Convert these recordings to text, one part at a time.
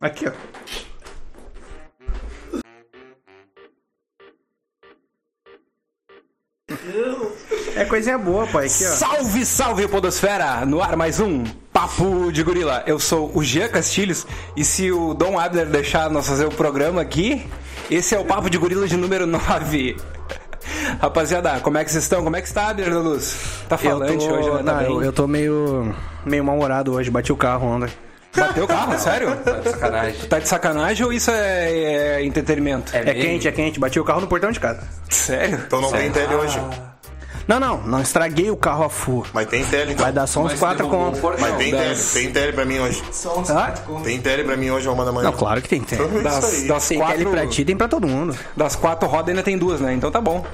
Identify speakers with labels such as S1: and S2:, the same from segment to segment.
S1: Aqui, ó. É coisinha boa, pai. Aqui, ó.
S2: Salve, salve, Podosfera! No ar mais um Papo de Gorila. Eu sou o Jean Castilhos e se o Dom Abner deixar nós fazer o programa aqui, esse é o Papo de Gorila de número 9. Rapaziada, como é que vocês estão? Como é que está, Abner da Luz? Tá falante hoje, né? Tá
S1: não,
S2: bem?
S1: eu, eu tô meio, meio mal-humorado hoje. Bati o carro ontem.
S2: Bateu o carro, sério?
S3: Sacanagem.
S2: Tá de sacanagem ou isso é, é entretenimento?
S1: É quente, é quente. Bati o carro no portão de casa.
S2: sério?
S4: Então não tem tele hoje.
S1: Ah. Não, não. Não estraguei o carro a full.
S4: Mas tem tele, então.
S1: Vai dar só uns
S3: Mas
S1: quatro
S3: derrubou
S1: contos.
S3: o portão.
S4: Mas tem tele,
S2: das-
S4: tem tele pra mim hoje.
S1: Ah?
S4: Tem tele pra mim hoje, uma da manhã.
S1: Não, claro que tem tele.
S4: Então é
S2: Das-
S4: isso aí.
S2: das
S1: Tem tele
S2: quatro-
S1: pra ti, tem pra todo mundo.
S2: Das quatro rodas ainda tem duas, né? Então tá bom.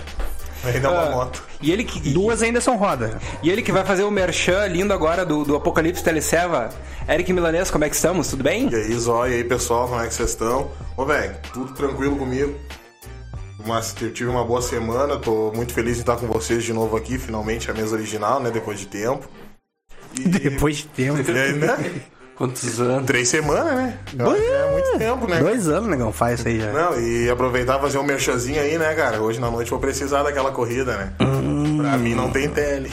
S4: Vai dar
S1: É.
S4: uma moto.
S2: E ele que.
S1: Duas ainda são roda.
S2: E ele que vai fazer o merchan lindo agora do, do Apocalipse Teleceva. Eric Milanês, como é que estamos? Tudo bem?
S4: E aí, Zóia, e aí, pessoal, como é que vocês estão? Ô, velho, tudo tranquilo comigo. Mas eu tive uma boa semana, tô muito feliz em estar com vocês de novo aqui, finalmente a mesa original, né, depois de tempo. E-
S1: Depois de tempo.
S4: E aí, né?
S3: Quantos anos?
S4: Três semanas, né? Eu acho que é muito tempo, né?
S1: Dois anos, negão, faz isso aí já.
S4: Não, e aproveitar e fazer um merchanzinho aí, né, cara? Hoje na noite vou precisar daquela corrida, né? Pra mim não tem tele.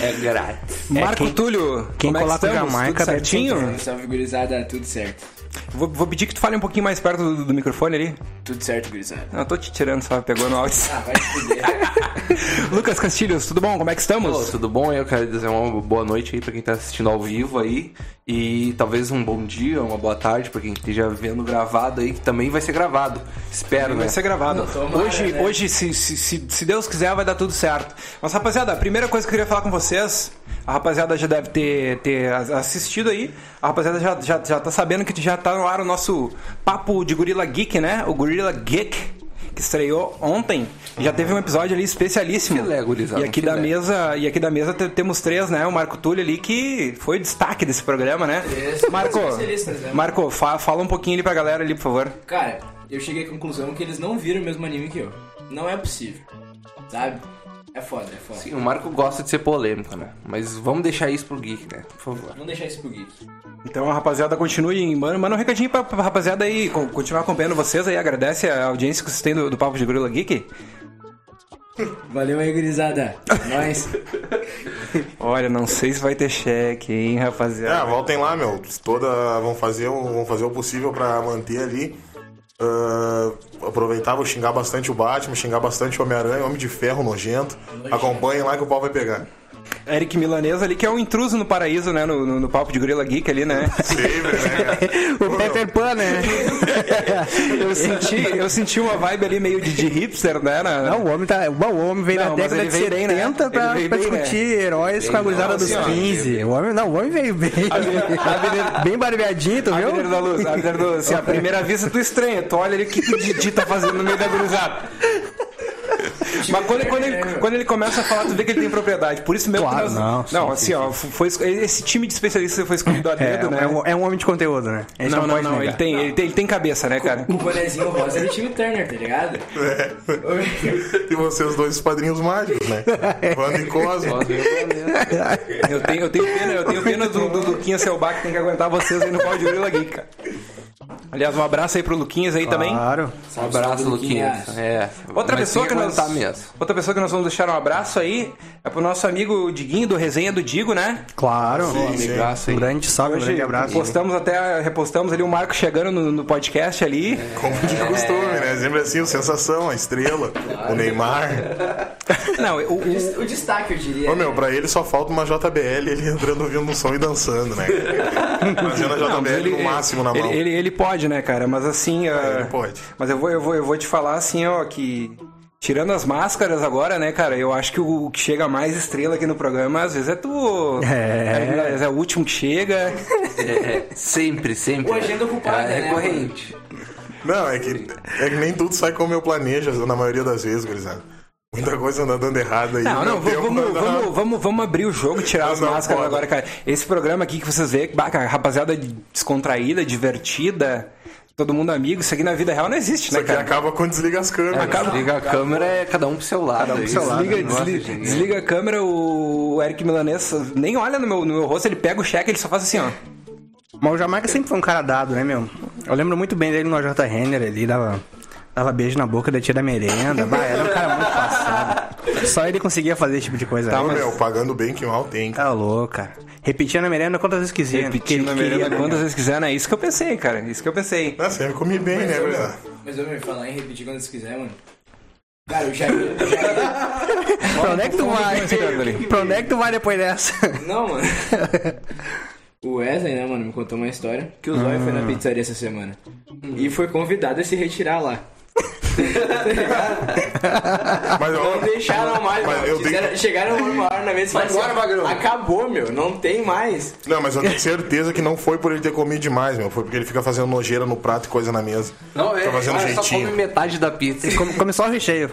S3: É grátis.
S2: Marco
S1: quem-
S2: Túlio,
S1: quem
S2: como é que
S1: coloca
S2: estamos?
S1: Jamaica
S2: Tudo
S1: deve
S2: certinho?
S1: ter-
S3: Salve, gurizada. Tudo certo.
S2: Vou, vou pedir que tu fale um pouquinho mais perto do, do microfone ali.
S3: Tudo certo, gurizada.
S2: Não, eu tô te tirando, só pegou no áudio.
S3: Ah, vai se fuder.
S2: Lucas Castilhos, tudo bom? Como é que
S3: Pô,
S2: estamos?
S3: tudo bom? Eu quero dizer uma boa noite aí pra quem tá assistindo ao vivo aí. E talvez um bom dia, uma boa tarde pra quem esteja vendo gravado aí, que também vai ser gravado. Espero, né?
S2: Vai ser gravado.
S3: tomara,
S2: hoje,
S3: né?
S2: hoje se, se, se, se Deus quiser, vai dar tudo certo. Mas, rapaziada, a primeira coisa que eu queria falar com vocês, a rapaziada já deve ter, ter as- assistido aí, a rapaziada já, já, já tá sabendo que já tá no ar o nosso papo de Gorila Geek, né? O Gorila Geek. Que estreou ontem, já teve um episódio ali especialíssimo.
S3: Filé, gurizada,
S2: e aqui
S3: filé.
S2: da mesa, e aqui da mesa te- temos três, né? O Marco Túlio ali que foi o destaque desse programa, né?
S5: Três
S3: é
S2: Marco,
S5: especialistas, é né?
S2: Marco, fa- fala um pouquinho ali pra galera ali, por favor.
S5: Cara, eu cheguei à conclusão que eles não viram o mesmo anime que eu. Não é possível. Sabe? É foda, é foda.
S3: Sim, o Marco gosta de ser polêmico, né? Mas vamos deixar isso pro Geek, né? Por favor.
S5: Vamos deixar isso pro Geek.
S2: Então, rapaziada, continue. Manda, manda um recadinho pra, pra rapaziada aí, co- continuar acompanhando vocês aí. Agradece a audiência que vocês têm do, do Papo de Gorila Geek.
S5: Valeu aí, gurizada. Nós.
S2: Olha, não sei se vai ter cheque, hein, rapaziada.
S4: Ah, voltem lá, meu. Toda vão fazer, o- vão fazer o possível pra manter ali. Ah, aproveitar, vou xingar bastante o Batman, xingar bastante o Homem-Aranha, Homem de Ferro nojento. Acompanhem lá que o pau vai pegar.
S2: Eric Milanês ali, que é um intruso no paraíso, né? No, no, no Papo de Gorila Geek ali, né?
S4: Sempre, né?
S1: O Peter Pan, né?
S2: Eu senti, eu senti uma vibe ali meio de, de hipster, né? na-
S1: Não, o homem tá. O homem veio
S2: Não,
S1: na
S2: mas
S1: década
S2: ele
S1: de
S2: veio bem, né?
S1: 70 pra,
S2: Ele veio
S1: pra
S2: bem, né?
S1: discutir heróis com a gurizada dos
S2: senhora.
S1: 15. O homem, não, o homem veio bem. bem barbeadinho, tu viu?
S2: Abner da Luz, Abner da Luz. Assim, à primeira vista tu estranha, tu olha ali o que que o Didi tá fazendo no meio da gurizada. Mas quando, quando ele, quando ele começa a falar, tu vê que ele tem propriedade. Por isso mesmo
S1: Claro,
S2: que
S1: não,
S2: nós, não, assim, ó, foi, esco- esse time de especialistas foi escolhido a
S1: É,
S2: dedo, né?
S1: é um, é um homem de conteúdo, né? A gente
S2: não, não,
S1: pode
S2: não,
S1: negar.
S2: ele tem, ele, tem, ele tem cabeça, né, cara?
S5: O bonezinho rosa era o time Turner, tá ligado?
S4: E vocês dois padrinhos mágicos, né? Wanda e Cosmo.
S2: Eu tenho, eu tenho pena, eu tenho pena do, do Luquinha Selbá que tem que aguentar vocês aí no pau de Gorila Geek, cara. Aliás, um abraço aí pro Luquinhas aí também.
S1: Claro.
S3: Um abraço, Luquinhas.
S5: Luquinhas.
S3: É.
S2: Outra
S3: Mas
S2: pessoa
S3: tem
S2: que nós
S3: aguentar tá mesmo.
S2: Outra pessoa que nós vamos deixar um abraço aí é pro nosso amigo Diguinho do Resenha do Digo, né?
S1: Claro.
S3: Amigaço
S1: Um
S3: aí.
S1: grande salve, um grande abraço.
S2: Postamos até, repostamos ali o Marco chegando no, no podcast ali.
S3: É.
S4: Como de costume, né? Sempre assim, o Sensação, a Estrela, o Neymar.
S2: Não, o, o-
S5: O destaque, eu diria.
S4: Ô, meu, pra ele só falta uma JBL ele entrando ouvindo um som e dançando, né? Fazendo a
S2: não,
S4: JBL
S2: ele, é-
S4: no máximo na
S2: ele,
S4: mão. É,
S2: ele- ele pode, né, cara? Mas assim. ah,
S4: ele pode.
S2: Mas eu vou, eu, vou, eu vou te falar assim, ó, que. Tirando as máscaras agora, né, cara? Eu acho que o, o que chega mais estrela aqui no programa, às vezes é tu.
S1: É.
S2: é o último que chega.
S3: É, sempre, sempre.
S5: Ou agenda ocupada,
S3: É
S5: né,
S3: recorrente.
S4: Não, é que, é que nem tudo sai como eu planejo, na maioria das vezes, gurizada. Muita coisa anda dando errado aí.
S2: Não,
S4: meu
S2: não, vamos,
S4: tempo
S2: vamos,
S4: anda-
S2: vamos, vamos, vamos abrir o jogo e tirar as
S4: Não,
S2: máscaras
S4: pode.
S2: agora, cara. Esse programa aqui que vocês vê, bah, cara, rapaziada descontraída, divertida, todo mundo amigo, isso aqui na vida real não existe,
S4: Isso
S2: né,
S4: aqui é
S2: cara?
S4: acaba quando desliga as câmeras.
S3: Liga a câmera, é cada um pro seu lado. Cada um pro
S1: seu lado,
S2: Desliga, desliga, desliga a câmera, o Eric Milanês nem olha no meu, no meu rosto, ele pega o cheque, ele só faz assim, ó.
S1: Mas o Jamaica sempre foi um cara dado, né, meu? Eu lembro muito bem dele no AJ Renner ali, dava, dava beijo na boca da tia da merenda. Bah, era um cara muito passado. Só ele conseguia fazer esse tipo de coisa.
S4: Tá,
S1: aí.
S4: meu, pagando bem que um mal tem. cara.
S1: Tá louco, cara. Repetia na merenda quantas vezes quiser.
S2: Repetindo a merenda quantas vezes quiser, né? Isso que eu pensei, cara. Isso que eu pensei.
S4: Ah, sempre comi bem, né,
S5: Mas,
S4: gurizada?
S5: ô, meu, Mas eu me falar em repetir quando vocês quiserem, mano. Cara, eu já ia. eu já
S1: Pra onde é que tu
S2: chegando ali.
S1: vai? Pra onde é que tu vai depois dessa?
S5: ia- Não, mano. O Wesley, né, mano, me contou uma história que o Zóio foi na pizzaria essa semana. E foi convidado a se retirar lá.
S4: Mas
S5: Não
S4: eu,
S5: deixaram mais,
S4: Mas
S5: mano.
S4: eu tenho-
S5: Fizeram- Chegaram uma hora na mesa e falaram
S3: embora,
S5: assim, ó,
S3: Magrão.
S5: Acabou, meu. Não tem mais.
S4: não, mas eu tenho certeza que não foi por ele ter comido demais, meu. Foi porque ele fica fazendo nojeira no prato e coisa na mesa.
S3: Não,
S2: é,
S4: Tá
S2: ah,
S4: fazendo
S3: cara, só
S4: jeitinho.
S3: come metade da pizza.
S1: Come, come só o recheio.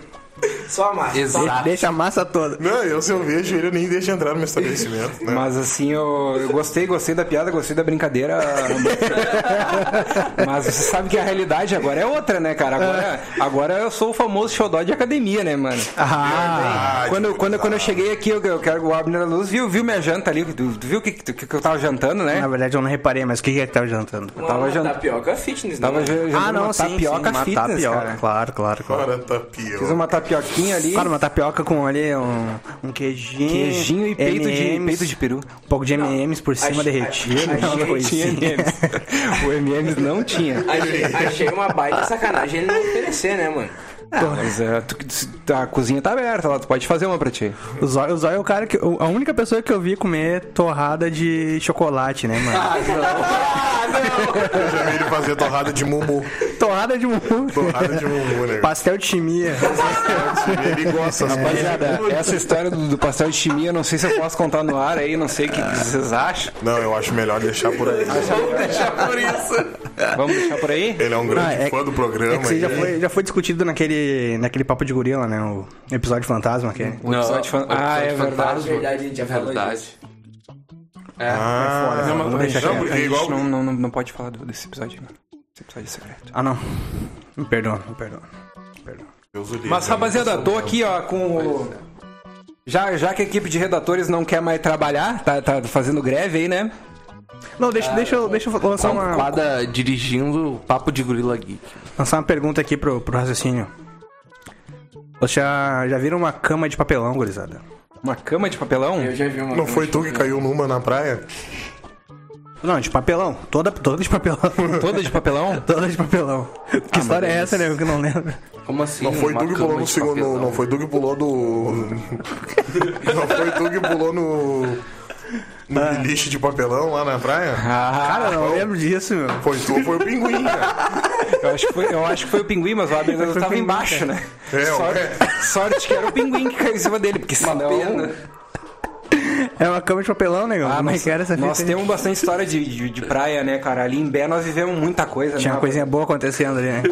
S5: Só a massa.
S2: Tá.
S3: Exato.
S1: Deixa a massa toda.
S4: Não, eu se eu vejo ele, eu nem deixo entrar no meu estabelecimento.
S1: É.
S4: Né?
S2: Mas assim, eu, eu gostei, gostei da piada, gostei da brincadeira. Mas você sabe que a realidade agora é outra, né, cara? Agora,
S1: É.
S2: agora eu sou o famoso xodó de academia, né, mano?
S1: Ah,
S4: Ah,
S2: quando,
S4: tipo,
S2: quando, quando eu
S4: tá.
S2: cheguei aqui, eu, eu quero o Abner Luz viu, viu minha janta ali, tu, tu viu o que, que, que eu tava jantando, né?
S1: na verdade eu não reparei, mas o que é que tava jantando?
S5: Uma
S2: tava jant-
S5: tapioca fitness, né,
S2: Tava
S5: mano?
S2: jantando
S1: Ah, não,
S2: uma
S1: sim,
S2: tapioca
S1: sim, uma
S2: fitness,
S1: tapioca,
S2: cara.
S1: Claro, claro, claro.
S4: Agora tá
S2: Fiz
S4: pior.
S2: uma tapioquinha ali,
S1: Claro, uma tapioca com ali um, um queijinho.
S2: queijinho e peito de,
S1: M&M's,
S2: peito de peru.
S1: Um pouco de MMs por cima
S5: Achei-
S1: derretido.
S5: achei-
S1: uma coisinha.
S2: é- M&M's. o M&M's não tinha.
S5: Achei, achei uma baita sacanagem ele não oferecer, né, mano?
S2: Mas é, tu- tu- a cozinha tá aberta lá, tu pode fazer uma pra ti.
S1: O Zóio, o Zóio é o cara que. o- A única pessoa que eu vi comer torrada de chocolate, né, mano?
S4: Eu já vi ele fazer torrada de mumu.
S1: torrada de mumu.
S4: Torrada de mumu, né?
S1: Pastel de chimia.
S4: Ele gosta. assim.
S2: Rapaziada, essa história do, do pastel de chimia, não sei se eu posso contar no ar aí, não sei o que que vocês acham.
S4: Não, eu acho melhor deixar por aí.
S2: Vamos deixar por aí?
S4: Ele é um grande
S1: Ah, é-
S4: fã do programa.
S1: É que isso aí já
S4: ele-
S1: foi, já foi discutido naquele, naquele papo de gorila, né? O episódio fantasma. Que... é.
S3: Não,
S2: episódio fan- Ah, é
S3: fantasma.
S2: verdade.
S5: Verdade, a gente já falou
S3: Verdade.
S4: Ah,
S1: Vamos deixar
S4: não,
S1: quieto.
S4: porque
S2: A gente
S4: igual.
S2: não, não, não, não pode falar do- desse episódio, né? Esse episódio é secreto.
S1: Ah, não. Me perdoa, me perdoa. me perdoa.
S4: Deus o livre,
S2: Mas,
S4: né?
S2: rapaziada, tô aqui, ó, com o... Já, já que a equipe de redatores não quer mais trabalhar, tá, tá fazendo greve aí, né?
S1: Não, deixa, deixa, eu, deixa eu lançar uma,
S3: Quadra Tá dirigindo o papo de gorila geek.
S1: lançar uma pergunta aqui pro, pro raciocínio. Vocês já, já viram uma cama de papelão, gurizada?
S2: Uma cama de papelão?
S5: Eu já vi uma
S4: Não foi tu que caiu numa na praia?
S1: Não, de papelão. Toda, toda de papelão.
S2: Toda de papelão?
S1: toda de papelão. Que história é essa, né? Que eu não lembro.
S3: Como assim?
S4: Não foi
S3: uma
S4: tu que
S3: cama
S4: pulou no
S3: de
S4: segundo.
S3: papelão?
S4: Não foi tu que pulou do. não foi tu que pulou no. No lixo de papelão lá na praia?
S1: Cara, eu não lembro disso, meu.
S4: Foi tu ou foi o pinguim, cara?
S2: Eu acho que foi, eu acho que foi o pinguim, mas o Abner
S1: Foi o
S2: tava
S1: pinguim,
S2: embaixo, né?
S4: É,
S2: sorte,
S4: ué.
S2: sorte que era o pinguim que caiu em cima dele, porque senão...
S1: É uma cama de papelão, negão.
S2: Ah,
S1: Como é
S2: nós-
S1: que era essa fita?
S2: Nós
S1: aí?
S2: temos bastante história de, de, de praia, né, cara? Ali em Bé nós vivemos muita coisa,
S1: Tinha
S2: né?
S1: uma coisinha boa acontecendo ali, né?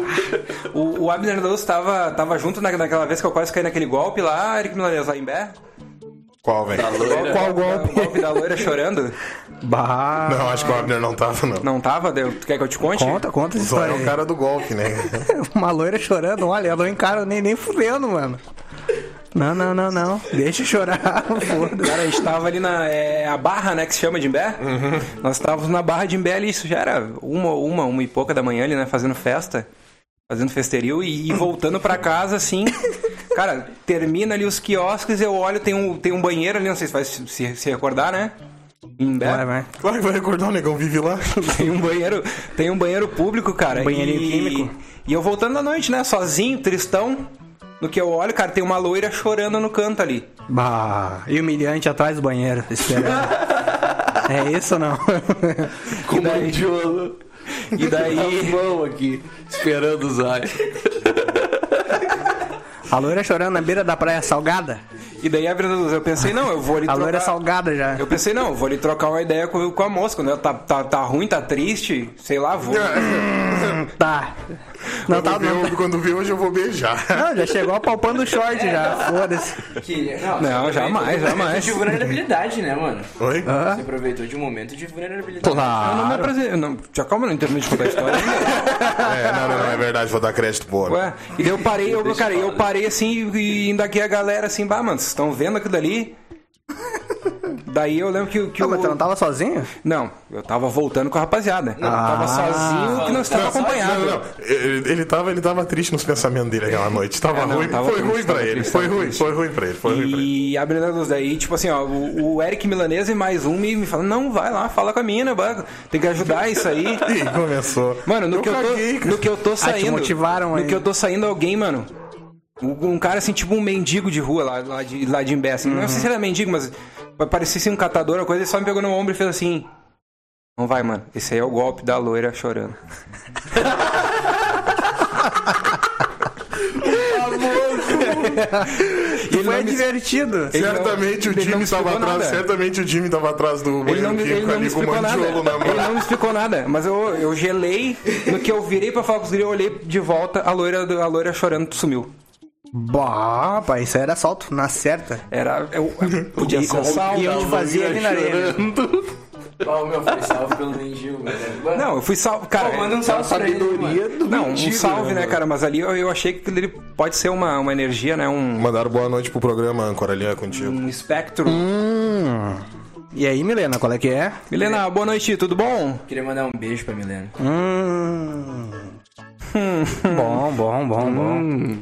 S2: O, o Abner Luz tava, tava junto na, naquela vez que eu quase caí naquele golpe lá, Eric Milanês, lá em Bé.
S4: Qual, velho?
S1: Qual
S2: O
S1: golpe?
S2: golpe da loira chorando.
S1: Bah.
S4: Não, acho que o Abner não tava, não.
S2: Não tava, deu? Tu quer que eu te conte?
S1: Conta, conta essa
S4: Só
S2: um
S1: história
S4: é o
S1: aí.
S4: cara do golpe, né?
S1: Uma loira chorando, olha, eu não encaro nem, nem fudendo, mano. Não, não, não, não. Deixa eu chorar, foda.
S2: Cara, a gente tava ali na é, a barra, né, que se chama de Imbé.
S1: Uhum.
S2: Nós estávamos na barra de Imbé ali, isso já era uma, uma, uma e pouca da manhã ali, né, fazendo festa, fazendo festeril e, e voltando pra casa, assim... Cara, termina ali os quiosques, eu olho, tem um, tem um banheiro ali, não sei se vai se, se- se recordar, né? Em Imbé.
S1: Vai, vai.
S4: Claro que vai recordar, o negão vive lá.
S2: Tem um banheiro, tem um banheiro público, cara.
S1: Um banheirinho
S2: e,
S1: químico.
S2: E eu voltando à noite, né? Sozinho, tristão. No que eu olho, cara, tem uma loira chorando no canto ali.
S1: Bah, e humilhante atrás do banheiro, esperando. é isso ou não?
S3: Com o mandiola.
S2: E daí.
S3: mão aqui, esperando o Zay.
S1: A loira chorando na beira da praia salgada?
S2: e daí a verdade, eu pensei, não, eu vou ali
S1: A loira
S2: trocar.
S1: salgada já.
S2: Eu pensei, não, eu vou ali trocar uma ideia com, com a moça. Quando ela tá, tá, tá ruim, tá triste, sei lá, vou.
S1: Tá. Não tá
S4: Quando vê-
S1: não. tá-
S4: Quando vê hoje eu vou beijar.
S1: Não, já chegou apalpando o short já, foda-se.
S5: Que... Não,
S2: Não,
S5: você
S2: jamais,
S5: aproveitou
S2: jamais.
S5: De vulnerabilidade, né, mano?
S4: Oi?
S5: Você aproveitou de um momento de vulnerabilidade.
S2: Eu não me
S1: Claro.
S2: apresentei. Não, já calma, não terminei de contar a história ainda.
S4: É, não, não, não, é verdade, vou dar crédito pro homem.
S2: Ué, e daí eu parei, eu, cara, eu parei assim, e ainda aqui a galera assim, bah, mano, vocês estão vendo aquilo dali? Daí eu lembro que, que
S1: Não,
S2: o...
S4: tá
S1: mas tu não tava sozinho? Ah.
S2: Não, eu tava voltando com a rapaziada. eu tava sozinho que não estava acompanhado.
S4: Ah. Não, não, não. Ele, ele, tava, ele tava triste nos pensamentos dele aquela noite. Tava
S2: É, não,
S4: ruim.
S2: tava
S4: foi
S2: triste,
S4: ruim
S2: tava
S4: pra ele.
S2: triste,
S4: Foi
S2: tava
S4: ruim,
S2: triste.
S4: foi ruim pra ele. Foi ruim pra ele.
S2: E abrindo a luz daí, tipo assim, ó, o, o Eric Milanese e mais um me, me falando, não, vai lá, fala com a mina, vai, tem que ajudar isso aí.
S4: E começou.
S2: Mano, no, que, eu
S4: caguei,
S2: tô,
S4: cara.
S2: no que eu tô
S1: te
S2: saindo.
S1: motivaram
S2: no
S1: aí.
S2: que eu tô saindo alguém, mano. Um um cara assim, tipo um mendigo de rua lá, lá, de, lá de Imbé, assim. Não sei se ele era mendigo, mas parecia assim, um catador ou coisa, ele só me pegou no ombro e fez assim. Não vai, mano. Esse aí é o golpe da loira chorando. E ele
S1: Foi
S2: não me-
S1: divertido.
S2: ele não-
S4: Certamente o
S2: ele não
S4: Jimmy
S2: me
S4: tava
S2: explicou
S4: atrás.
S2: nada.
S4: Certamente o Jimmy tava atrás do
S2: Ele
S4: banheiro
S2: não, me, ele
S4: químico
S2: não me
S4: ali com o né,
S2: explicou nada.
S4: mantiolo na
S2: Ele
S4: mão.
S2: não me explicou nada. Mas eu, eu gelei. No que eu virei pra falar com os guri, eu olhei de volta, a loira, do- a loira chorando sumiu.
S1: Bah, rapaz, isso aí era salto na certa.
S2: Era. Eu, eu- podia
S1: E-
S2: ser um salto.
S1: e eu te fazia ali na arena.
S5: Ó, o meu foi salvo pelo mendigo, velho. Mano,
S2: Não, eu fui salvo. Cara,
S5: pô, manda um salve pra ele, mano.
S2: não, um salve, né, cara? Mas ali eu, eu achei que ele pode ser uma, uma energia, né? Um,
S4: Mandaram boa noite pro programa, Ancora, ali é contigo.
S2: um espectro.
S1: Hum. E aí, Milena, qual é que é?
S2: Milena, boa noite, tudo bom?
S5: Queria mandar um beijo pra Milena.
S1: Hum. Bom, bom, bom, bom.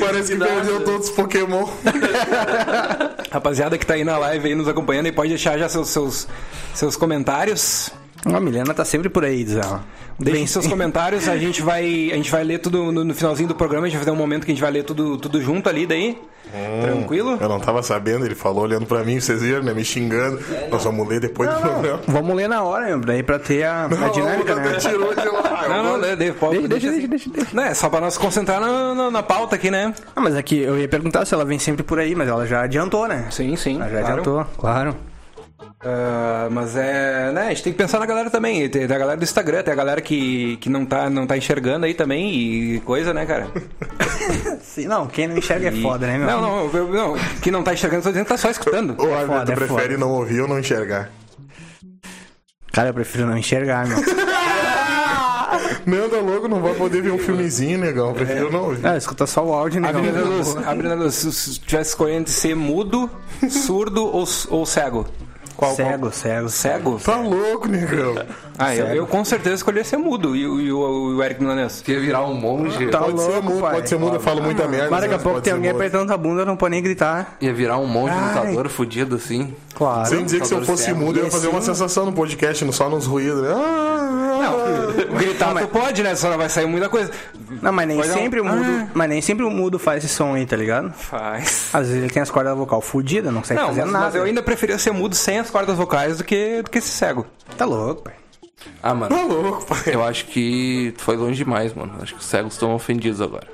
S4: Parece que perdeu todos os Pokémon.
S2: Rapaziada que tá aí na live aí nos acompanhando e pode deixar já seus, seus, seus comentários.
S1: A Milena tá sempre por aí, diz ela.
S2: Deixem seus comentários, a gente vai, a gente vai ler tudo no, no finalzinho do programa, a gente vai ter um momento que a gente vai ler tudo, tudo junto ali daí.
S1: É.
S2: Tranquilo?
S4: Eu não tava sabendo, ele falou olhando pra mim, vocês viram, né? Me xingando. Nós vamos ler depois do programa.
S1: Vamos ler na hora, meu, daí pra ter a, a dinâmica,
S4: o Lucas
S1: né?
S4: até tirou de lá. Eu
S2: Não, não, de,
S4: vou-
S2: de,
S1: Deixa,
S2: pode,
S1: deixa, deixa, deixa, deixa.
S2: Não, é só pra nós se concentrar na, na, na pauta aqui, né?
S1: Ah, mas aqui eu ia perguntar se ela vem sempre por aí, mas ela já adiantou, né?
S2: Sim, sim.
S1: Ela já adiantou, claro.
S2: Ah, mas é. Né, a gente tem que pensar na galera também. Tem a galera do Instagram, tem a galera que, que não, tá, não tá enxergando aí também e coisa, né, cara?
S1: Sim, não, quem não enxerga
S2: E-
S1: é foda, né, meu?
S2: Não, não, eu- não. Que não tá enxergando, eu tô dizendo que tá só escutando.
S4: Ou a
S1: foda,
S4: tu
S1: é
S4: prefere não ouvir ou não enxergar?
S1: Cara, eu prefiro não enxergar, meu.
S4: Não, tá louco, não vai poder
S1: É.
S4: ver um filmezinho, negão. Prefiro não ouvir.
S1: Ah, escuta só o áudio, né?
S2: Abrindo a luz, abrindo a luz. Se se tivesse escolhendo ser mudo, surdo ou, ou cego? Qual,
S1: Cego, cego, cego.
S2: Cego?
S4: Tá louco, negão.
S1: Tá
S2: Ah, eu, eu com certeza escolheria ser mudo e, o- e o, o Eric Milanês.
S3: Quer virar um monge?
S1: Tá
S4: Pode ser
S1: louco,
S4: mudo,
S1: pai.
S4: pode ser mudo, eu falo muita merda.
S1: Mas
S4: às
S1: daqui a
S4: vezes
S1: pouco
S4: pode
S1: tem
S4: ser
S1: alguém
S4: mudo.
S1: apertando a bunda, não pode nem gritar.
S3: Ia virar um monge lutador fudido assim.
S1: Claro.
S4: Sem dizer que se eu
S3: Lutador
S4: fosse
S3: cego.
S4: mudo, eu ia
S1: E
S4: fazer uma
S1: assim-
S4: sensação no podcast, não só nos ruídos. né? Ah, ah.
S2: Gritar tu pode, né? Só não vai sair muita coisa.
S1: Não, mas nem
S2: Pode não.
S1: sempre o mudo. Mas nem sempre o mudo faz esse som aí, tá ligado?
S2: Faz.
S1: Às vezes ele tem as cordas vocal fodidas, não consegue
S2: Não,
S1: fazer
S2: mas,
S1: nada.
S2: mas eu ainda preferia ser mudo sem as cordas vocais do que, do que esse cego.
S1: Tá louco, pai.
S3: Ah, mano.
S4: Tá louco, pai.
S3: Eu acho que tu foi longe demais, mano. Acho que os cegos estão ofendidos agora.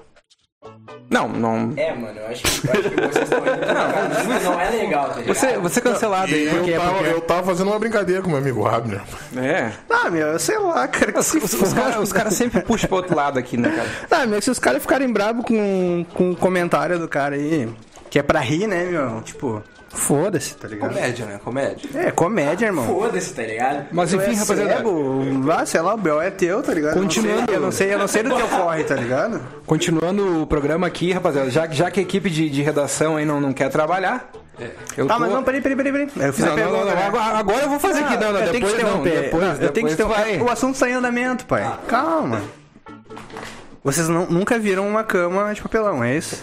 S2: Não, não.
S5: É, mano, eu acho que, eu acho que vocês estão indo pra um caminho que não é legal, tá ligado?
S2: Você, você é
S1: Tá
S2: cancelado aí,
S4: Eu
S2: né?
S4: tava,
S1: é.
S4: eu tava fazendo uma brincadeira com meu amigo Abner.
S2: É.
S1: Ah, meu, eu sei lá, cara. Que
S2: Os,
S1: se
S2: os, os
S1: foda.
S2: caras sempre puxam pro outro lado aqui, né, cara?
S1: Ah, meu, se os caras ficarem bravos com, com o comentário do cara aí, que é pra rir, né, meu? Tipo, foda-se, tá ligado?
S3: Comédia, né? Comédia.
S1: É, comédia, irmão.
S5: Foda-se, tá ligado?
S2: Mas enfim,
S1: é
S2: rapaziada.
S1: cego, ah, sei lá, o B.O. é teu, tá ligado? Eu não sei,
S2: Continuando.
S1: Eu não sei, eu não sei do teu corre, tá ligado?
S2: Continuando o programa aqui, rapaziada, já, já que a equipe de, de redação aí não, não quer trabalhar. Eu
S1: Tá,
S2: tô-
S1: mas não, peraí, peraí, peraí. peraí. Eu fiz
S2: Não,
S1: a
S2: não,
S1: pergunta,
S2: não, não,
S1: né?
S2: agora, agora eu vou fazer aqui. Não, não,
S1: Ah, eu tenho que um
S2: depois não,
S1: interromper.
S2: depois,
S1: Não, eu tenho ah, que um
S2: depois
S1: interromper. O
S2: vai. Ah.
S1: assunto está em andamento, pai. Calma. Vocês nu- nunca viram uma cama de papelão, é isso?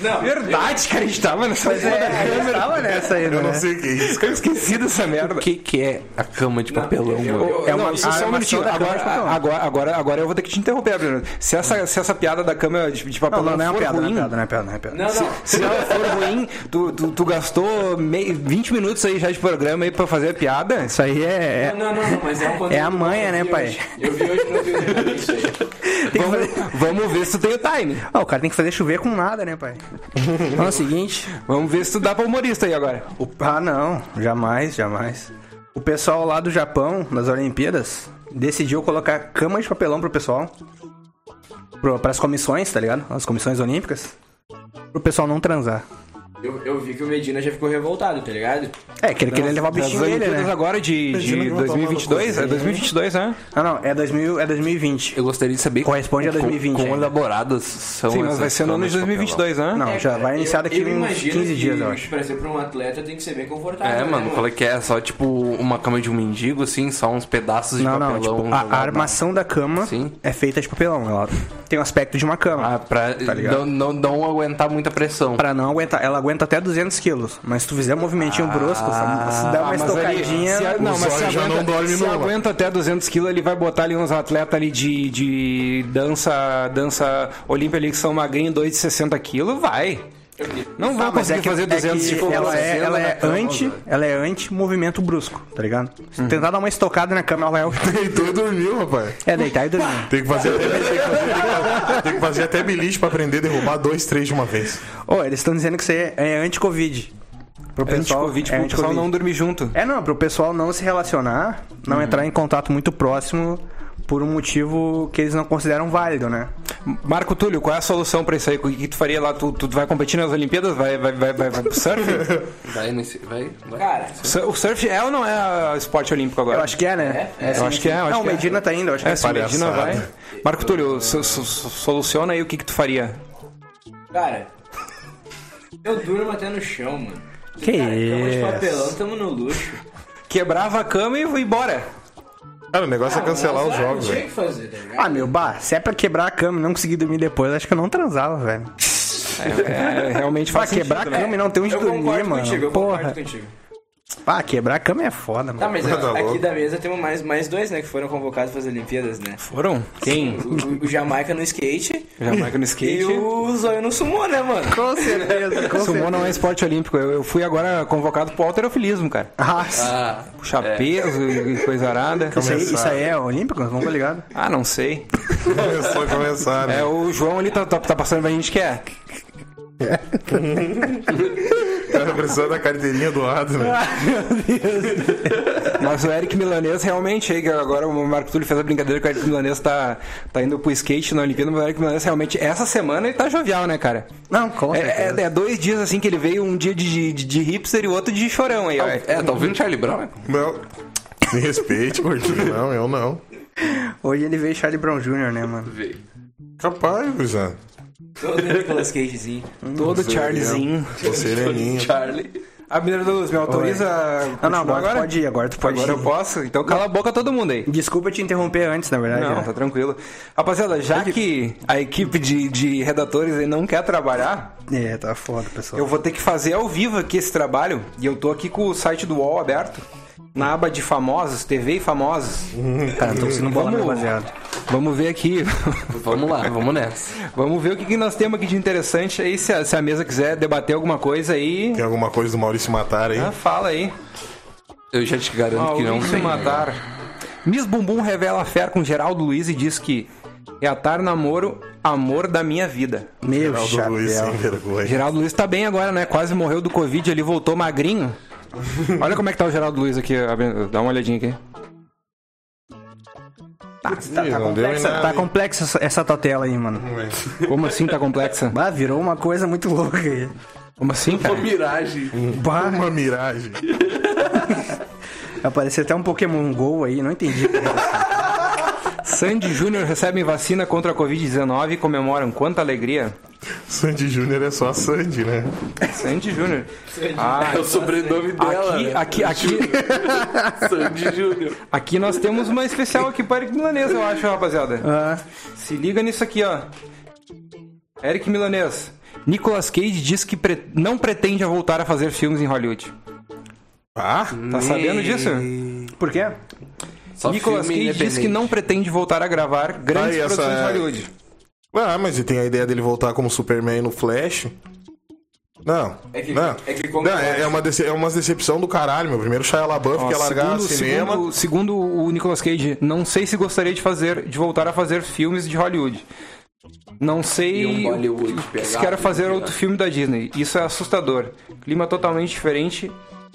S5: Não,
S2: Verdade, cara, a gente tava nessa merda.
S1: eu tava nessa aí,
S4: Eu não
S1: né?
S4: sei o que é isso.
S2: Eu esqueci dessa merda.
S3: O que, que é a cama de papelão, mano?
S2: É uma,
S1: Não,
S2: só,
S1: a
S2: só um
S1: armação
S2: minutinho.
S1: da
S2: Agora,
S1: câmera de papelão.
S2: agora, agora, agora eu vou ter que te interromper, Bruno. Se essa, se essa piada da câmera de, de papel
S1: Não, não, não é uma
S2: for
S1: piada, não é
S2: ruim,
S1: piada, não é piada, não é piada.
S5: não, não.
S2: se ela for ruim, tu, tu, tu gastou mei, 20 minutos aí já de programa aí pra fazer a piada.
S1: Isso aí é. é-
S5: Não, não, não, não, mas é um conteúdo
S1: É a manha,
S5: que eu
S1: né,
S5: vi
S1: pai?
S5: hoje. Eu vi hoje no Twitter isso aí.
S1: tem que
S2: Vamos,
S1: fazer-
S2: vamos ver se tu tem o time.
S1: Ah, o cara tem que fazer chover com nada, né, pai? Então é o seguinte.
S2: Vamos ver se tu dá pra humorista aí agora.
S1: o- Ah, não. Jamais, jamais. O pessoal lá do Japão, nas Olimpíadas, decidiu colocar cama de papelão pro pessoal. Pro, pras comissões, tá ligado? As comissões olímpicas. Pro pessoal não transar.
S5: Eu, eu vi que o Medina já ficou revoltado, tá ligado?
S1: É, que ele queria levar o
S2: As
S1: bichinho dele,
S2: Olimpíadas
S1: né?
S2: agora de,
S4: Imagina
S2: de
S4: que eu vou tomar no
S2: 2022?
S4: cu.
S2: É 2022, né?
S1: Não, não, é, 2000, é 2020.
S3: Eu gostaria de saber
S1: Corresponde a
S3: com-
S1: 2020
S3: Quão
S1: ainda.
S3: elaboradas são
S2: Sim, mas
S3: essas
S2: vai ser no ano de
S3: tramas
S2: 2022, né?
S1: Não,
S5: É,
S1: já
S5: cara,
S1: vai
S5: eu-
S1: iniciar daqui
S5: eu
S1: uns
S5: imagino
S1: 15
S5: que,
S1: dias, eu acho.
S5: Pra ser pra um atleta tem que ser bem
S3: papelão.
S5: confortável.
S3: É,
S5: né,
S3: mano, qual é que é? Só tipo uma cama de um mendigo, assim, só uns pedaços de
S1: Não, não,
S3: papelão. um
S1: tipo,
S3: jogado
S1: a,
S3: na-
S1: a armação da cama
S3: Sim.
S1: é feita de papelão. Ela tem o aspecto de uma cama.
S3: Ah, pra
S1: ligado?
S3: não, não, não aguentar muita pressão.
S1: Pra não aguentar, ela aguenta até 200 quilos. Mas se tu fizer um movimentinho brusco, só- se dá uma
S2: Ah. Tá, mas ali,
S1: estocadinha.
S2: se a- não,
S4: o
S2: mas se
S4: Zóio já
S2: aguenta,
S4: não dorme
S2: se
S4: numa.
S2: aguenta até 200 quilos, ele vai botar ali uns atletas ali de, de dança, dança olímpia ali que são magrinho, 2 de 60 quilos, vai. Não vai
S1: Ah, mas
S2: conseguir
S1: é que-
S2: fazer
S1: é
S2: 200
S1: que
S2: de força.
S1: ela é, ela
S2: né?
S1: é
S3: cama,
S1: anti,
S3: velho.
S1: ela é anti movimento brusco, tá ligado? Se
S2: Uhum.
S1: tentar dar uma estocada na cama, ela vai
S4: Deitou e dormiu, rapaz.
S1: é deitar e dormir.
S4: Tem que fazer até, tem que fazer até beliche pra aprender a derrubar dois, três de uma vez.
S1: Ô, eles estão dizendo que isso aí é anti-covid. Pro
S2: É anti-Covid, pro pessoal não dormir junto.
S1: É não, pro pessoal não se relacionar, não entrar em contato muito próximo por um motivo que eles não consideram válido, né?
S2: Marco Túlio, qual é a solução pra isso aí? O que tu faria lá? Tu, tu vai competir nas Olimpíadas? Vai, vai, vai, vai, vai pro surf?
S3: Vai nesse. Vai, vai.
S5: Cara,
S2: Su- o surf é ou não é a esporte olímpico agora?
S1: Eu acho que é, né?
S5: É, é,
S2: Eu acho que é, eu acho
S1: não, o
S2: que é.
S1: Medina tá indo, eu acho que
S2: É, se o Medina
S4: palhaçada.
S2: vai. Marco Túlio, so- so- so- soluciona aí o que, que tu faria.
S5: cara, eu durmo até no chão, mano.
S1: Que
S5: cara, cama de
S1: isso?
S5: papelão, tamo no luxo.
S2: Quebrava a cama e ia embora.
S4: Cara, o negócio é cancelar
S5: Mas,
S4: os
S5: ah,
S4: jogos,
S5: Não tinha
S4: velho.
S5: o que fazer, tá ligado?
S1: Ah, meu, bah, se é pra quebrar a cama e não conseguir dormir depois, acho que eu não transava, velho.
S2: É, realmente
S1: Pra
S2: faz sentido,
S1: quebrar a
S2: né?
S1: cama e não ter onde
S5: Eu
S1: dormir,
S5: concordo
S1: mano.
S5: contigo, eu
S1: Porra.
S5: concordo contigo.
S1: Ah, quebrar a cama é foda, mano.
S5: Tá, mas
S4: Tá
S5: ó, aqui
S4: louco.
S5: da mesa temos mais, mais dois, né, que foram convocados para as Olimpíadas, né?
S2: Foram? Quem?
S5: O, o Jamaica no skate
S2: Jamaica no
S5: e
S2: skate.
S5: o Zóio no sumô, né, mano?
S1: Com certeza, com
S2: Sumô não é esporte olímpico. Eu, eu fui agora convocado pro alterofilismo, cara.
S1: Ah, É.
S2: Puxar peso e coisa arada.
S1: isso, aí, isso aí é olímpico? Vamos tá ligado?
S2: Ah, não sei.
S4: Começou a começar, né?
S2: É, o João ali tá, tá, tá passando pra gente que é.
S4: O cara tá precisando da carteirinha do lado, né?
S2: Mas o Eric Milanês realmente, aí, que agora o Marco Túlio fez a brincadeira que o Eric Milanês tá, tá indo pro skate na Olimpíada, mas o Eric Milanês realmente, essa semana ele tá jovial, né, cara?
S1: Não, com
S2: É,
S1: certeza.
S2: é- é dois dias assim que ele veio, um dia de, de, de hipster e o outro de chorão aí, ó.
S3: É, tá ouvindo Charlie Brown? né?
S4: Não. Me respeite, gordinho. Não, eu não.
S1: Hoje ele veio Charlie Brown Jr., né, mano?
S4: Capaz, Guizano.
S5: Todo Nicolas Cagezinho.
S2: Todo
S4: Zé,
S2: Charlesinho.
S4: Tô sereninho.
S3: Charlie.
S2: A Mineira da Luz, me autoriza. a
S1: Não, não,
S2: continuar
S1: agora, tu pode ir, agora tu pode
S2: Agora
S1: ir.
S2: eu posso? Então cala a boca todo mundo aí.
S1: Desculpa te interromper antes, na verdade.
S2: Não,
S1: né?
S2: tá tranquilo. Rapaziada, já que a equipe de, de redatores aí não quer trabalhar,
S1: É, tá foda, pessoal.
S2: eu vou ter que fazer ao vivo aqui esse trabalho. E eu tô aqui com o site do UOL aberto. Na aba de famosos, TV e famosos.
S1: Cara, tô conseguindo bola,
S2: Vamos-
S1: rapaziada.
S2: Vamos ver aqui.
S3: Vamos lá, vamos nessa.
S2: Vamos ver o que, que nós temos aqui de interessante aí. Se a, se a mesa quiser debater alguma coisa aí,
S4: Tem alguma coisa do Maurício Matar aí?
S2: ah, fala aí.
S3: Eu já te garanto que não.
S2: Maurício
S3: tem, né?
S2: Matar. Miss Bumbum revela fé com Geraldo Luiz e diz que reatar namoro, amor da minha vida.
S1: Meu
S4: Geraldo Luiz sem
S1: chapéu.
S4: vergonha.
S2: Geraldo Luiz tá bem agora, né? Quase morreu do Covid, ele voltou magrinho. Olha como é que tá o Geraldo Luiz aqui, abrindo- dá uma olhadinha aqui.
S4: Ih, não deu em
S1: Tá
S4: nada. hein?
S1: complexa essa- essa tua tela aí, mano.
S2: Como assim tá complexa?
S1: Bah, virou uma coisa muito louca aí.
S2: Como assim, cara?
S3: Miragem.
S1: Bah,
S4: Uma miragem.
S1: apareceu até um Pokémon GO aí, não entendi.
S2: Sandy Júnior recebe vacina contra a Covid-19 e comemoram. Quanta alegria.
S4: Sandy Júnior é só Sandy, né?
S2: Sandy Júnior. Ah,
S3: É o sobrenome dela.
S2: aqui,
S3: né?
S2: aqui, aqui,
S3: Sandy Júnior.
S2: aqui nós temos uma especial aqui para Eric Milanês, eu acho, rapaziada.
S1: Ah,
S2: Se liga nisso aqui, ó. Eric Milanês. Nicolas Cage diz que pre- não pretende voltar a fazer filmes em Hollywood.
S4: Ah,
S2: Tá sabendo disso?
S1: por quê?
S3: Só
S2: Nicolas
S3: filme
S2: Cage diz que
S3: independente.
S2: não pretende voltar a gravar grandes
S4: Aí, essa
S2: produções em
S4: é-
S2: Hollywood.
S4: Ah, mas e tem a ideia dele voltar como Superman no Flash? Não.
S5: É que-
S4: não.
S5: é que como-
S4: Não, é, é uma dece- é uma decepção do caralho, meu. Primeiro Shia LaBeouf
S2: Ó,
S4: quer largar
S2: segundo,
S4: cinema.
S2: segundo, segundo o Nicolas Cage, não sei se gostaria de fazer, de voltar a fazer filmes de Hollywood. Não sei
S3: E um Bollywood
S2: se
S3: pegado,
S2: quero fazer
S3: né?
S2: outro filme da Disney. Isso é assustador. Clima totalmente diferente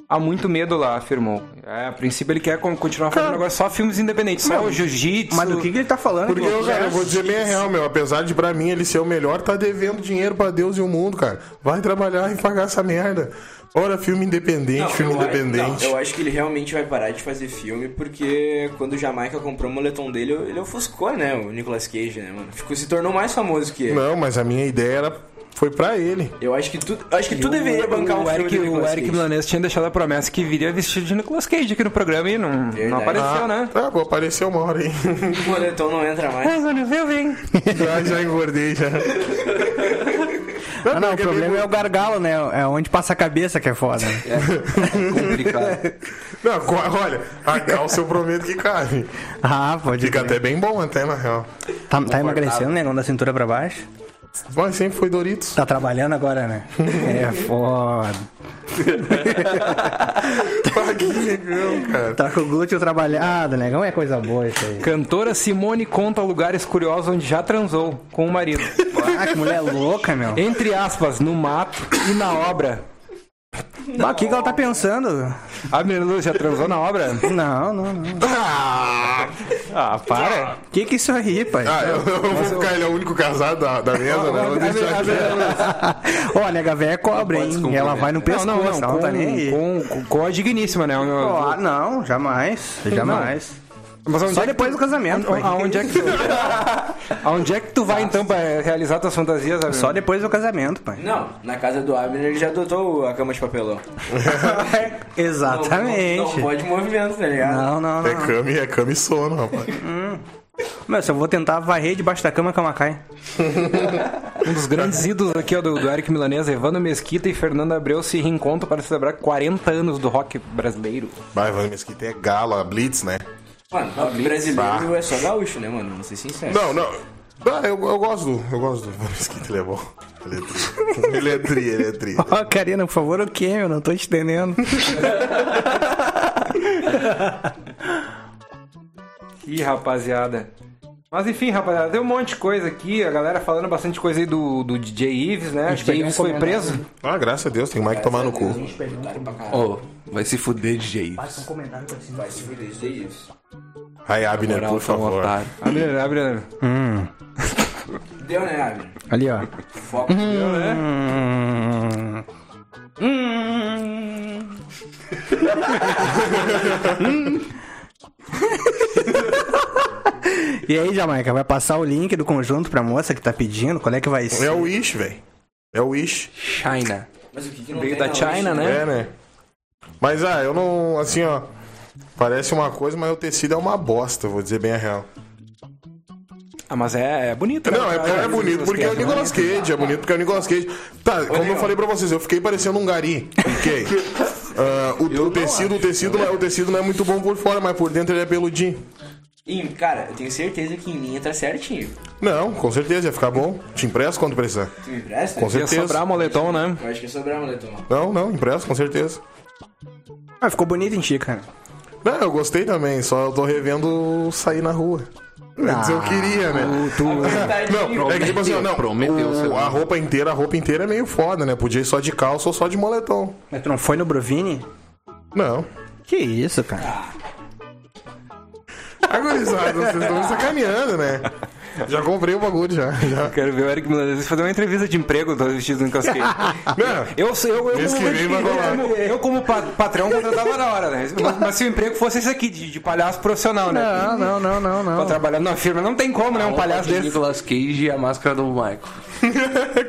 S2: há muito medo lá, afirmou. É, a princípio ele quer con- continuar fazendo agora só filmes independentes, só o jiu-jitsu.
S1: Mas do que, que ele tá falando?
S4: Porque,
S1: irmão?
S4: eu, cara, eu vou dizer bem a real, meu. Apesar de pra mim ele ser o melhor, tá devendo dinheiro pra Deus e o mundo, cara. Vai trabalhar e pagar essa merda. Ora, filme independente, filme
S2: um
S5: eu acho-
S4: independente.
S5: não, eu acho que ele realmente vai parar de fazer filme, porque quando o Jamaica comprou o moletom dele, ele ofuscou, né? O Nicolas Cage, né, mano? Ficou, se tornou mais famoso que ele.
S4: Não, mas a minha ideia era. Foi pra ele.
S5: Eu acho que tu, acho que tu deveria bancar um
S2: o
S5: filme
S2: Eric,
S5: do
S2: o
S5: Nicolas
S2: Eric
S5: Cage.
S2: Milanese tinha deixado a promessa que viria vestido de Nicolas Cage aqui no programa e não, não
S5: Verdade.
S2: apareceu,
S4: Ah,
S2: né?
S4: Tá, vou aparecer uma hora aí.
S5: O moletom não entra mais.
S2: Mas olha, eu vim.
S4: já, já engordei, já.
S1: Ah, não, o problema é o gargalo, né? É onde passa a cabeça que é foda.
S3: Complicado.
S4: Não, co- olha, a calça eu prometo que cabe.
S1: Ah, pode
S4: Fica
S1: crer.
S4: até bem bom, até na real.
S1: Tá, tá emagrecendo, negão, da cintura pra baixo.
S4: Mas sempre foi Doritos.
S1: Tá trabalhando agora, né? É foda.
S2: Tá
S4: Pá, que legal, cara.
S1: Tá com o glúteo trabalhado, negão. É coisa boa isso aí.
S2: Cantora Simone conta lugares curiosos onde já transou com o marido.
S1: Ah, que mulher louca, meu.
S2: Entre aspas, no mato e na obra.
S1: Mas o que, que ela tá pensando?
S2: A menina Lu, já transou na obra?
S1: Não, não, não.
S4: Ah,
S2: Ah, para.
S1: Que que isso aí, pai?
S4: ah, eu, eu vou ficar, ele é o único casado da, da mesa, né? Vou deixar aqui.
S1: Ó, a nega véia é cobra,
S3: Não pode se
S1: hein? Ela vai no pescoço,
S2: não, não, não,
S1: ela não
S2: com,
S1: tá nem aí.
S2: com, com, com a digníssima, né?
S1: Ó, não, jamais. Jamais.
S2: Mas onde
S1: Só
S2: é que
S1: depois do casamento,
S2: tu-
S1: pai.
S2: Aonde é que tu... Aonde é que tu vai, então, pra realizar tuas fantasias, Um amigo?
S1: Só depois do casamento, pai.
S5: Não, na casa do Abner ele já adotou a cama de papelão. Não- Não,
S1: É, Exatamente.
S5: não pode movimento, tá ligado?
S1: Não, não,
S4: É
S1: não.
S4: cama e é cama e sono, rapaz.
S1: Meu, se eu vou tentar varrer debaixo da cama, cama cai.
S2: Um dos grandes ídolos aqui, ó, do, do Eric Milanese, Evandro Mesquita e Fernando Abreu se reencontram para celebrar 40 anos do rock brasileiro.
S4: Vai, Van Mesquita é galo, a Blitz, né?
S5: Mano, brasileiro é só gaúcho, né, mano? Vou ser sincero.
S4: Não, não. Ah, eu, eu gosto do. Eu gosto do Van Mesquita, ele é bom. Ele é tri. Ele é tri, ele é tri.
S1: Ó, Karina, por favor, o quê? Eu não tô te entendendo.
S2: Ih, rapaziada. Mas enfim, rapaziada, tem um monte de coisa aqui, a galera falando bastante coisa aí do, do DJ Ives, né? DJ
S5: pegar um
S2: Ives foi
S5: comentário.
S2: preso.
S4: Ah, graças a Deus, tem mais que tomar no cu.
S3: Ô, vai se fuder, DJ.
S5: Vai se fuder, isso é isso.
S4: Aí, Abner, por favor.
S2: Abre, abre, abre.
S5: Deu, né, Abner?
S1: Ali, ó.
S5: Foco. né?
S2: Entendeu, né?
S1: Hum. Hum. e aí, Jamaica, vai passar o link do conjunto pra moça que tá pedindo? Qual é que vai
S4: É
S1: ser?
S4: o Wish, velho. É o Wish.
S3: China.
S5: Mas o que que não
S2: Veio
S5: tem
S2: da
S5: na
S2: China,
S5: lista?
S2: né?
S4: É, né? Mas, ah, eu não. Assim, ó. Parece uma coisa, mas o tecido é uma bosta, vou dizer bem a real.
S2: Ah, mas é, é bonito, né?
S4: Não, é, é bonito porque é o Nicolas Cage, é bonito porque é o Nicolas Cage. Tá, como eu falei pra vocês, eu fiquei parecendo um gari. Fiquei. Ah, o, o tecido, o tecido, não é- o tecido não é muito bom por fora, mas por dentro ele é peludinho.
S5: Ih, cara, eu tenho certeza que em mim entra certinho.
S4: Não, com certeza, ia ficar bom. Te impresso quando precisar.
S5: Tu me empresta?
S4: Com
S2: Ia
S4: certeza.
S2: sobrar moletom, né?
S5: Eu acho que é sobrar moletom.
S4: Não, não, impresso, com certeza.
S1: Ah, ficou bonito em ti, cara.
S4: Não, eu gostei também, só eu tô revendo sair na rua. Antes
S2: Ah,
S4: eu queria, né?
S5: Tá,
S4: Não, é que tipo
S2: né?
S4: assim, ó, não,
S3: Prometeu,
S4: o-
S3: sei lá.
S4: a roupa inteira, a roupa inteira é meio foda, né? Podia ir só de calça ou só de moletom.
S1: Mas tu não foi no Brovini?
S4: Não.
S1: Que isso, cara?
S4: Agorizado, vocês estão me sacaneando, né? Já comprei o bagulho, já. já.
S2: Quero ver o Eric Milanese fazer uma entrevista de emprego todo vestido do Nicolas Cage.
S4: Não,
S2: Eu, sei- eu, eu,
S4: Mês
S2: como,
S4: que vem vai rolar.
S2: eu, eu como pa- patrão, contratava na hora, né? Mas, mas se o emprego fosse esse aqui, de, de palhaço profissional, né?
S1: Não, não, não, não,
S2: Pra
S1: não.
S2: trabalhar numa firma, não tem como, né? Um palhaço
S3: de
S2: desse.
S3: Nicolas Cage e a máscara do Michael.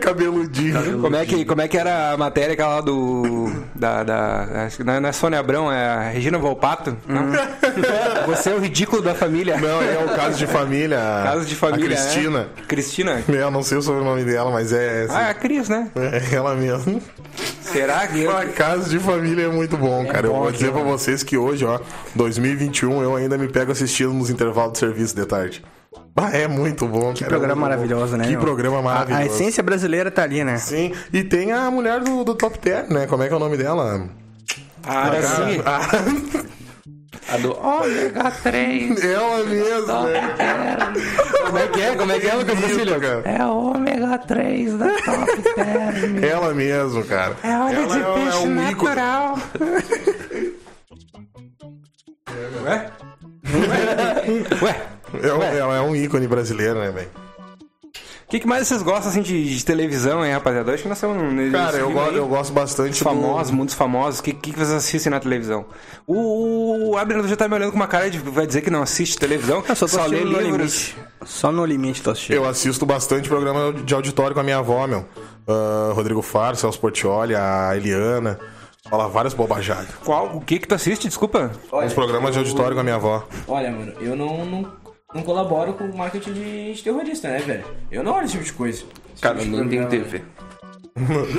S4: cabeludinho.
S2: Como é, que, como é que era a matéria aquela lá do. Da, da, acho que não é- não é Sônia Abrão, é a Regina Volpato? Não?
S4: Hum.
S2: Você é o ridículo da família.
S4: Não, é o caso de família.
S2: Caso de família.
S4: A Cristina.
S2: né? Cristina?
S4: Eu não sei o sobrenome dela, mas é.
S2: Ah, é a Cris, né?
S4: É ela mesmo.
S2: Será que.
S4: Ah, Caso de família é muito bom, cara. eu vou dizer pra vocês que hoje, ó, 2021, eu ainda me pego assistindo nos intervalos de serviço de tarde. Ah, é muito bom,
S1: Que programa maravilhoso, né?
S4: Que
S1: meu?
S4: programa
S1: A- A,
S4: maravilhoso.
S1: essência brasileira tá ali, né?
S4: Sim, e tem a mulher do, do Top Ten, né? Como é que é o nome dela?
S2: Ah, era assim.
S4: Ah,
S3: A do ômega 3
S4: Ela mesma. né?
S1: Como é que é? Como é que é, Lucas Castilho?
S4: cara.
S3: é ômega 3 da Top Term.
S4: Ela mesmo, cara. Ela é, um- é um ícone.
S2: Ué? Ué?
S4: É um- ela é um ícone brasileiro, né, velho?
S2: O que, que mais vocês gostam assim, de, de televisão, hein, rapaziada? Eu Acho que nós estamos nesse
S4: Cara, eu
S2: clima
S4: gosto,
S2: aí.
S4: eu gosto bastante do-
S2: Famosos, muitos famosos. O que, que que vocês assistem na televisão? O, o Abner já tá me olhando com uma cara de vai dizer que não assiste televisão.
S1: Eu só tô
S2: lê
S1: assistindo no
S2: livros.
S1: limite. Só no limite tô assistindo.
S4: Eu assisto bastante programa de auditório com a minha avó, meu. Ah, Rodrigo Faro, Celso Portioli, a Eliana. Fala várias bobajadas.
S2: Qual? O que que tu assiste? Desculpa.
S5: Olha,
S4: Uns programas de auditório com a minha avó.
S5: Olha, mano, eu não, não, não colaboro com o marketing de, de terrorista, né, velho? Eu não olho esse tipo de coisa. Esse
S3: Cara, eu
S5: tipo de
S3: não tenho
S5: programa.
S3: TV.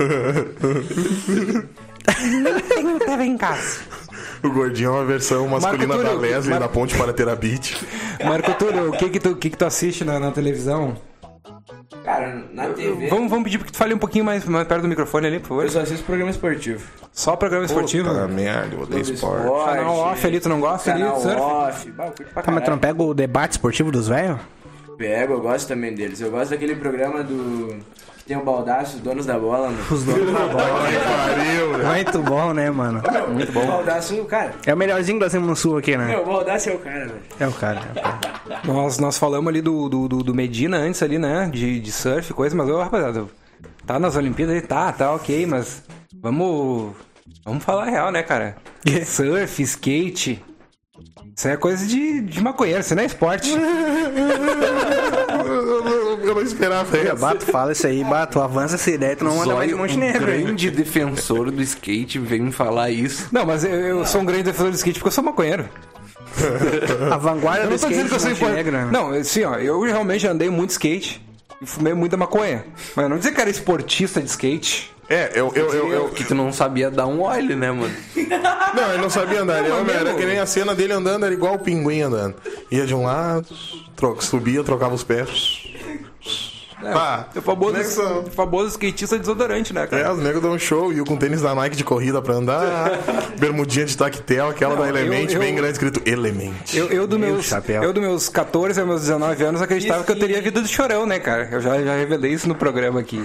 S4: O Gordinho é uma versão masculina da
S2: Túlio,
S4: Leslie
S2: Mar-
S4: da Ponte para Terabit.
S2: Marco Túlio, o que que tu, o que que tu assiste na, na televisão?
S5: né? Cara, na TV.
S2: Vamos, vamos pedir que tu fale um pouquinho mais, mais perto do microfone ali, por
S5: Eu
S2: favor.
S1: é.
S5: só assisto programa esportivo.
S2: Só programa esportivo.
S4: Puta Ah, merda, eu odeio esporte.
S2: Canal off ali, tu não gosta ali?
S5: Canal
S2: Surf?
S5: off. Bah, eu curto pra
S1: Tá, mas tu não
S5: caralho.
S1: pega o debate esportivo dos velhos?
S5: Pego, eu gosto também deles. Eu gosto daquele programa do. que tem o baldaço, os donos da bola, mano.
S1: Os dois.
S4: Ai, pariu, velho.
S1: Muito bom, né, mano?
S5: Muito bom. O baldaço, cara.
S1: É o melhorzinho da Semana Sul aqui, né?
S5: Meu, o baldaço é o cara, velho.
S1: É o cara. é o cara.
S2: Nós, nós falamos ali do, do, do- do Medina antes ali, né? De, de surf e coisa, mas, ô, rapaziada, tá nas Olimpíadas aí, tá, tá, ok, mas vamos. Vamos falar a real, né, cara? surf, skate. Isso aí é coisa de, de maconheiro, isso não é esporte.
S4: Eu não- eu não esperava essa.
S1: Bato, fala isso aí, Bato, avança essa ideia, tu não anda mais de
S3: Zóio, um
S1: Montenegro. hein?
S3: grande defensor do skate, vem me falar isso.
S2: Não, mas eu, eu sou um grande defensor do skate porque eu sou maconheiro.
S1: A vanguarda
S2: Eu
S1: do
S2: não tô
S1: skate
S2: dizendo que eu
S1: de
S2: sou
S1: Montenegro, né?
S2: esporte. Não, assim, ó, eu realmente andei muito skate e fumei muita maconha. Mas eu não dizer que era esportista de skate.
S4: É, eu, eu, eu, eu-
S3: Que tu não sabia dar um óleo, né, mano?
S4: Não, ele não sabia andar. Ele era, era que nem a cena dele andando, era igual o pinguim andando. Ia de um lado, tro- subia, trocava os pés.
S2: É.
S4: Pá,
S2: O famoso,
S4: né, que são?
S2: o famoso skatista desodorante, né,
S4: É,
S2: cara?
S4: os negros dão um show e com tênis da Nike de corrida pra andar, bermudinha de tactel, aquela da
S2: eu-
S4: Element,
S2: eu-
S4: bem grande escrito Element.
S2: Eu, eu, do
S1: Meu
S2: meus,
S1: chapéu.
S2: eu dos meus 14 aos meus 19 anos acreditava que eu teria vida de chorão, né, cara? Eu já, já revelei isso no programa aqui.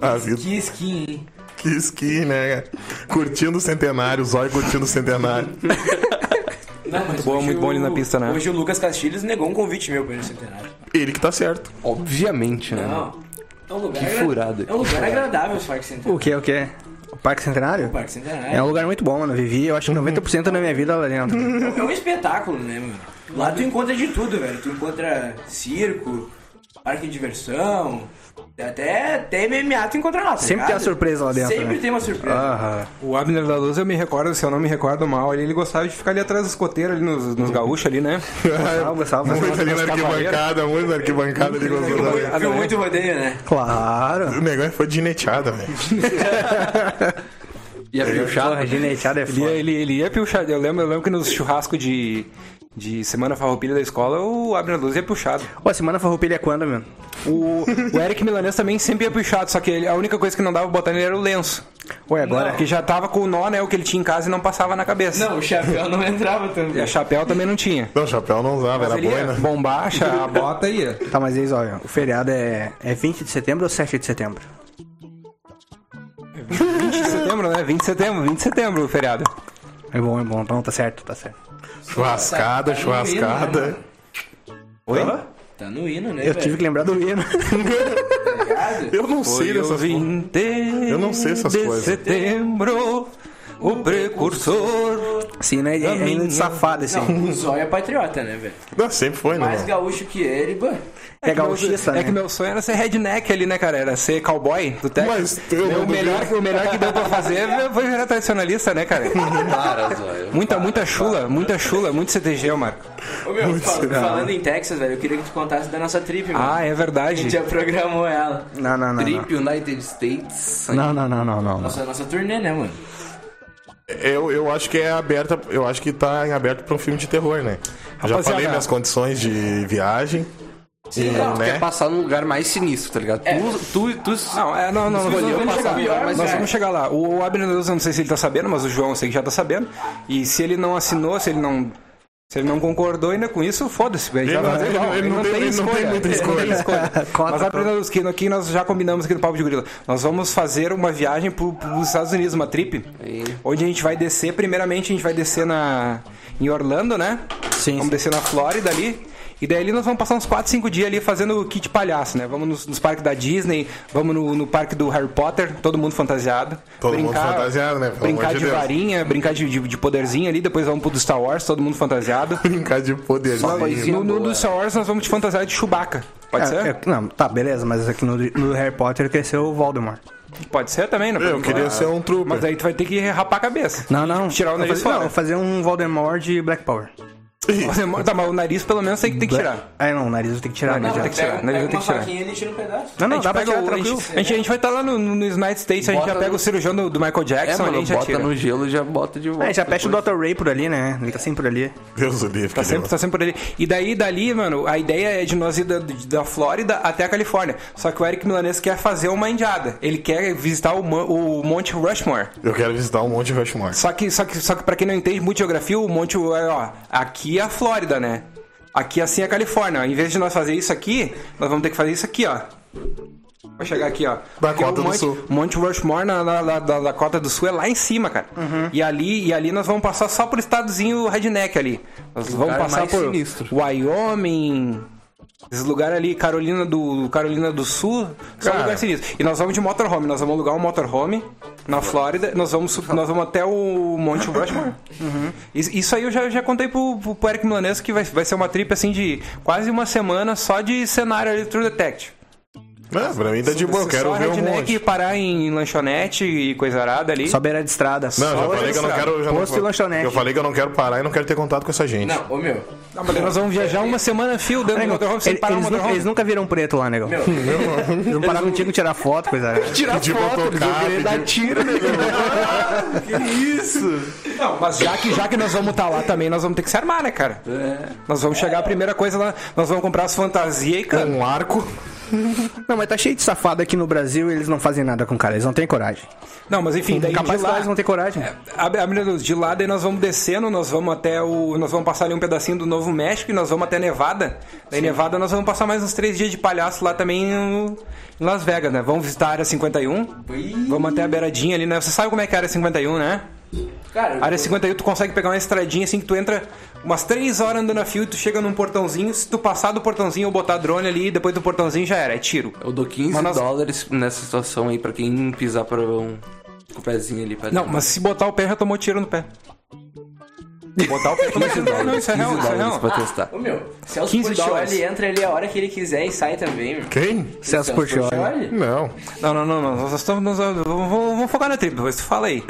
S4: Ah, vida,
S5: Que skin, hein?
S4: que skin, né? Curtindo o centenário, o zóio curtindo o centenário.
S5: Não, mas
S2: bom,
S5: hoje
S2: muito bom ele na pista, né?
S5: Hoje o Lucas Castilhos negou um convite meu pra ir no centenário.
S4: Ele que tá certo.
S3: Obviamente, né? mano?
S5: Não. É um lugar.
S3: Que furada.
S5: É um lugar agradável o Parque Centenário.
S1: O que, o que? O Parque Centenário?
S5: O Parque Centenário.
S1: É um lugar muito bom, mano. Eu vivi, eu acho que 90% da minha vida lá dentro.
S5: É um espetáculo, né, mano? Lá tu encontra de tudo, velho. Tu encontra circo, parque de diversão, até, até MMA tu encontra lá. tá
S1: Sempre tem
S5: ligado?
S1: uma surpresa lá dentro,
S5: Sempre
S1: né?
S5: tem uma surpresa.
S1: Aham.
S2: O Abner da Luz, eu me recordo, se eu não me recordo mal, ele, ele gostava de ficar ali atrás dos escoteiros, ali nos, nos gaúchos ali, né?
S1: Salva, salva.
S4: Muito ali na
S2: Nosso
S4: arquibancada, muito na arquibancada ele gostou da-
S5: Ah, não, muito rodeio, né?
S1: Claro.
S4: O negócio foi dineteada, velho.
S3: E a
S1: Porra,
S3: puxada.
S1: gineteada é
S2: Ele,
S1: foda.
S2: ia- ele, ele ia puxar, eu lembro, eu lembro que nos churrascos de, de Semana Farroupilha da escola, o Abner Luz ia puxado.
S1: Pô, semana farroupilha é quando, meu?
S2: O, o Eric Milanês também sempre ia puxado, só que ele- a única coisa que não dava pra botar nele era o lenço.
S1: Ué, agora...
S2: Que já tava com o nó, né, o que ele tinha em casa e não passava na cabeça.
S5: Não, o chapéu não entrava também.
S2: E a chapéu também não tinha.
S4: Não, chapéu não usava, era
S2: Mas ele ia
S4: boina.
S2: bombar, achar a bota e ia.
S1: Tá, mas eles, olha, o feriado é, é 20 de setembro ou 7 de setembro?
S2: 20 de setembro, né? 20 de setembro, 20 de setembro o feriado.
S1: É bom, é bom. Então tá certo, tá certo.
S4: Churrascada, churrascada.
S2: Oi?
S5: Tá no hino, né,
S1: Eu
S5: velho?
S1: tive que lembrar do hino.
S4: Eu não sei dessas coisas.
S2: Eu
S4: não sei essas
S2: de
S4: coisas.
S2: setembro, o precursor.
S1: Sim, né? É, é hino de safado, assim.
S5: Não, o Zóio é patriota, né, velho?
S4: Não, sempre foi, né?
S5: Mais
S4: mano?
S5: gaúcho que ele, bah.
S1: É gauchista,
S2: É
S1: né?
S2: que meu sonho era ser redneck ali, né, cara? Era ser cowboy do Texas.
S4: Mas eu
S2: Meu,
S4: não
S2: o, melhor, o melhor que deu pra fazer foi virar tradicionalista, né, cara?
S3: Para, Zóio.
S2: Muita, muita chula, muita chula, muito CTG, Marco.
S5: Ô, meu, fal- falando em Texas, velho, eu queria que tu contasse da nossa trip, mano.
S2: Ah, é
S5: A gente
S2: verdade.
S5: já programou ela.
S1: Não, não, não. não.
S3: Trip United States.
S1: Não, não, não, não, não. não.
S5: Nossa, nossa turnê, né, mano?
S4: Eu, eu acho que é aberta, eu acho que tá em aberto pra um filme de terror, né? Já
S2: Rapaziada.
S4: falei minhas condições de viagem. e,
S3: Quer
S2: é?
S4: né?
S3: passar num lugar mais sinistro, tá ligado? Tu, tu, tu
S2: Não, é, não, não, não,
S3: Escolheu
S2: vamos
S3: passar
S2: chegar,
S3: pior,
S2: nós
S3: cara.
S2: vamos chegar lá. O, o Abner Deus, eu não sei se ele tá sabendo, mas o João eu sei que já tá sabendo. E se ele não assinou, se ele não Se ele não concordou ainda com isso, foda-se, velho.
S4: Ele
S2: Já
S4: não-
S2: fazer
S4: ele
S2: igual,
S4: não- ele não tem- ele não tem muita
S2: Ele não tem
S1: Cota,
S2: Mas a
S1: cota.
S2: Bruna Lusquino aqui, nós já combinamos aqui no Papo de Gorila. Nós vamos fazer uma viagem pro, pros Estados Unidos, uma trip.
S3: Aí.
S2: Onde a gente vai descer, primeiramente a gente vai descer na em Orlando, né?
S1: Sim,
S2: Vamos
S1: sim.
S2: descer na Flórida ali. E daí ali nós vamos passar uns 4, 5 dias ali fazendo o kit palhaço, né? Vamos nos, nos parques da Disney, vamos no, no parque do Harry Potter, todo mundo fantasiado.
S4: Todo mundo fantasiado, né? Pelo
S2: brincar
S4: amor
S2: de,
S4: de Deus.
S2: varinha, brincar de, de, de poderzinho ali, depois vamos pro do Star Wars, todo mundo fantasiado.
S4: Brincar de poder.
S3: Só
S4: Sim.
S3: coisinha.
S2: No, no
S3: boa.
S2: do Star Wars nós vamos te fantasiar de Chewbacca. Pode
S1: É,
S2: ser?
S1: é, não, tá, beleza, mas aqui no, no Harry Potter cresceu o Voldemort.
S2: Pode ser também, não
S4: Eu
S2: pode?
S4: queria ser um trooper.
S2: Mas é aí tu vai ter que rapar a cabeça.
S1: Não, não.
S2: Tirar o
S1: Eu vou
S2: nariz
S1: fazer, Não, eu
S2: fora.
S1: vou fazer um Voldemort de Black Power.
S2: Você- Tá, mas o nariz pelo menos tem que, tem que tirar.
S1: Ah, não, o nariz eu tenho que tirar, né?
S5: Não,
S1: já.
S5: pega,
S2: que tirar,
S5: pega
S2: né, já tem
S5: uma
S2: que tirar.
S5: faquinha ali e tira um pedaço.
S1: Não, não,
S2: A gente
S1: dá pra
S2: pega
S1: tirar
S2: o- a,
S1: tranquilo.
S2: gente, a gente- a gente vai estar lá no, no, nos United States, a gente
S3: Bota
S2: já pega
S3: no-
S2: o cirurgião do, do Michael
S3: É,
S2: Jackson ali, a
S3: mano,
S2: gente já
S3: bota
S2: tira.
S3: no gelo e já bota de volta.
S1: É, já peste o
S3: depois.
S1: Dr. Ray por ali, né? Ele tá sempre por ali.
S4: Deus do livro.
S2: Tá
S4: que
S2: sempre,
S4: Deus.
S2: tá sempre por ali. E daí, dali, mano, a ideia é de nós ir da, da Flórida até a Califórnia. Só que o Eric Milanese quer fazer uma indiada. Ele quer visitar o, mon- o Monte Rushmore.
S4: Eu quero visitar um monte de Rushmore.
S2: Só que, só que, só que pra quem não entende muito geografia, o Monte. Ó, aqui é a Flórida, né? Aqui assim é a Califórnia. Em vez de nós fazer isso aqui, nós vamos ter que fazer isso aqui, ó. Vou chegar aqui, ó. Porque
S4: Dakota
S2: o
S4: do
S2: Monte,
S4: Sul.
S2: Monte Rushmore na, na, na- da Dakota do Sul é lá em cima, cara.
S4: Uhum.
S2: E, ali, e ali nós vamos passar só por estadozinho redneck ali. Nós vamos
S3: lugar
S2: passar
S3: um mais
S2: por
S3: sinistro.
S2: Wyoming. Esse lugar ali, Carolina do, Carolina do Sul, só
S4: Cara.
S2: lugar sinistro. E nós vamos de motorhome, nós vamos alugar um motorhome na Flórida, nós vamos, su- nós vamos até o Monte Rushmore.
S4: Uhum.
S2: Isso, isso aí eu já, já contei pro, pro- pro Eric Milanesco que vai, vai ser uma trip assim de quase uma semana só de cenário ali True Detective.
S4: Não, pra mim tá de boa, eu quero
S2: só
S4: ver um
S2: redneck
S4: monte.
S2: parar em lanchonete e coisa arada ali.
S1: Só beira de estrada.
S4: Não,
S1: só
S4: eu já
S1: beira de
S4: falei que eu não
S1: estrada.
S4: quero. já não-
S1: Posto e lanchonete.
S4: Eu falei que eu não quero parar e não quero ter contato com essa gente.
S5: Não, ô meu.
S2: Não, mas nós vamos viajar uma semana fio dentro do
S1: Nego,
S2: motorhome sem
S1: ele-
S2: parar o
S1: eles, nunca,
S2: motorhome.
S1: eles nunca viram um preto lá, negão.
S5: Meu.
S1: Eles não pararam contigo tirar foto, coisa. né?
S3: Tirar
S4: Pedir pra
S3: foto, eles vão
S4: tocar,
S3: querer dar
S4: pedir-
S3: tiro, né?
S2: Não, mas já que, já que nós vamos estar lá também, nós vamos ter que se armar, né, cara? Nós vamos chegar a primeira coisa lá, nós vamos comprar as fantasias e cano.
S4: Um arco.
S1: Não, mas tá cheio de safado aqui no Brasil e eles não fazem nada com o cara. Eles não têm coragem.
S2: Não, mas enfim,
S4: Um
S2: daí
S1: Capaz que
S2: de
S1: lá
S2: lá, É.
S1: eles não têm coragem.
S2: a, a Menina Luz, de lá daí nós vamos descendo, nós vamos até o. Nós vamos passar ali um pedacinho do Novo México e nós vamos até Nevada. Daí Nevada nós vamos passar mais uns três dias de palhaço lá também no- em Las Vegas, né? Vamos visitar a área 51. Vamos até a beiradinha ali, né? Você sabe como é que é a área 51, né?
S5: Cara,
S2: A área 51 tu consegue pegar uma estradinha assim que tu entra umas 3 horas andando a fio e tu chega num portãozinho, se tu passar do portãozinho ou botar drone ali, depois do portãozinho já era, é tiro.
S3: Eu dou 15
S2: Mas nós-
S3: dólares nessa situação aí pra quem pisar pra um... com o pezinho ali pra
S2: Não,
S3: dentro.
S2: mas se botar o pé já tomou tiro no pé. Botar o pé tomou tiro no pé. Não, isso é
S3: 15
S2: real, isso é
S3: dólares
S2: real.
S3: pra testar.
S5: ô meu. Celso
S2: 15 dólares.
S5: Portioli entra ali a hora que ele quiser e sai também, meu.
S4: Quem?
S1: Celso Portioli.
S4: Não.
S2: Não, não, não, não. Nós estamos. nós vamos, vamos- vamos focar na trip, depois tu fala aí.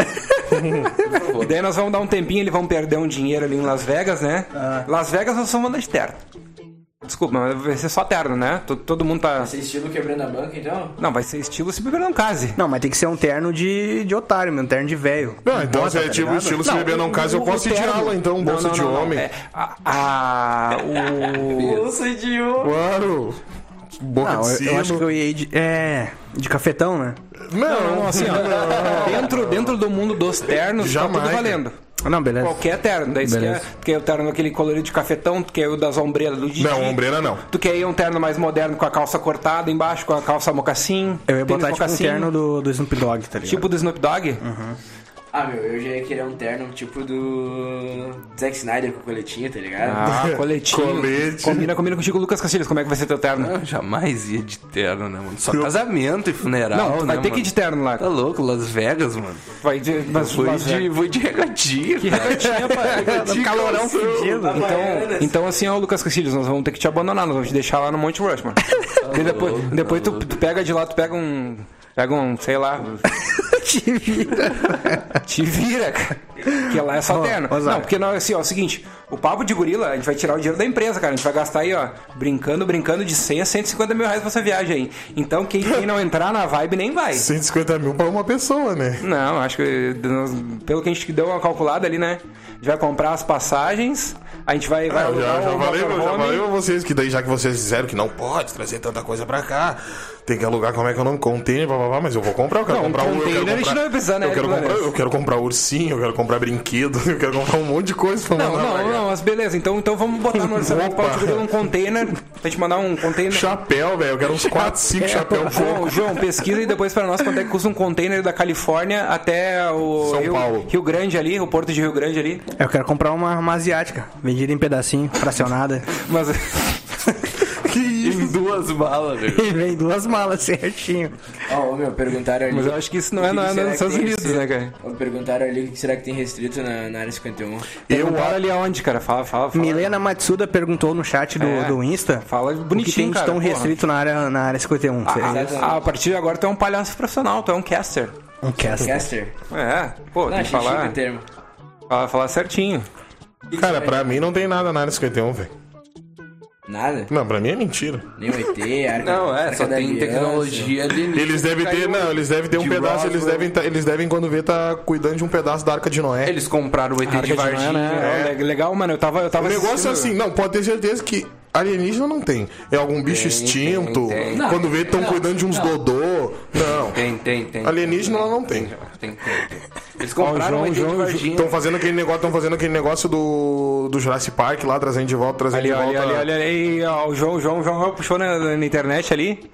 S2: e daí nós vamos dar um tempinho, eles vão perder um dinheiro ali em Las Vegas, né?
S4: Ah.
S2: Las Vegas nós vamos andar de terno. Desculpa, mas vai ser só terno, né? To- Todo mundo tá.
S5: Esse é estilo quebrando a banca, então?
S2: Não, vai ser estilo se beber não case.
S1: Não, mas tem que ser um terno de, de otário, meu. Um terno de velho.
S4: Não, então
S1: Bota,
S4: se é
S1: tá
S4: tipo
S1: ligado?
S4: estilo se beber não casa, eu posso ir de ala, então,
S2: Não,
S4: bolsa
S2: não,
S4: de
S2: não, não.
S4: homem.
S2: É, a, a- o...
S5: Bolsa de um. ouro.
S4: Claro. Boca
S1: Não,
S4: de
S1: eu,
S4: sino.
S1: eu acho que eu ia ir de. É. De cafetão, né?
S4: Não,
S2: Não, não, assim, ó, dentro, dentro do mundo dos ternos, tá
S4: Jamais,
S2: tudo valendo.
S1: Ah, Não, beleza.
S2: Qualquer terno, daí você quer,
S1: Beleza.
S2: tu quer o terno aquele colorido de cafetão, tu quer o das ombreiras do Didi.
S4: Não, ombreira não.
S2: Tu quer ir um terno mais moderno com a calça cortada embaixo, com a calça mocassim.
S1: Eu ia
S2: tênis
S1: botar tipo um
S2: mocassim,
S1: terno Uhum. do, do Snoop Dogg, tá ligado?
S2: Tipo do Snoop Dogg?
S5: Ah, meu, eu já ia querer um terno tipo do Zack Snyder com coletinha, tá ligado?
S2: Ah, coletinho.
S4: Colete.
S2: Combina, combina contigo, Lucas Castilhos. Como é que vai ser teu terno?
S3: Eu jamais ia de terno, né, mano? Só casamento e
S1: Ah,
S3: funeral,
S2: Não, tu vai
S3: né,
S2: ter que
S3: mano?
S2: ir de terno lá.
S3: Tá louco, Las Vegas, mano.
S2: Vai de, mas,
S3: Foi
S2: mas-
S3: de, foi de regatinha.
S2: Que regatinha, pá.
S1: calorão fedido.
S5: Havaianas.
S2: Então, então, assim, ó, Lucas Castilhos, nós vamos ter que te abandonar, nós vamos te deixar lá no Monte Rushmore. Porque depois depois tu, tu pega de lá, tu pega um. Pega um, sei lá. te vira, cara. Porque lá é só
S1: Ó,
S2: terno.
S1: ó, Zaca.
S2: Não, porque não, assim, ó, é o seguinte: o papo de gorila, a gente vai tirar o dinheiro da empresa, cara. A gente vai gastar aí, ó, brincando, brincando de 100 a 150 mil reais pra essa viagem aí. Então, quem, quem não entrar na vibe nem vai.
S4: 150 mil pra uma pessoa, né?
S2: Não, acho que nós- pelo que a gente deu uma calculada ali, né? A gente vai comprar as passagens, a gente vai. vai
S4: Ah, eu já,
S2: alugar
S4: já
S2: o
S4: falei, eu já
S2: motorhome.
S4: falei pra vocês que daí já que vocês disseram que não pode trazer tanta coisa pra cá, Tem que alugar, como é que eu não container, blá, blá, blá, mas eu vou comprar, eu quero
S2: Não,
S4: comprar um. Eu
S2: container
S4: quero
S2: a gente
S4: comprar,
S2: não vai precisar, né,
S4: Eu quero,
S2: Eduardo?
S4: comprar, eu quero comprar ursinho, eu quero comprar brinquedo, eu quero comprar um monte de coisa pra
S2: Não,
S4: mandar
S2: não,
S4: pra cá.
S2: não, mas beleza. Então, então vamos botar no orçamento
S4: Opa.
S2: pra te um container. Pra te mandar um container. É,
S4: Chapéu, velho, eu quero uns 4, 5 chapéu
S2: João,
S4: coco.
S2: João, pesquisa e depois para nós quanto é que custa um container da Califórnia até o
S4: São
S2: Rio,
S4: Paulo.
S2: Rio Grande ali, o porto de Rio Grande ali.
S1: Eu quero comprar uma, uma asiática, vendida em pedacinho, fracionada.
S2: Mas
S3: Que isso? Em duas balas, né? velho.
S1: e vem duas malas assim, certinho.
S5: Ó, ô, meu, perguntaram ali.
S2: Mas eu acho que isso não é
S5: o
S2: na-
S5: será
S2: nos
S5: que
S2: Estados
S5: tem
S2: Unidos, né, cara?
S5: Ó, perguntaram ali o que será que tem restrito na, na área 51.
S2: eu moro ali aonde, um cara? Fala, fala, fala.
S1: Milena Matsuda perguntou no chat do,
S2: É.
S1: do Insta.
S2: Fala
S1: o que tem
S2: bonitinho,
S1: de
S2: cara,
S1: tão
S2: porra.
S1: restrito na área, na área 51. Cê-
S2: Ah, a partir de agora tu é um palhaço profissional, tu é um caster.
S1: um cast.
S5: Caster?
S2: É, pô, tem
S5: Não,
S2: que
S5: achei chique
S2: falar,
S5: o termo.
S2: falar, falar certinho.
S4: Cara, pra mim não tem nada na área 51, velho.
S5: Nada?
S4: Não, pra mim é mentira.
S5: Nem o ET, arca,
S3: Não, é,
S5: arca
S3: só
S5: da
S3: tem
S5: aliança.
S3: tecnologia ali.
S4: Eles devem ter, não, eles devem ter um
S3: de
S4: pedaço, eles
S3: Roswell.
S4: devem, tá- eles devem quando vê tá cuidando de um pedaço da Arca de Noé.
S3: Eles compraram o ET de Varginha.
S2: É, le- Legal, mano, eu tava. Eu
S4: O
S2: tava
S4: negócio é
S2: assistindo-
S4: assim, não, pode ter certeza que alienígena não tem. É algum bicho extinto,
S3: tem, tem.
S4: quando vê estão cuidando de uns dodô. Não.
S3: Tem, tem, tem.
S4: Alienígena ela não tem.
S3: Tem, tem, tem.
S4: assim,
S3: Eles
S2: Ó, o
S3: compraram o ET de
S2: João, João,
S3: Varginha.
S4: Estão fazendo aquele negócio, estão fazendo aquele negócio do, do Jurassic Park lá, trazendo de volta, trazendo
S2: Ali,
S4: de
S2: ó, ali,
S4: volta.
S2: ali, ali, ali, ó, o João, o João, o João puxou na, na internet ali.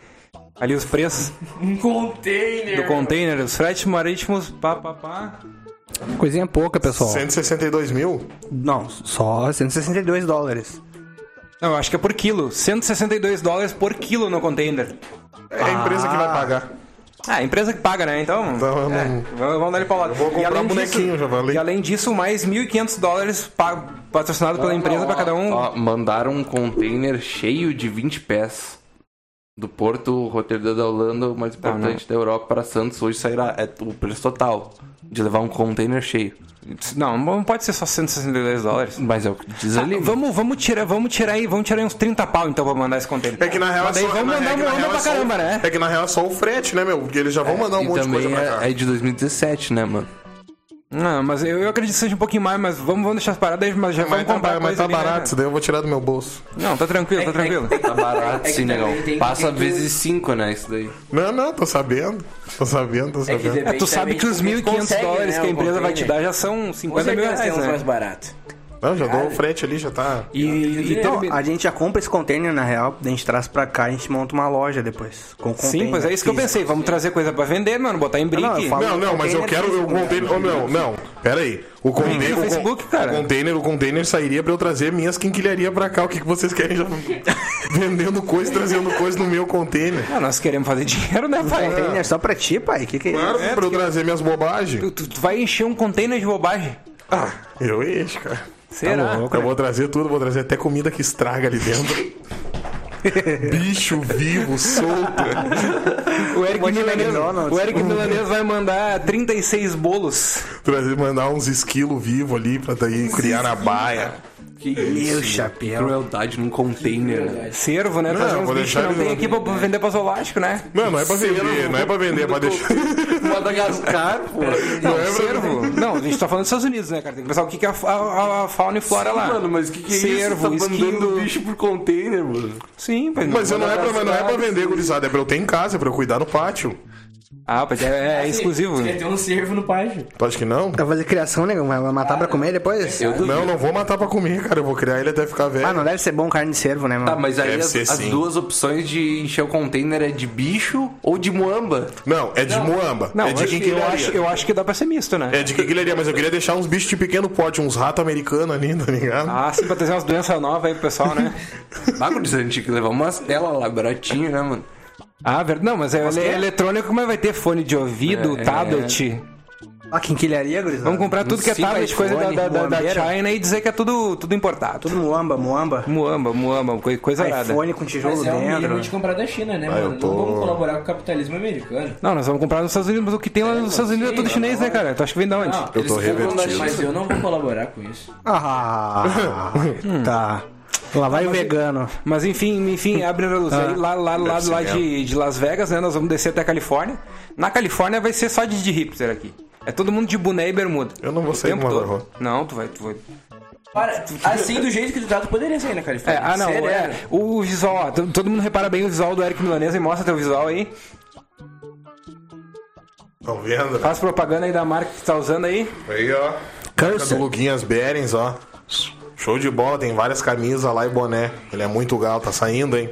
S2: Ali os preços
S5: Um container.
S2: do container, os fretes marítimos, pá, pá, pá.
S1: Coisinha pouca, pessoal.
S4: 162 mil?
S1: Não, só 162 dólares.
S2: Não, eu acho que é por quilo. 162 dólares por quilo no container.
S4: É a empresa que vai pagar.
S2: Ah, a empresa que paga, né? Então.
S4: Então eu não-
S2: Vamos vamos dar ele pra lá.
S4: vou comprar um bonequinho, já falei.
S2: E além disso, mais 1.500 dólares pa- patrocinado
S4: Ah,
S2: pela empresa pra cada um.
S3: Ó, mandaram um container cheio de 20 pés. Do Porto, Roterdã da Holanda, o
S2: Ah,
S3: mais importante da Europa para Santos. Hoje sairá é, o preço total de levar um container cheio.
S2: Não, não pode ser só 162 dólares.
S3: Mas é o que diz
S2: Ah,
S3: ali.
S2: vamos, vamos tirar, vamos tirar aí, vamos tirar aí uns 30 pau então pra mandar esse container.
S4: É que na real
S2: Mas daí
S4: é só,
S2: vamos
S4: na-
S2: mandar
S4: é que na
S2: uma
S4: real
S2: onda
S4: é
S2: pra
S4: só-
S2: caramba, né? É,
S4: É que na real é só o frete, né, meu? Porque eles já vão mandar um
S3: e
S4: monte de coisa
S3: também
S4: pra cá.
S3: é, é de 2017, né, mano?
S2: Não, mas eu, eu acredito que seja um pouquinho mais, mas vamos, vamos deixar as paradas, aí, mas já
S4: Mas
S2: vamos
S4: tá,
S2: comprar
S4: ba- mas
S2: coisa
S4: tá
S2: ali, né?
S4: barato, isso daí eu vou tirar do meu bolso.
S2: Não, tá tranquilo, tá tranquilo.
S3: Tá barato,
S5: É que
S3: sim,
S5: também
S3: negão.
S5: tem-
S3: Passa
S5: tem que-
S3: vezes 5, né, isso daí.
S4: Não, não, tô sabendo. Tô sabendo, tô
S5: É que
S4: sabendo.
S5: depende
S2: Tu sabe
S5: também
S2: que os
S5: de como tu
S2: 1.500
S5: consegue,
S2: dólares
S5: né,
S2: que a
S5: o
S2: empresa vai te
S5: container.
S2: dar já são 50
S5: Você
S2: mil
S5: quer ter
S2: reais,
S5: um mais
S2: né?
S5: barato.
S4: Não, já dou o frete ali, já tá.
S2: E, e, e
S1: Então,
S2: termi-
S1: a gente já compra esse container, na real, a gente traz pra cá e a gente monta uma loja depois. Com container
S2: Sim, pois é isso que eu
S1: físico.
S2: pensei. Vamos trazer coisa pra vender, mano. Botar em
S1: Não,
S2: brick.
S1: eu falo-
S4: Não, não, mas eu quero. Eu container. Oh, não, não. Pera aí. O
S2: Tem
S4: container.
S2: no
S4: O,
S2: Facebook,
S4: con-
S2: cara.
S4: o container, o container sairia pra eu trazer minhas quinquilharias pra cá. O que, que vocês querem já? Vendendo coisa, trazendo coisa no meu container.
S2: Ah, nós queremos fazer dinheiro, né, pai?
S1: Container só pra ti, pai? Que que é isso?
S4: Claro, pra eu trazer minhas bobagens.
S2: Tu, tu- tu vai encher um container de bobagem.
S4: Ah, eu encho, cara.
S2: Será?
S4: Tá louco, eu vou trazer tudo, vou trazer até comida que estraga ali dentro. Bicho vivo, solto.
S2: O Eric,
S1: Um monte de
S2: Milanês,
S1: McDonald's.
S2: o Eric Milanês vai mandar 36 bolos.
S4: Trazer, mandar uns esquilos vivos ali pra daí criar na baia.
S3: Que
S1: Meu
S3: né?
S1: chapéu.
S3: Crueldade num container, né?
S2: Servo, né? Trazer
S4: eu
S2: uns
S4: vou
S2: bichos que
S4: deixar
S2: não
S4: ele
S2: tem
S4: lá.
S2: aqui pra pra vender pra zoológico, né?
S4: Não, não é pra vender, não é pra vender, é pra deixar.
S3: Madagascar, pô.
S2: Não,
S4: é pra-
S2: servo. Não, a gente tá falando dos Estados Unidos, né, cara? Tem que pensar o que, que é a, fa- a- a fauna e flora lá.
S3: Mano, mas o que, que é
S2: Cervo,
S3: isso? Tá mandando
S2: esquilo.
S3: bicho por container, mano.
S2: Sim, pois
S4: Mas eu não, é pra, mas não é pra
S2: Madagascar.
S4: vender, gurizada, é pra eu ter em casa, é pra eu cuidar no pátio.
S2: Ah, pois é, é, exclusivo.
S5: Você quer ter um servo no págio.
S4: Tu acha que não?
S1: Vai fazer criação, nego? Vai matar pra comer depois?
S3: Eu duvido.
S4: Não, não vou matar pra comer, cara. Eu vou criar ele até ficar velho.
S1: Ah, não deve ser bom carne de cervo, né, mano?
S3: Tá, mas aí
S4: Deve
S3: as,
S4: ser,
S3: as
S4: sim.
S3: duas opções de encher o container é de bicho ou de muamba.
S4: Não, é de Moamba.
S2: Não,
S4: é
S2: eu, acho,
S4: de
S2: eu, acho,
S4: quinquilharia.
S2: eu acho que dá pra ser misto, né?
S4: É de quinquilharia, mas eu queria deixar uns bichos de pequeno porte, uns ratos americanos ali, tá ligado?
S2: Ah, sim, pra trazer umas doenças novas aí pro pessoal, né?
S3: Bagulho a gente tinha que levar umas telas lá, baratinho, né, mano?
S2: ah, verdade. Não, mas é, ele- eletrônico, mas vai ter fone de ouvido,
S3: É,
S2: tablet.
S1: Ah, quinquilharia, gurizada.
S2: Vamos comprar tudo que é
S3: Sim,
S2: tablet, coisa da,
S3: iPhone,
S2: da, da, da
S1: muambeira.
S2: China e dizer que é tudo, tudo importado.
S1: Tudo muamba, muamba.
S2: Muamba, muamba, coi- coisa arada.
S1: iPhone com tijolo
S5: Mas é o
S1: dentro.
S5: mínimo de comprar da China, né,
S4: eu
S5: mano?
S4: tô-
S5: Não vamos colaborar com o capitalismo americano.
S2: Não, nós vamos comprar nos Estados Unidos, mas o que tem lá nos Estados Unidos é tudo chinês, né, cara? Tu acha que vem da onde?
S5: Não,
S4: eu tô
S3: eles compram
S4: revertido.
S5: um mas eu não vou colaborar com isso.
S1: Ah, tá.
S2: Hum.
S1: Lá vai o vegano.
S2: Mas enfim, enfim, abre a luz. Aí, lá lá, lá,
S4: ser
S2: lá
S4: mesmo.
S2: de, de Las Vegas, né? Nós vamos descer até a Califórnia. Na Califórnia vai ser só de, de hipster aqui. É todo mundo de boné e bermuda.
S4: Eu não vou
S2: O
S4: sair
S2: tempo
S4: com uma
S2: todo.
S4: bermuda.
S2: Não, tu vai, tu vai.
S5: Para, assim, do jeito que tu tá, tu poderia sair na Califórnia.
S2: ah, não.
S5: Sério, né?
S2: É,
S5: era.
S2: o visual, ó, to- todo mundo repara bem o visual do Eric Milanese e mostra teu visual aí.
S4: Estão vendo? né?
S2: Faz propaganda aí da marca que tu tá usando aí.
S4: Aí, ó. Marca do
S1: Cursor.
S4: Luguinhas Berens, ó. Show de bola, tem várias camisas lá e boné. Ele é muito galo, tá saindo, hein?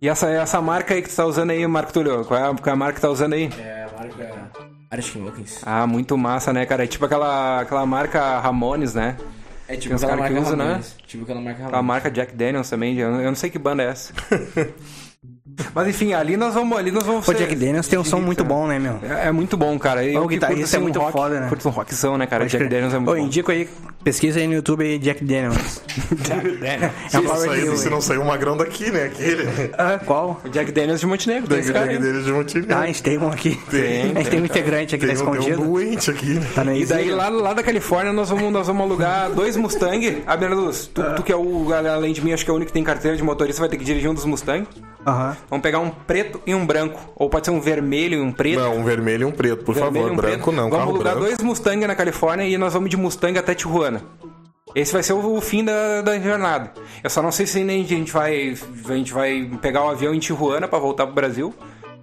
S2: E essa, essa marca aí que tu tá usando aí, Marco Túlio, qual é a, qual é a marca que tu tá usando aí?
S5: É, a marca Arctic Wilkins.
S2: Ah, muito massa, né, cara? É tipo aquela, aquela marca Ramones, né?
S5: É
S2: Tem
S5: tipo
S2: uns
S5: aquela
S2: cara que
S5: marca
S2: usa, né?
S5: Ramones. Tipo aquela marca
S2: A
S5: Ramones.
S2: marca Jack Daniels também, eu eu não sei que banda é essa. Mas enfim, ali nós vamos. Ali nós vamos
S1: Pô,
S2: ser-
S1: Jack Daniels tem um som muito bom, né, meu?
S2: É, é muito bom, cara. Eu
S1: O
S2: que
S1: guitarrista
S2: curto, assim,
S1: é
S2: um
S1: muito
S2: rock,
S1: foda, né?
S2: Curto um rockzão, né, cara? Jack Daniels é muito
S1: Ô,
S2: bom.
S1: indico aí, pesquisa aí no YouTube aí Jack Daniels. É um
S4: Se não
S1: power
S4: sair-
S1: trio,
S4: se
S1: hein?
S4: não sair o magrão daqui, né? Aquele. né?
S1: Ah, qual?
S2: O Jack Daniels de Montenegro,
S4: Tem
S2: desse
S4: que
S2: cara.
S4: ter
S2: aí.
S4: dele de Montenegro.
S1: Ah, a gente tem um aqui.
S4: Tem,
S1: a gente tem, um integrante aqui,
S4: Tem
S1: tá
S4: um, tem um
S1: escondido.
S4: doente aqui, né?
S1: Tá na
S2: E daí
S1: exílio.
S2: lá, lá da Califórnia nós vamos, nós vamos alugar dois Mustang. Ah, Bernardo, tu, tu que é o, além de mim, acho que é o único que tem carteira de motorista, vai ter que dirigir um dos Mustang.
S1: Aham.
S2: Vamos pegar um preto e um branco. Ou pode ser um vermelho e um preto.
S4: Não, um vermelho e um preto, por
S2: Vermelho
S4: favor.
S2: e um
S4: branco
S2: preto.
S4: não,
S2: Vamos
S4: carro
S2: alugar
S4: branco.
S2: dois Mustang na Califórnia e nós vamos de Mustang até Tijuana. Esse vai ser o o fim da, da jornada. Eu só não sei se nem a gente vai, a gente vai pegar o avião em Tijuana pra voltar pro Brasil.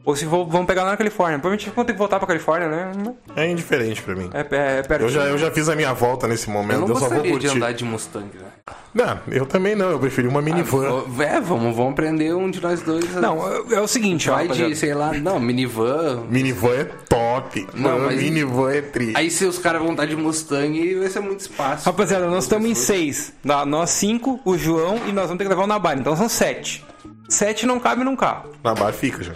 S2: Ou se vou- vamos pegar lá na Califórnia. Provavelmente vamos ter que voltar pra Califórnia, né?
S4: É indiferente pra mim.
S2: É, é, é pertinho.
S4: Eu já, eu já fiz a minha volta nesse
S3: Eu
S4: momento,
S3: não
S4: eu, só vou
S3: gostaria de
S4: curtir.
S3: andar de Mustang, né?
S4: Não, eu também não, eu preferi uma minivan.
S3: Ô, É, vamos, vamos prender um de nós dois.
S2: Não, é- é o seguinte, ó.
S3: vai
S2: rapaziada.
S3: de, sei lá, não, minivan.
S4: Minivan é top. Mano,
S3: mas-
S4: minivan é tri.
S3: Aí se os caras vão estar de Mustang, vai ser muito espaço.
S2: Rapaziada, nós estamos em seis. Dá- Nós cinco, o João e nós vamos ter que levar o Nabar. Então são sete. Sete não cabe num carro.
S4: Na barra fica já.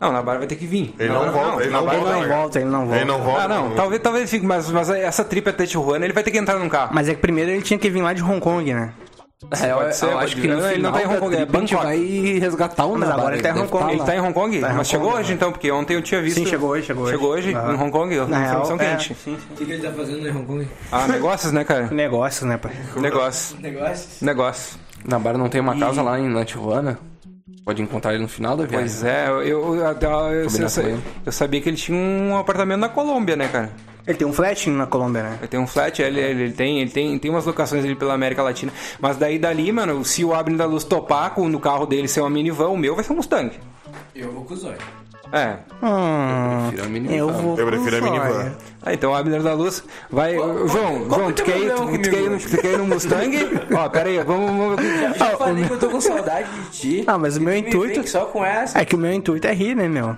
S2: Não, o Nabar vai ter que vir.
S4: Ele não, volta, ele não
S2: Nabar-
S4: volta.
S1: Ele não
S4: cara.
S1: volta, ele não volta.
S4: Ele não volta.
S2: Ah, não, talvez, talvez fique, mas, mas essa trip até Tijuana, ele vai ter que entrar num carro.
S1: Mas é que primeiro ele tinha que vir lá de Hong Kong, né?
S3: É, eu,
S2: ser,
S3: eu
S2: pode
S3: acho
S2: vir.
S3: que no
S2: Não, ele não
S3: final
S2: tá em Hong
S3: da
S2: Kong, é
S3: trip, a gente
S2: Bangkok.
S3: vai resgatar um
S1: Mas
S3: Navarro,
S1: agora ele tá em
S3: deve
S1: Hong Kong,
S2: Ele
S3: lá.
S2: tá em Hong Kong?
S1: Tá em Hong
S2: mas chegou
S1: Kong,
S2: hoje
S1: né?
S2: então, porque ontem eu tinha visto.
S1: Sim, chegou hoje, chegou hoje.
S2: Chegou hoje,
S1: Aham.
S2: em Hong Kong,
S1: Na real,
S2: informação
S1: é, sim,
S2: quente.
S1: sim.
S5: O que, que ele tá fazendo em Hong Kong?
S2: Ah, negócios, né, cara?
S1: Negócios, né, pai?
S2: Negócio,
S5: Negócios?
S2: negócio.
S3: Nabar não tem uma casa lá em na Tijuana? Pode encontrar ele no final da viagem.
S2: Pois é, eu, eu, eu, eu-
S3: Combinar com
S2: eu-
S3: ele.
S2: eu sabia que ele tinha um apartamento na Colômbia, né, cara?
S1: Ele tem um flat na Colômbia, né?
S2: Ele tem um flat, ele, ele, ele tem, ele tem, tem umas locações ali pela América Latina. Mas daí dali, mano, se o Abner da Luz topar com, no carro dele ser uma minivan, o meu vai ser um Mustang.
S5: Eu vou com o Zóio.
S2: É.
S1: Hum,
S3: prefiro a minivan.
S1: eu vou.
S4: Eu prefiro a
S1: com o
S4: minivan.
S1: Zóia.
S2: Ah, então o Abner da Luz vai. João,
S5: qual
S2: João, tu
S5: que é o
S2: quer, ir, tu, tu,
S5: problema comigo
S2: quer ir no,
S5: hoje?
S2: tu quer ir no Mustang? Ó, pera aí, vamos, vamos ver o que-
S5: Já falei que eu tô com saudade de ti.
S1: Ah, mas o meu
S5: Me vem
S1: intuito.
S5: Só com essa.
S1: É que o meu intuito é rir, né, meu?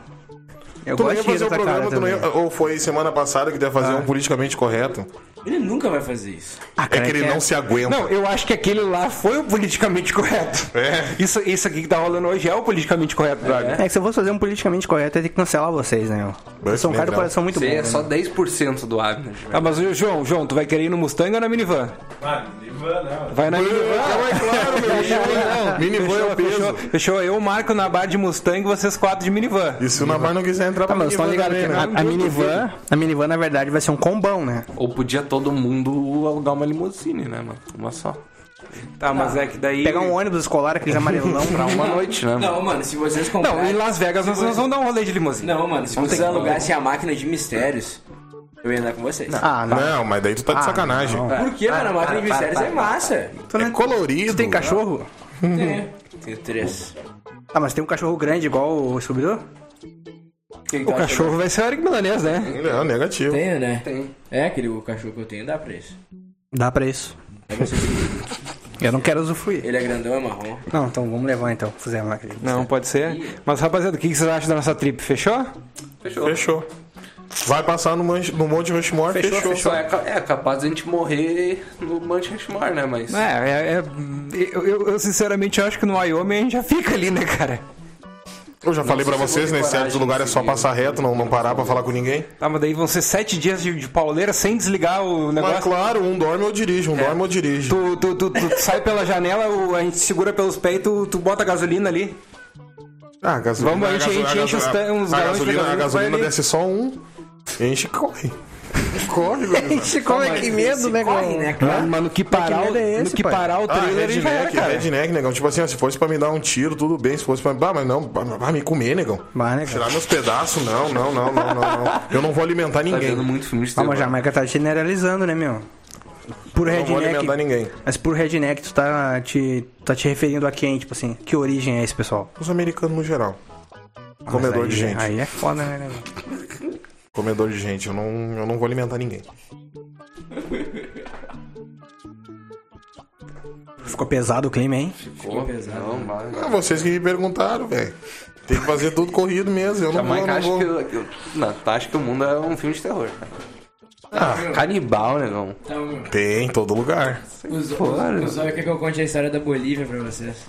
S1: Eu
S4: Tu não
S1: gosto
S4: ia
S1: de rir
S4: fazer
S1: da
S4: o
S1: tua cara
S4: programa, tu não
S1: também.
S4: ia... ou foi semana passada que tu ia fazer um politicamente correto.
S5: Ele nunca vai fazer isso.
S1: Ah,
S4: É
S1: cara,
S4: que ele não se aguenta.
S2: Não, eu acho que aquele lá foi o politicamente correto.
S4: É.
S2: Isso, isso aqui que tá rolando hoje é o politicamente correto, Drago.
S1: É que se eu fosse fazer um politicamente correto, eu ia ter que cancelar vocês, né, meu? Eu sou um cara do
S4: legal.
S1: coração muito bom.
S3: Você é
S1: né,
S3: só 10% do Abner. velho.
S2: Ah, mas ô, João, João, tu vai querer ir no Mustang ou na minivan?
S6: Ah, Ivan, não.
S2: Vai na minivan. então.
S4: Então é claro, meu. Minivan é o
S2: Fechou,
S4: peso.
S2: fechou. Eu marco na barra de Mustang vocês quatro de minivan.
S4: E se o Namar não quiser entrar
S1: Tá,
S4: pra
S1: mas vocês estão ligados que
S4: minivan
S1: a,
S4: também, né?
S1: a minivan, a minivan, na verdade, vai ser um combão, né?
S3: Ou podia todo mundo alugar uma limousine, né, mano? Uma só.
S2: Tá, mas é que daí.
S1: Pegar um ônibus escolar, aqueles amarelão. um.
S3: Pra uma noite, né, mano?
S5: Não, mano, se vocês
S2: Não,
S5: comprarem...
S2: em Las Vegas nós, nós vamos dar um rolê de limusine.
S5: Não, mano, se vocês alugassem a máquina de mistérios, eu ia andar com vocês.
S1: ah, não.
S4: Não, mas daí tu tá de sacanagem.
S1: não.
S5: Por que, mano? A máquina de mistérios é massa.
S1: Tu não
S4: É colorido.
S1: Tu tem cachorro?
S2: Uhum.
S5: Tem. Tenho três.
S1: Ah, mas tem um cachorro grande igual o Scooby-Doo?
S5: Quem
S2: O
S5: tá
S2: cachorro vai ser o Eric Milanês, né?
S4: Não, negativo.
S5: Tenho, né?
S3: Tem.
S5: É, aquele cachorro que eu tenho dá preço.
S1: Dá pra isso. Eu não quero usufruir.
S5: Ele é grandão, é marrom.
S1: Não, então vamos levar então. Fizer uma máquina.
S2: Não, pode ser. Mas, rapaziada, o que que vocês acham da nossa trip? Fechou?
S4: Fechou. Vai passar no, Manche- no Monte Rushmore, fechou.
S3: Só é, ca- é capaz de a gente morrer no Monte Rushmore, né? Mas.
S2: É, é, é- eu, eu- eu sinceramente acho que no Wyoming a gente já fica ali, né, cara?
S4: Eu já falei pra
S3: sei se eu
S4: vocês,
S3: vou ter
S4: nesse certo
S3: coragem
S4: lugar é
S3: de
S4: só
S3: seguir.
S4: passar reto, não, não parar pra falar com ninguém.
S2: Tá, mas daí vão ser sete dias de, de pauleira sem desligar o
S4: Mas
S2: negócio.
S4: claro, um dorme ou dirige, um dorme ou dirige.
S2: Tu, tu, tu, tu sai pela janela, o- a gente segura pelos pés, tu, tu bota a gasolina ali.
S4: Ah, gasolina.
S2: Vamos,
S4: a
S2: enche-
S4: gasolina-
S2: enche- enche
S4: a
S2: os
S4: gasolina-
S2: tan- uns
S4: a
S2: galões de
S4: gasolina, a
S2: gasolina,
S4: gasolina
S2: vai ali.
S4: desce só um, enche e corre. corre, gurizada.
S1: Como é que medo, né,
S5: corre, né, cara?
S2: Mas no que parar,
S1: medo é
S2: o- no
S1: esse,
S2: que
S1: pai?
S2: parar o
S4: Ah,
S2: trailer, ele já era,
S4: redneck,
S2: cara.
S4: redneck, negão. Tipo assim, ó, se fosse pra me dar um tiro, tudo bem. Se fosse pra. Bah, mas não, bah, bah, me comer, negão.
S1: Bah, né, cara?
S4: Tirar meus pedaços, não, não, não, não, não, não. Eu não vou alimentar
S3: Tá
S4: ninguém.
S3: vendo muito filme de
S1: Ah, mas a
S3: terror.
S1: Jamaica tá generalizando, né, meu? por
S4: não vou
S1: redneck.
S4: alimentar ninguém.
S1: Mas por redneck, tu tá te, tá te referindo a quem, tipo assim? Que origem é esse pessoal?
S4: Os americanos no geral. Ah,
S1: Mas
S4: Comedor
S1: aí-
S4: de gente.
S1: Aí é foda, né? né, mano?
S4: Comedor de gente. Eu não, eu não vou alimentar ninguém.
S1: Ficou pesado o clima, hein?
S3: Ficou pesado. Não, mas...
S4: Ah, vocês que me perguntaram, velho. Tem que fazer tudo corrido mesmo. Eu
S3: A
S4: não vou,
S3: mãe
S4: não
S3: acha
S4: vou.
S3: que, que, não, tu acha que o mundo é um filme de terror. cara. Ah, canibal, negão.
S5: Então, meu,
S4: Tem, em todo lugar.
S5: os,
S3: né?
S5: os, os homens querem que eu conte a história da Bolívia pra vocês.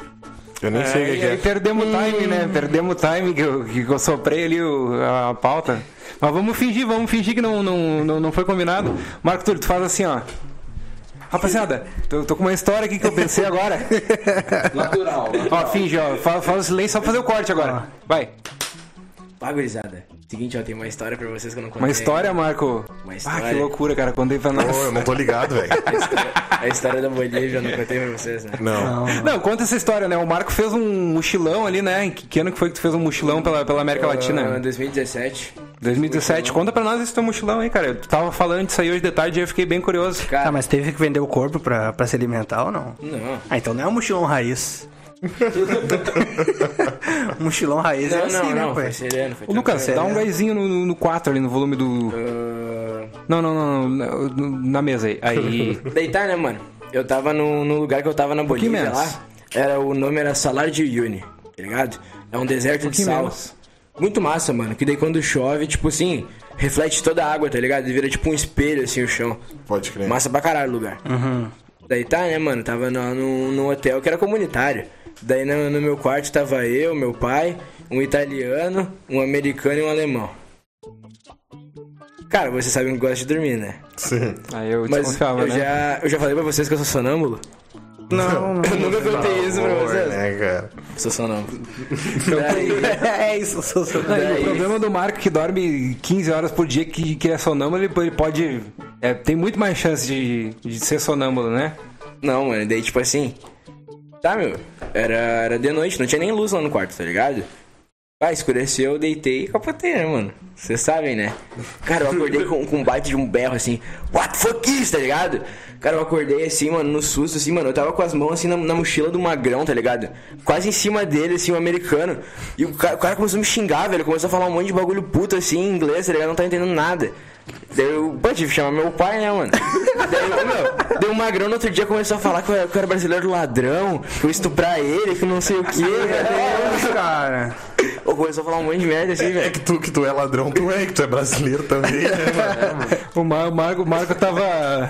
S4: Eu nem sei o que que é.
S2: perdemos o time, né? Perdemos o time que eu, que eu soprei ali o- a, pauta. Mas vamos fingir, vamos fingir que não, não, não, não foi combinado. Marco Túlio, tu faz assim, ó. Rapaziada, tô, tô com uma história aqui que eu pensei agora.
S3: Natural.
S2: ó, finge, ó. Fala, fala o silêncio só pra fazer o corte agora. Vai.
S5: Pagurizada. Seguinte, ó, tem uma história pra vocês que eu não contei.
S2: Uma história, Marco.
S5: Uma
S2: Ah,
S5: história.
S2: que loucura, cara. Contei pra nós.
S4: Pô, eu não tô ligado, velho.
S5: A história da Bolívia eu não contei pra vocês, né?
S4: Não.
S2: Não, conta essa história, né? O Marco fez um mochilão ali, né? Que, que ano que foi que tu fez um mochilão pela, pela América
S5: Ah,
S2: Latina?
S5: 2017.
S2: 2017. Conta pra nós esse teu mochilão aí, cara. Tu tava falando disso aí hoje de tarde e eu fiquei bem curioso.
S5: Cara,
S1: Tá, mas teve que vender o corpo pra, pra se alimentar ou não?
S5: não.
S1: Ah, então não é um mochilão raiz. mochilão raiz é
S5: Não,
S1: assim,
S5: não,
S1: né,
S5: não,
S1: pai?
S5: foi sereno. Foi
S2: Ô, Lucas,
S1: Sério?
S2: dá um
S5: né?
S2: gaizinho no, no 4 ali no volume do.
S5: tranquilo. Ah,
S2: Não, não, não, não, no- na mesa aí. Aí.
S5: Deitar, né, mano? Eu tava no, no lugar que eu tava na Bolívia
S2: Um menos.
S5: lá. Era, o nome era Salar de Uyuni, tá ligado? É um deserto de
S2: pouquinho
S5: sal.
S2: menos.
S5: Muito massa, mano. Que daí quando chove, tipo assim, reflete toda a água, tá ligado? E vira tipo um espelho, assim, o chão.
S4: Pode crer.
S5: Massa pra caralho o lugar. Daí tá, né, mano? Tava no, no, num hotel que era comunitário. Daí no, no meu quarto tava eu, meu pai, um italiano, um americano e um alemão. Cara, vocês sabem que eu gosto de dormir, né?
S4: Sim.
S2: Aí eu
S5: Mas
S2: desconfiava,
S5: eu,
S2: né?
S5: já, eu já falei pra vocês que eu sou sonâmbulo.
S1: Não, não.
S5: Eu nunca contei isso pra
S4: Pô,
S5: vocês.
S4: né, cara?
S5: Sou sonâmbulo. Daí,
S1: é isso, sou, sou.
S2: Não, e
S5: daí-
S2: o problema do Marco é que dorme 15 horas por dia, que, que é sonâmbulo, ele, ele pode. é, tem muito mais chance de, de ser sonâmbulo, né?
S5: Não, mano, daí tipo assim. Tá, meu. Era, era de noite, não tinha nem luz lá no quarto, tá ligado? Ah, escureceu, eu deitei e capotei, né, mano? Vocês sabem, né? Cara, eu acordei com, com um baita de um berro assim. What the fuck is, tá ligado? Cara, eu acordei assim, mano, no susto, assim, mano. Eu tava com as mãos assim na, na mochila do magrão, tá ligado? Quase em cima dele, assim, o americano. E o cara, o cara começou a me xingar, velho. Começou a falar um monte de bagulho puto assim em inglês, tá ligado? Não tá entendendo nada. Daí eu, pô, tive que chamar meu pai, né, mano? Daí, ô, meu, daí o Magrão no outro dia começou a falar que eu era, que eu era brasileiro ladrão, que eu ia estuprar ele, que não sei o quê. velho.
S1: Cara,
S5: Ou começou a falar um monte de merda assim,
S4: É
S5: velho.
S4: que tu que tu é ladrão, tu é, que tu é brasileiro também, né, mano?
S2: O, Mar- o Marco, o Marco tava.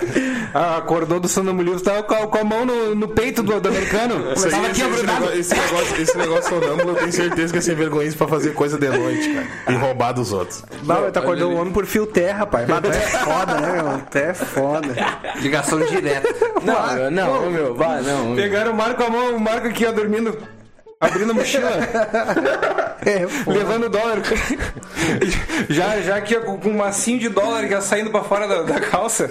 S2: ah, acordou do sonambulismo, tava com a, com a mão no, no peito do, do americano.
S4: Isso aí,
S2: tava
S4: esse,
S2: aqui,
S4: esse,
S2: grudado.
S4: negócio, esse negócio, esse negócio sonâmbulo, eu tenho certeza que é sem vergonha pra fazer coisa de noite, cara. E roubar dos outros.
S1: bah, tu acordou o homem por fio terra, pai. Bah, tu é foda, né, meu? Tu é foda.
S3: Ligação direta.
S5: Não, meu, não, meu, vá, não. meu.
S2: Pegaram o Marco com a mão, o Marco aqui, ó, dormindo. Abrindo a mochila,
S1: É, foda.
S2: levando dólar. Já, já aqui ó, com com um massinho de dólar que ia saindo pra fora da, da calça.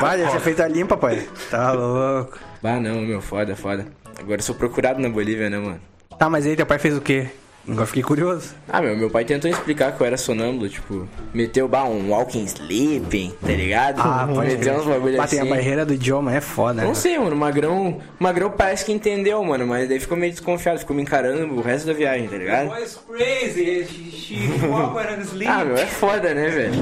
S1: Vai, deve ser feita limpa, pai. Tá louco.
S5: Bah, não, meu, foda, foda. Agora eu sou procurado na Bolívia, né, mano?
S1: Tá, mas aí teu pai fez o quê? Agora fiquei curioso.
S5: Ah, meu, meu pai tentou explicar que eu era sonâmbulo, tipo, meteu bah, um walking sleeping, tá ligado?
S1: Ah, pode
S5: meteu uns bagulho
S1: Batem
S5: assim.
S1: a barreira do idioma, é foda, né?
S5: Não sei, mano, o Magrão, o Magrão parece que entendeu, mano, mas daí ficou meio desconfiado, ficou me encarando o resto da viagem, tá ligado?
S2: crazy,
S5: Ah, meu, é foda, né, velho?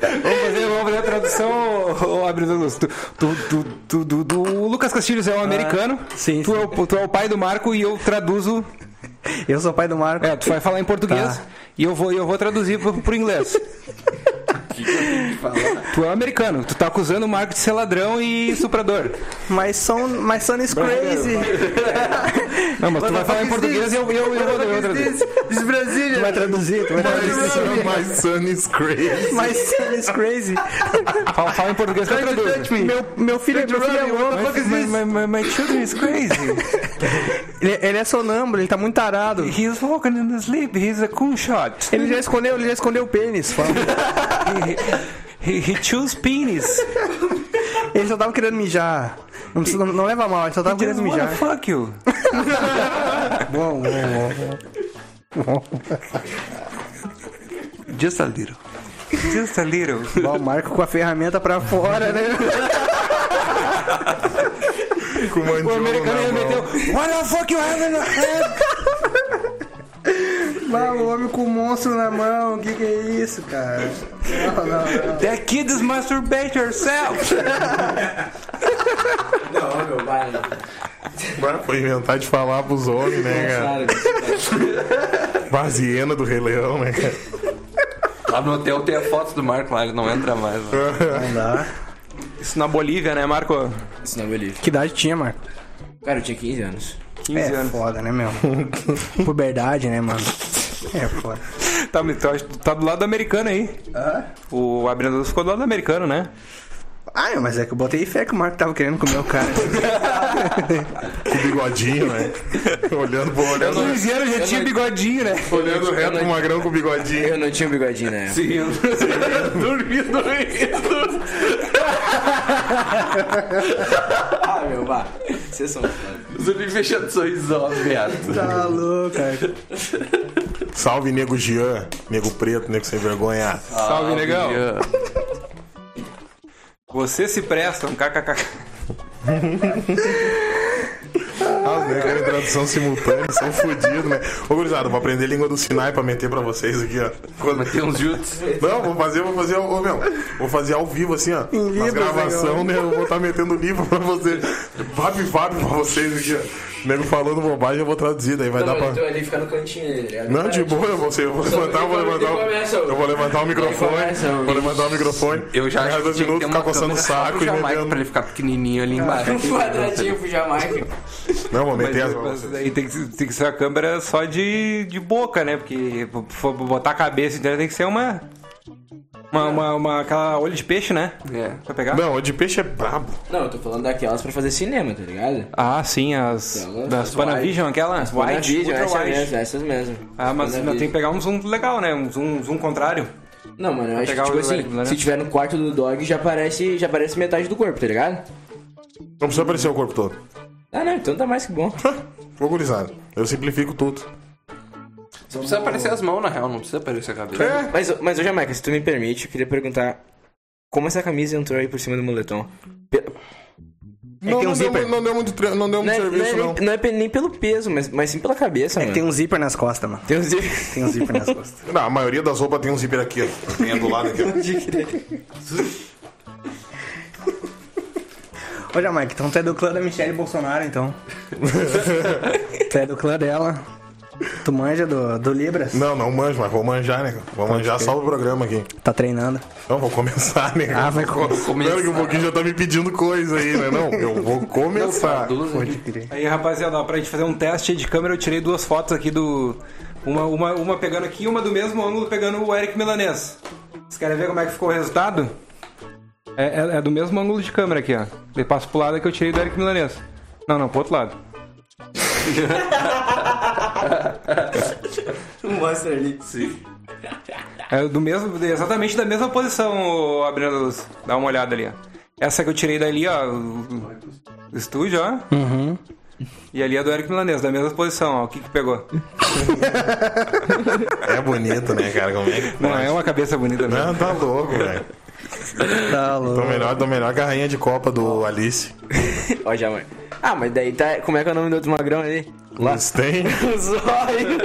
S2: Vamos fazer, vamos fazer a tradução, ô, ô, Abridor Luz. Tu, tu, tu, tu, tu- tu- o Lucas Castilhos é um americano.
S1: sim,
S2: tu,
S1: sim.
S2: É o, tu é o pai do Marco e eu traduzo.
S1: Eu sou pai do Marco.
S2: É, tu vai falar em português
S1: Tá.
S2: e eu vou, eu vou traduzir pro, pro inglês. Tu é um americano, tu tá acusando o Marco de ser ladrão e estuprador.
S1: Mas son, my son is crazy.
S2: Não, mas tu vai falar em português e eu, eu, eu, vou, eu vou traduzir.
S1: Tu vai traduzir, tu vai
S4: é
S1: traduzir.
S4: My son is crazy.
S1: My son is crazy.
S2: Fala, fala em português que
S1: tá
S2: eu traduzo.
S1: Meu, meu filho, meu filho é louco.
S2: Mas- mas- mas- mas- My children is crazy.
S1: Ele, ele é sonâmbulo, ele tá muito tarado.
S2: He's walking in the sleep, he's a cool shot.
S1: Ele já escondeu, ele já escondeu o pênis. fala.
S2: He, he, he choose penis.
S1: Ele só tava querendo mijar. Não, precisa- não- não leva mal, ele só tava querendo
S2: Just wanna
S1: mijar.
S2: fuck you.
S1: Bom, bom, bom.
S3: Just a little.
S2: Just a little.
S1: Ó, O Marco com a ferramenta pra fora, né?
S4: Com né, o
S2: O
S4: mandioco
S2: americano
S4: na
S2: ele
S4: mão.
S2: meteu. What the fuck you have in your hand?
S1: Lá, o homem com o monstro na mão, o que, que é isso, cara? Não, não, não.
S2: That kid is masturbate yourself.
S5: Não, meu pai. né?
S4: Bah, Foi inventar de falar pros homens,
S5: É.
S4: né, cara? Vaziena do Rei Leão, né, cara?
S3: Lá no hotel tem a foto do Marco lá, ele não entra mais. Né?
S2: Isso na Bolívia, né, Marco?
S5: Isso não é Bolívia.
S1: Que idade tinha, Marco?
S5: Cara, eu tinha 15 anos.
S2: 15
S1: É
S2: anos.
S1: foda, né, meu? Puberdade, né, mano? É foda.
S2: Tá, mas tu acha- tu tá do lado do americano aí. O Abrendador ficou do lado do americano, né?
S1: Ah, mas é que eu botei fé que o Marco tava querendo comer o cara.
S4: Com o bigodinho, né? Olhando, pro- olhando,
S2: anos já tinha bigodinho, né?
S4: olhando reto pro magrão com o bigodinho.
S5: Eu não tinha um bigodinho, né?
S3: Dormindo dormindo.
S5: Ah, meu, vá. Vocês são foda.
S3: Zuri fechando sorriso, ó, viado.
S1: Tá louco, cara.
S4: Salve, nego Jean. Nego preto, nego sem vergonha.
S2: Salve, negão.
S3: Ian.
S2: Você se presta, um kkk.
S4: Ah, os negros em tradução simultânea, são fodidos, né? Ô, gurizada, vou aprender língua do Sinai pra meter pra vocês aqui, ó. Quando-
S3: Mas tem uns jutsu.
S4: Não, vou fazer, vou fazer, ô, meu, vou fazer ao vivo, assim, ó. Nas
S1: livros,
S4: gravação, né? Eu vou estar metendo livro pra vocês. Vap, vap pra vocês aqui, ó. O nego falando bobagem, eu vou traduzir, daí vai
S5: Então,
S4: dar pra...
S5: ali fica no cantinho dele, ligado?
S4: Não, de boa, eu vou, eu vou levantar, eu vou levantar, o- eu vou levantar o
S5: começa,
S4: microfone,
S5: ô.
S4: vou levantar o microfone,
S3: Eu já
S4: ficar
S3: acho que
S4: dois
S3: tinha que
S4: minutos,
S3: ter
S4: ficar
S3: uma
S4: coçando o
S3: câmera só
S4: saco
S3: pro
S4: e
S3: Jamaica pra
S4: bebendo.
S3: ele ficar pequenininho ali embaixo.
S5: Um quadradinho pro Jamaica.
S4: Não, vou meter as
S2: Mas aí tem que, tem que ser a câmera só de, de boca, né? Porque pra- pra botar a cabeça, então tem que ser uma. Uma, uma, uma- aquela olho de peixe, né?
S3: É.
S2: Pra pegar?
S4: Não, o de peixe é brabo.
S5: Não, eu tô falando daquelas pra fazer cinema, tá ligado?
S2: Ah, sim, as.
S5: Aquelas-
S2: das
S5: as
S2: Panavision,
S5: wide.
S2: aquela?
S5: As
S2: White,
S5: Panavision,
S2: ultra
S5: essas
S2: wide.
S5: mesmo, essas mesmo.
S2: Ah, mas ainda
S5: Panavision.
S2: tem que pegar um zoom legal, né? Um zoom, zoom contrário.
S5: Não, mano, eu acho que,
S2: pegar
S5: tipo
S2: o
S5: assim,
S2: regular, né?
S5: se tiver no quarto do dog, já aparece, já aparece metade do corpo, tá ligado?
S4: Não precisa aparecer o corpo todo.
S5: Ah, não, então tá mais que bom.
S4: Ô, gurizada, eu simplifico tudo.
S3: Só precisa aparecer as mãos, na real, não precisa aparecer a cabeça.
S5: Mas, mas ô Jamaica, se tu me permite, eu queria perguntar como essa camisa entrou aí por cima do moletom? Pe-
S1: tem
S4: Não,
S1: um
S4: não, deu,
S1: zíper.
S4: mu- não deu muito, tre- não deu
S5: Não
S4: muito
S5: é, não é
S4: serviço, não.
S5: nem- não é pe- nem pelo peso, mas, mas sim pela cabeça,
S1: É que
S5: mano.
S1: tem um zíper nas costas, mano.
S5: Tem um zíper.
S1: Tem um zíper nas costas.
S4: Não, a maioria das roupas tem um zíper aqui, ó. Tem a do lado aqui, ó.
S1: Ô, Jamaica, então tu é do clã da Michelle Bolsonaro, então. tu é do clã dela. Tu manja do, do Libras.
S4: Não, não manjo, mas vou manjar, né? Vou manjar só o programa aqui.
S1: Tá treinando.
S4: Não, vou começar, né?
S1: Ah, vai
S4: Vou
S1: começar. tá
S4: Pera que um pouquinho já tá me pedindo coisa aí, né? Não, eu vou começar.
S1: Pode crer.
S2: Aí, rapaziada, ó, pra gente fazer um teste de câmera, eu tirei duas fotos aqui do. Uma, uma, uma pegando aqui e uma do mesmo ângulo pegando o Eric Milanês. Vocês querem ver como é que ficou o resultado? É, é- é do mesmo ângulo de câmera aqui, ó. Eu passo pro lado que eu tirei do Eric Milanês. Não, não, pro outro lado.
S5: Mostra ali.
S2: É do mesmo, exatamente da mesma posição, ô, abrindo a luz. Dá uma olhada ali, ó. Essa que eu tirei dali, ó. o- o estúdio, ó. E ali é do Eric Milanês, da mesma posição, ó. O que que pegou?
S4: É bonito, né, cara? Como é que...
S2: Não, é uma cabeça bonita mesmo.
S4: Não, tá louco, velho.
S1: Tá
S4: Tô
S1: louco.
S4: melhor, tô melhor que a rainha de copa do Alice.
S5: Ó, Jamaica. Ah, mas daí tá. Como é que é o nome do outro magrão ali? Lá.
S4: Mas tem.
S5: Zóio.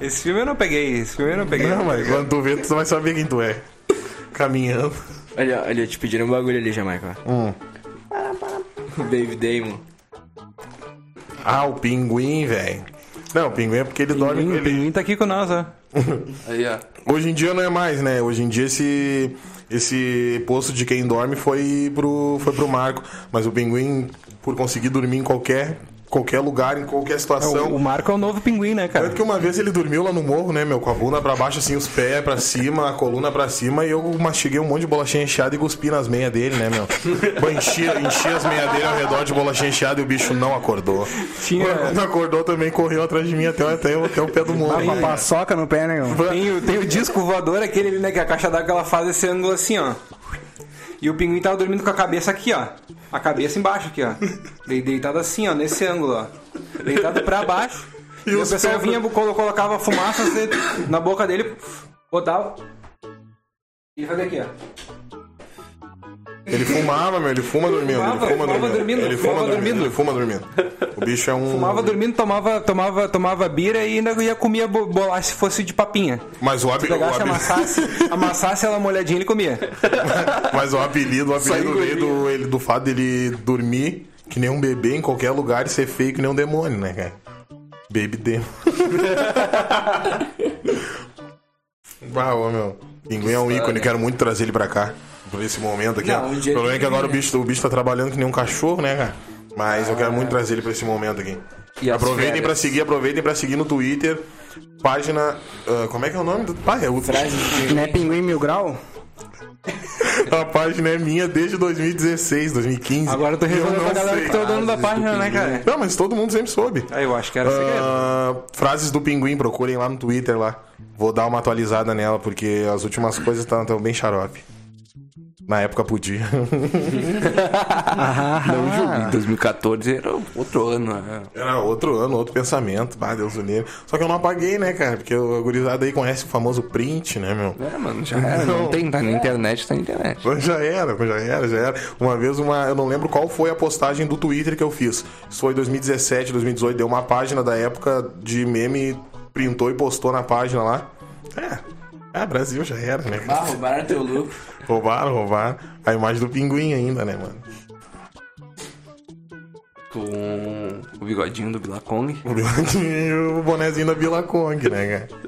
S2: Esse filme eu não peguei, esse filme eu não peguei.
S4: Não, mas quando tu vê, tu vai saber quem tu é. Caminhando.
S5: Olha, olha, te pediram um bagulho ali, Jamaica. ó. David Damon.
S4: Ah, o pinguim, velho. Não, o pinguim é porque ele dorme.
S2: Pinguim,
S4: Ele...
S2: Pinguim tá aqui com nós, ó.
S3: Aí, ó.
S4: Hoje em dia não é mais, né? Hoje em dia esse, esse posto de quem dorme foi pro, foi pro Marco. Mas o pinguim, por conseguir dormir em qualquer, qualquer lugar, em qualquer
S2: O, o
S4: situação.
S2: Marco é o novo pinguim, né, cara?
S4: Tanto que uma vez ele dormiu lá no morro, né, meu? Com a bunda pra baixo, assim, os pés pra cima, a coluna pra cima, e eu mastiguei um monte de bolachinha encheada e cuspi nas meias dele, né, meu? Pô, enchi, enchi as meias dele ao redor de bolachinha encheada e o bicho não acordou.
S2: Tinha-
S4: Pô, Quando acordou também, correu atrás de mim até, até, até o pé do morro.
S1: Uma
S4: né?
S1: paçoca no pé, né, meu?
S2: Tem, o- tem o disco voador aquele, ali, né, que a caixa d'água ela faz esse ângulo assim, ó. E o pinguim tava dormindo com a cabeça aqui, ó. A cabeça embaixo aqui, ó. De- Deitado assim, ó, nesse ângulo, ó. Deitado pra baixo. E, o
S4: os
S2: pessoal
S4: pés-
S2: vinha, colo- colocava fumaça assim, na boca dele, botava. Ele fazia aqui, ó.
S4: Ele fumava, meu, ele fuma dormindo. Ele
S2: fumava,
S4: fuma
S2: fumava
S4: dormindo.
S2: dormindo,
S4: Ele fuma
S2: fumava
S4: dormindo, ele fuma dormindo. O bicho é um.
S2: Fumava dormindo, tomava, tomava, tomava bira e ainda ia comia bo- bolacha se fosse de papinha.
S4: Mas o, abi... o,
S2: Pegasse,
S4: abi-
S2: amassasse, amassasse ela molhadinha ele comia.
S4: Mas o apelido, o apelido veio do, ele, do fato dele dormir que nem um bebê em qualquer lugar e ser feio que nem um demônio, né, cara? Baby Demon. Bah, Ah, ô, meu. Pinguim é um ícone, quero muito trazer ele pra cá. Por esse momento aqui.
S5: Não,
S4: ó.
S5: um
S4: o
S5: dia
S4: problema é que
S5: ele Ah.
S4: agora o
S5: vem, né?
S4: bicho, o bicho tá trabalhando que nem um cachorro, né, cara? Mas eu quero muito trazer ele pra esse momento aqui.
S3: E as
S4: aproveitem
S3: férias?
S4: pra seguir, aproveitem pra seguir no Twitter. Página. ah, como é que é o nome do. Pai, é o
S5: Frases de
S1: Não é pinguim mil grau?
S4: A página é minha desde 2016, 2015.
S2: Agora eu tô
S4: E
S2: revelando
S4: não
S2: pra galera
S4: sei.
S2: que tu é o dono da página, né, cara?
S4: Não, mas todo mundo sempre soube.
S2: Aí Ah, eu acho que era segredo.
S4: Ah, frases do Pinguim, procurem lá no Twitter lá. Vou dar uma atualizada nela, porque as últimas coisas estão tão bem xarope. Na época podia.
S3: Não julguei. 2014 era um outro ano. né?
S4: Era outro ano, outro pensamento. Ah, Deus do livre. Só que eu não apaguei, né, cara? Porque o gurizada aí conhece o famoso print, né, meu?
S3: É, mano, já era. Não,
S4: Não.
S3: tem, tá na internet, tá na internet.
S4: Mas Já era, já era, já era. Uma vez, uma, eu não lembro qual foi a postagem do Twitter que eu fiz. Isso foi 2017, 2018. Deu uma página da época de meme, printou e postou na página lá. É, ah, Brasil já era, né?
S5: Ah, roubaram teu lucro.
S4: Roubaram, roubaram. A imagem do pinguim ainda, né, mano?
S3: Com o bigodinho do Bilacong.
S4: O bigodinho e o bonezinho da Vila Kong, né, cara?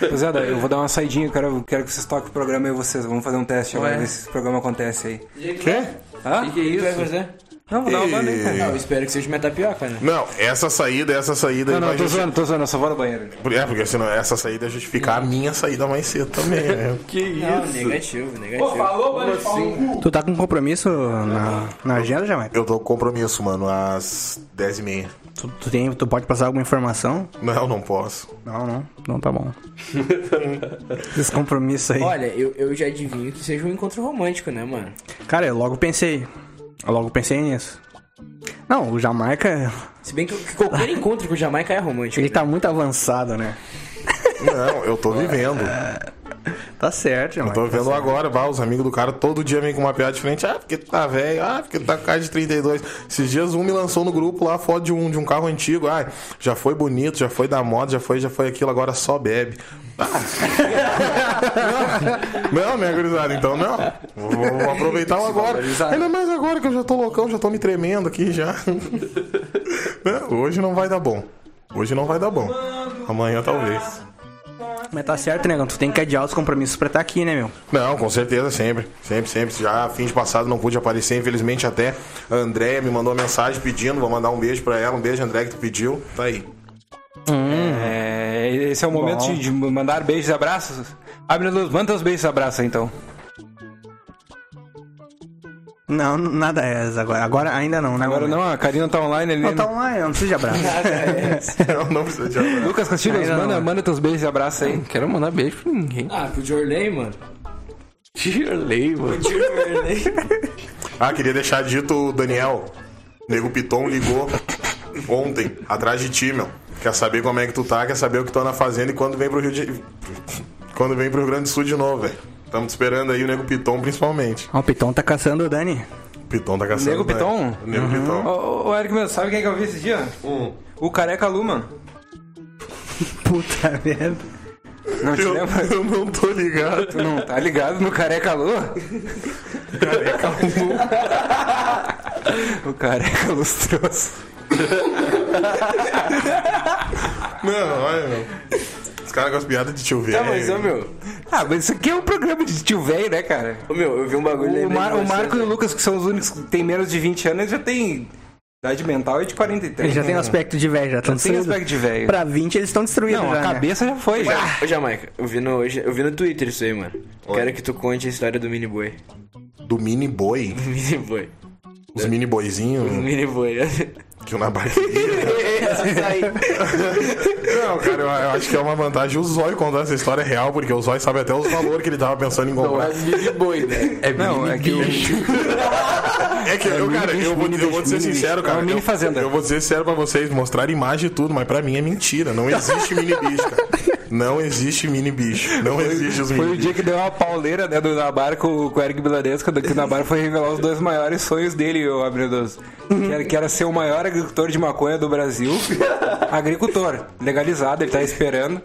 S2: Rapaziada, é, eu vou dar uma saidinha, quero, quero que vocês toquem o programa aí vocês. Vamos fazer um teste agora,
S3: Ué.
S2: ver se esse programa acontece aí.
S4: Quê?
S2: Hã?
S3: Que que é
S5: O que tu vai
S3: isso?
S5: fazer?
S2: Não, vou dar uma banda aí, cara.
S4: E-
S5: um Não, eu espero que seja minha tapioca, né?
S4: Não, essa saída, essa saída.
S2: Não, não,
S4: vai
S2: tô
S4: justi-
S2: zoando, tô zoando, eu só vou no banheiro.
S4: É, porque senão essa saída é justificar a minha saída mais cedo também, né?
S3: Que
S5: Não, negativo, negativo.
S1: Tu tá com compromisso na, na agenda, Jamaica?
S4: Eu tô com compromisso, mano, às 10h30.
S1: Tu, tu, tem, tu pode passar alguma informação?
S4: Não, não posso.
S1: Não, não. Não tá bom. Esse compromisso aí.
S5: Olha, eu, eu já adivinho que seja um encontro romântico, né, mano?
S1: Cara, eu logo pensei. Eu logo pensei nisso. Não, o Jamaica,
S5: Se bem que, que
S2: Ah.
S5: qualquer encontro com o Jamaica é romântico.
S1: ele
S5: né?
S1: tá muito avançado, né?
S4: Não, eu tô vivendo.
S1: Tá certo,
S4: Eu
S1: Jamaica.
S4: tô vivendo agora, bah, os amigos do cara todo dia vêm com uma piada diferente. Ah, porque tu tá velho, ah, porque tu tá com cara de 32. Esses dias um me lançou no grupo lá foto de um, de um carro antigo. Ah, já foi bonito, já foi da moda, já foi, já foi aquilo, agora só bebe. Ah. não, né, gurizada? Então não. Vou, vou aproveitar o agora.
S3: valorizar.
S4: Ainda mais agora que eu já tô loucão, já tô me tremendo aqui já. Não, Hoje não vai dar bom. Hoje não vai dar bom. Amanhã talvez.
S1: Mas tá certo, negão. Tu tem que adiar os compromissos pra estar aqui, né, meu?
S4: Não, com certeza, sempre. Sempre, sempre. Já fim de passado não pude aparecer, infelizmente até a Andréia me mandou uma mensagem pedindo, vou mandar um beijo pra ela, um beijo, André, que tu pediu. Tá aí.
S2: Uhum. É, esse é o momento de, de mandar beijos e abraços. Abre a luz, manda os beijos e abraços aí, então.
S1: Não, n- nada é essa agora. Agora ainda não, né?
S2: Agora
S1: mano?
S2: não, a Karina tá online ali.
S1: Não, tá
S2: né?
S1: online, não precisa de abraço.
S4: Não, não precisa de abraço.
S2: Lucas Castilhos,
S1: Ainda não,
S2: manda,
S1: né?
S2: manda teus beijos e abraços aí.
S3: Não quero mandar beijo pra ninguém.
S5: Ah, pro Jorley, mano.
S3: Tirley, mano.
S5: Jorley.
S4: Ah, queria deixar dito, Daniel. Nego Piton ligou ontem, atrás de ti, meu. Quer saber como é que tu tá, quer saber o que tu anda fazendo e quando vem pro Rio de... Quando vem pro Rio Grande do Sul de novo, velho. Tamo te esperando aí, o Nego Piton principalmente.
S1: Ó, o Piton tá caçando o Dani.
S4: O Piton tá caçando.
S2: Nego
S4: né?
S2: Piton?
S4: O
S5: Uhum.
S4: Nego Piton.
S2: Ô, ô, ô, Eric, meu, sabe quem é que eu vi esse dia? O Careca Luma.
S1: Puta merda.
S2: Não te
S4: Eu,
S2: lembra?
S4: eu não tô ligado.
S2: Tu não tá ligado no Careca Luma?
S4: Careca,
S2: O Careca Lustroso.
S4: Não, olha, meu. Os caras com as piadas de tio velho.
S5: Tá, mas, ô, meu.
S2: Ah, mas isso aqui é um programa de tio velho, né, cara?
S5: Ô, meu, eu vi um bagulho
S2: O,
S5: lembrei
S2: Mar-
S5: de
S2: o
S5: você,
S2: Marco e o
S1: né?
S5: velho.
S2: Lucas, que são os únicos que têm menos de 20 anos, já tem idade mental é de 43.
S1: Ele já tem um aspecto de velho, já estão
S2: Tem
S1: destruídos.
S2: aspecto de velho.
S1: Pra 20 eles estão destruídos
S2: Não,
S1: já,
S2: a
S1: né?
S2: cabeça já foi. já.
S5: Ô, Jamaica, eu vi, no, hoje- eu vi no Twitter isso aí, mano. Quero que tu conte a história do mini boi.
S4: Do mini boi.
S5: Mini boi.
S4: Os mini boizinhos
S5: Mini boi.
S4: que na barquinha. Não, cara, eu, eu acho que é uma vantagem o Zói contar essa história real, porque o Zói sabe até os valores que ele tava pensando em comprar.
S3: mini boi, né? É
S2: Não, é que
S4: É que, eu, cara, eu vou, eu vou ser sincero, cara.
S2: É uma mini
S4: eu-
S2: fazenda.
S4: Eu, vou ser sincero pra vocês, mostrar imagem e tudo, mas pra mim é mentira. Não existe mini bicho, cara. Não existe mini bicho. Não existe os
S2: Foi
S4: mini
S2: o dia
S4: bichos.
S2: que deu uma pauleira, né, do Nabar com, com o Eric Milanesco, que o Nabar foi revelar os dois maiores sonhos dele, o Abrindoso. Que era, que era ser o maior agricultor de maconha do Brasil. Agricultor, legalizado, ele tá esperando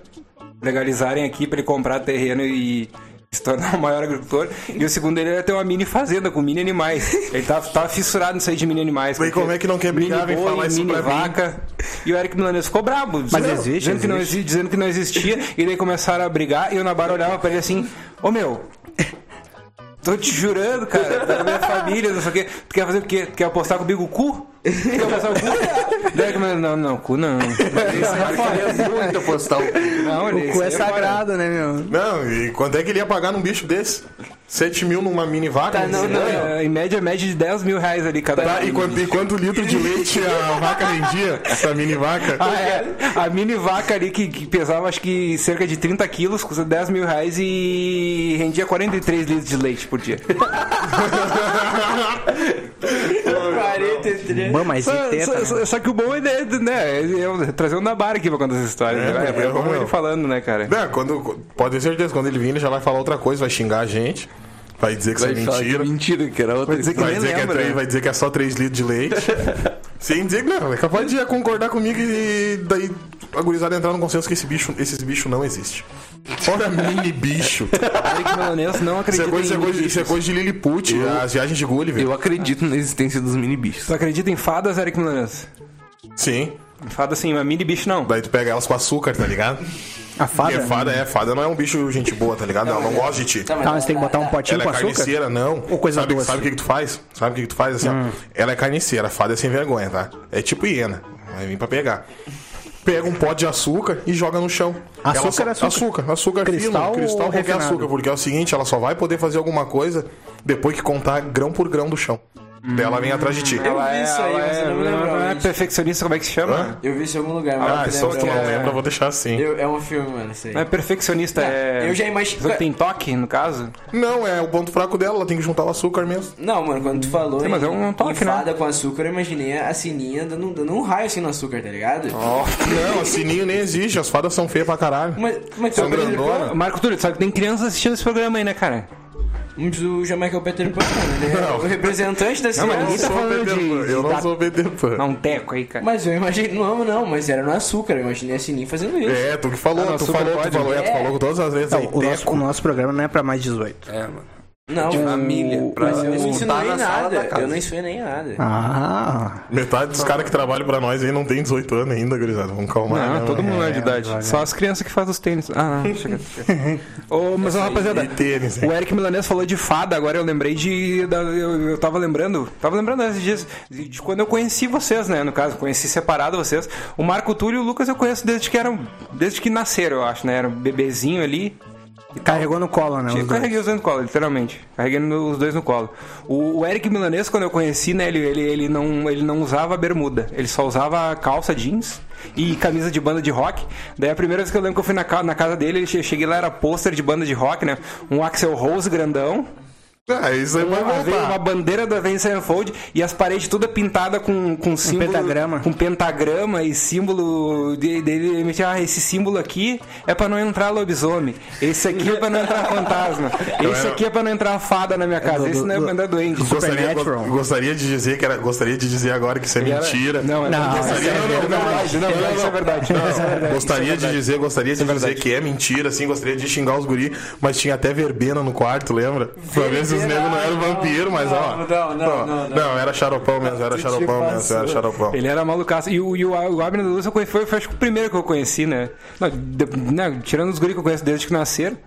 S2: legalizarem aqui pra ele comprar terreno e se tornar o maior agricultor. E o segundo ele era ter uma mini fazenda com mini animais. Ele tava, tava fissurado nisso aí de mini animais.
S4: Bem,
S2: porque
S4: como é que não quer brigar,
S2: mini
S4: vem
S2: boi,
S4: falar isso
S2: mini
S4: pra mim?
S2: vaca. E o Eric Milanes ficou brabo. dizendo-
S1: existe,
S2: dizendo que não
S1: existe.
S2: exi- dizendo que não existia. E daí começaram a brigar e o Nabar olhava pra ele assim, ô meu. Tô te jurando, cara, pela minha família, não sei o quê. Tu quer fazer o quê? Tu quer apostar comigo o cu? Tu quer apostar o cu? Daí ele começou, não, não, cu não.
S3: Queria muito apostar o
S2: Não, ele-
S1: O cu é
S2: isso aí fora.
S1: sagrado, né, meu?
S4: Não, e quanto é que ele ia pagar num bicho desse? 7 mil numa mini vaca?
S5: não, não.
S2: É, Em média, média de 10 mil reais ali cada
S4: Tá, e quanto, e quanto litro de leite a vaca rendia? Essa mini vaca?
S2: Ah, é. A mini vaca ali que, que pesava acho que cerca de 30 quilos, custa 10 mil reais e rendia 43 litros de leite por dia.
S5: 43.
S1: Bom, mas e
S2: Só,
S1: teta,
S2: só-
S1: né?
S2: só que o bom é, né, né, eu trazer um Nabar aqui pra contar essa história.
S4: É,
S2: né? É,
S4: é
S2: bom
S4: bom,
S2: ele
S4: é.
S2: falando, né, cara?
S4: Não, quando, pode ter certeza, quando ele vir, ele já vai falar outra coisa, vai xingar a gente, vai dizer que isso é
S3: Vai falar que
S4: mentira,
S3: mentira, que era outra
S2: dizer que
S4: vai
S2: nem
S4: dizer que, é
S2: lembra.
S4: três, vai dizer que é só 3 litros de leite. Sem dizer que não, é capaz de concordar comigo e daí a gurizada entrar no consenso que esse bicho, esses bichos não existem. Fora mini bicho.
S2: Eric Milanês não
S4: Isso é
S2: acredita
S4: coisa, isso é
S2: em
S4: coisa-
S2: bichos.
S4: isso é coisa de Lilliput, as viagens de Gulliver.
S3: Eu acredito na existência dos mini bichos.
S2: Tu acredita em fadas, Eric Milanês?
S4: Sim.
S2: Em Fada assim, mas mini bicho não.
S4: Daí tu pega elas com açúcar, tá ligado?
S1: A
S4: Porque
S1: fada? é.
S4: fada é, fada não é um bicho gente boa, tá ligado? Ela não gosta de ti.
S1: Calma, você tem que botar um potinho
S4: Ela
S1: com
S4: é
S1: açúcar?
S4: carniceira, não.
S1: Ou coisa
S4: sabe,
S1: doce. Hum.
S4: Sabe o que, que tu faz? Sabe o que, que tu faz? Assim, ó. Ela é carniceira, a fada é sem vergonha, tá? É tipo hiena. Vai vir pra pegar. Pega um pote de açúcar e joga no chão.
S1: Açúcar é
S4: Ela
S1: açúcar.
S4: Açúcar, açúcar
S1: Cristal
S4: fino, cristal
S1: ou
S4: qualquer
S1: refinado?
S4: açúcar. Porque é o seguinte, ela só vai poder fazer alguma coisa depois que contar grão por grão do chão. Daí ela vem atrás de ti.
S2: Ela é,
S5: vi isso aí,
S2: ela
S5: mas eu não me lembro
S2: ela é
S5: onde.
S2: perfeccionista, como é que se chama?
S4: Hã?
S5: Eu vi isso em algum lugar, mas
S4: Ah,
S5: eu
S4: só
S5: não
S4: que tu
S5: lembro.
S4: não
S1: é.
S4: lembra, eu vou deixar assim.
S5: Eu- É um filme, mano, isso aí.
S2: Não é perfeccionista, é.
S5: eu já imagino-
S2: Pessoa que Tem toque, no caso?
S4: Não, é o ponto fraco dela, ela tem que juntar o açúcar mesmo.
S5: Não, mano, quando tu falou
S2: mas
S5: em,
S2: é um toque,
S5: em fada com açúcar, eu imaginei a sininha dando, dando um raio assim no açúcar, tá ligado?
S4: Não, a sininho nem existe, as fadas são feias pra caralho.
S5: Mas, mas tu é
S4: São
S5: o Peter
S4: grandona.
S5: Pan?
S2: Marco Túlio, tu sabe que tem crianças assistindo esse programa aí, né, cara?
S5: Muito do Jamaica é o Peter Pan, mano. Ele é
S4: Não.
S5: o representante da
S4: Não, mas eu não
S5: cidade.
S4: sou
S2: falando
S4: Peter
S2: de-
S4: Pan, tá Eu
S2: de
S4: não
S2: da-
S4: sou Peter Pan.
S2: Dá um teco aí, cara.
S5: Mas eu imaginei. Não, não, mas era no açúcar. Eu imaginei a sininha fazendo isso.
S4: É, tu que falou,
S2: Ah, não,
S4: tu
S2: super
S4: falou,
S2: pode,
S4: tu falou, é, tu
S5: é.
S4: falou com todas as vezes aí.
S1: Não, o nosso,
S4: Teco.
S1: o nosso programa não é pra mais 18.
S3: É, mano.
S5: Não,
S3: Família, pra
S5: mas eu não
S3: tá
S5: insinuei
S3: na sala da
S5: nada.
S3: casa.
S5: Eu não insinuei nem nada.
S1: Ah,
S4: Metade dos caras que trabalham pra nós aí não tem 18 anos ainda, gurizada. Vamos calmar.
S2: Não,
S4: né,
S2: todo
S4: mano?
S2: mundo é de idade.
S1: vai,
S2: Só as crianças que fazem os tênis. Ah, não, chega. chega. Ô, mas, ó, rapaziada,
S4: E tênis,
S2: o
S4: hein?
S2: Eric Milanês falou de fada, agora eu lembrei de. da- eu, eu tava lembrando, tava lembrando esses dias de, de quando eu conheci vocês, né? No caso, conheci separado vocês. O Marco Túlio e o Lucas eu conheço desde que eram. Desde que nasceram, eu acho, né? Era um bebezinho ali.
S1: carregou no colo, né? os
S2: Eu
S1: dois.
S2: carreguei os dois no colo, literalmente. Carreguei no- os dois no colo. O, o Eric Milanês, quando eu conheci, né, ele, ele, ele, não, ele não usava bermuda. Ele só usava calça jeans e camisa de banda de rock. Daí a primeira vez que eu lembro que eu fui na, ca- na casa dele, ele che- cheguei lá, era pôster de banda de rock, né? Um Axel Rose grandão.
S4: Ah, isso aí vai
S2: Uma, ve- uma
S4: voltar.
S2: bandeira da Vence Fold e as paredes toda pintada com, com símbolo.
S1: pentagrama.
S2: Com pentagrama e símbolo de- dele. ele metia, Ah, esse símbolo aqui é pra não entrar lobisomem. Esse aqui é pra não entrar fantasma. Esse
S4: era-
S2: aqui é pra não entrar fada na minha casa.
S1: do-
S2: Esse não é
S1: do-
S2: pra entrar doente.
S4: Gostaria,
S1: Supernatural.
S4: go- gostaria de dizer que era, gostaria de dizer agora que isso é mentira.
S2: Não, é
S1: Não,
S2: não,
S1: isso é
S2: verdade. Não, não, isso é verdade. Isso é verdade.
S4: Gostaria de dizer, gostaria de dizer que é mentira, assim, gostaria de xingar os guri, mas tinha até verbena no quarto, lembra? Pra ver se os negros não eram vampiro, mas ó.
S5: não, não, não, não.
S4: Não, era xaropão mesmo, era xaropão mesmo, era xaropão.
S2: Ele era malucaço. E o, e o, o Abner da Luz eu conhe- foi, foi acho que o primeiro que eu conheci, né? Não, de- não, tirando os guri que eu conheço desde que nasceram.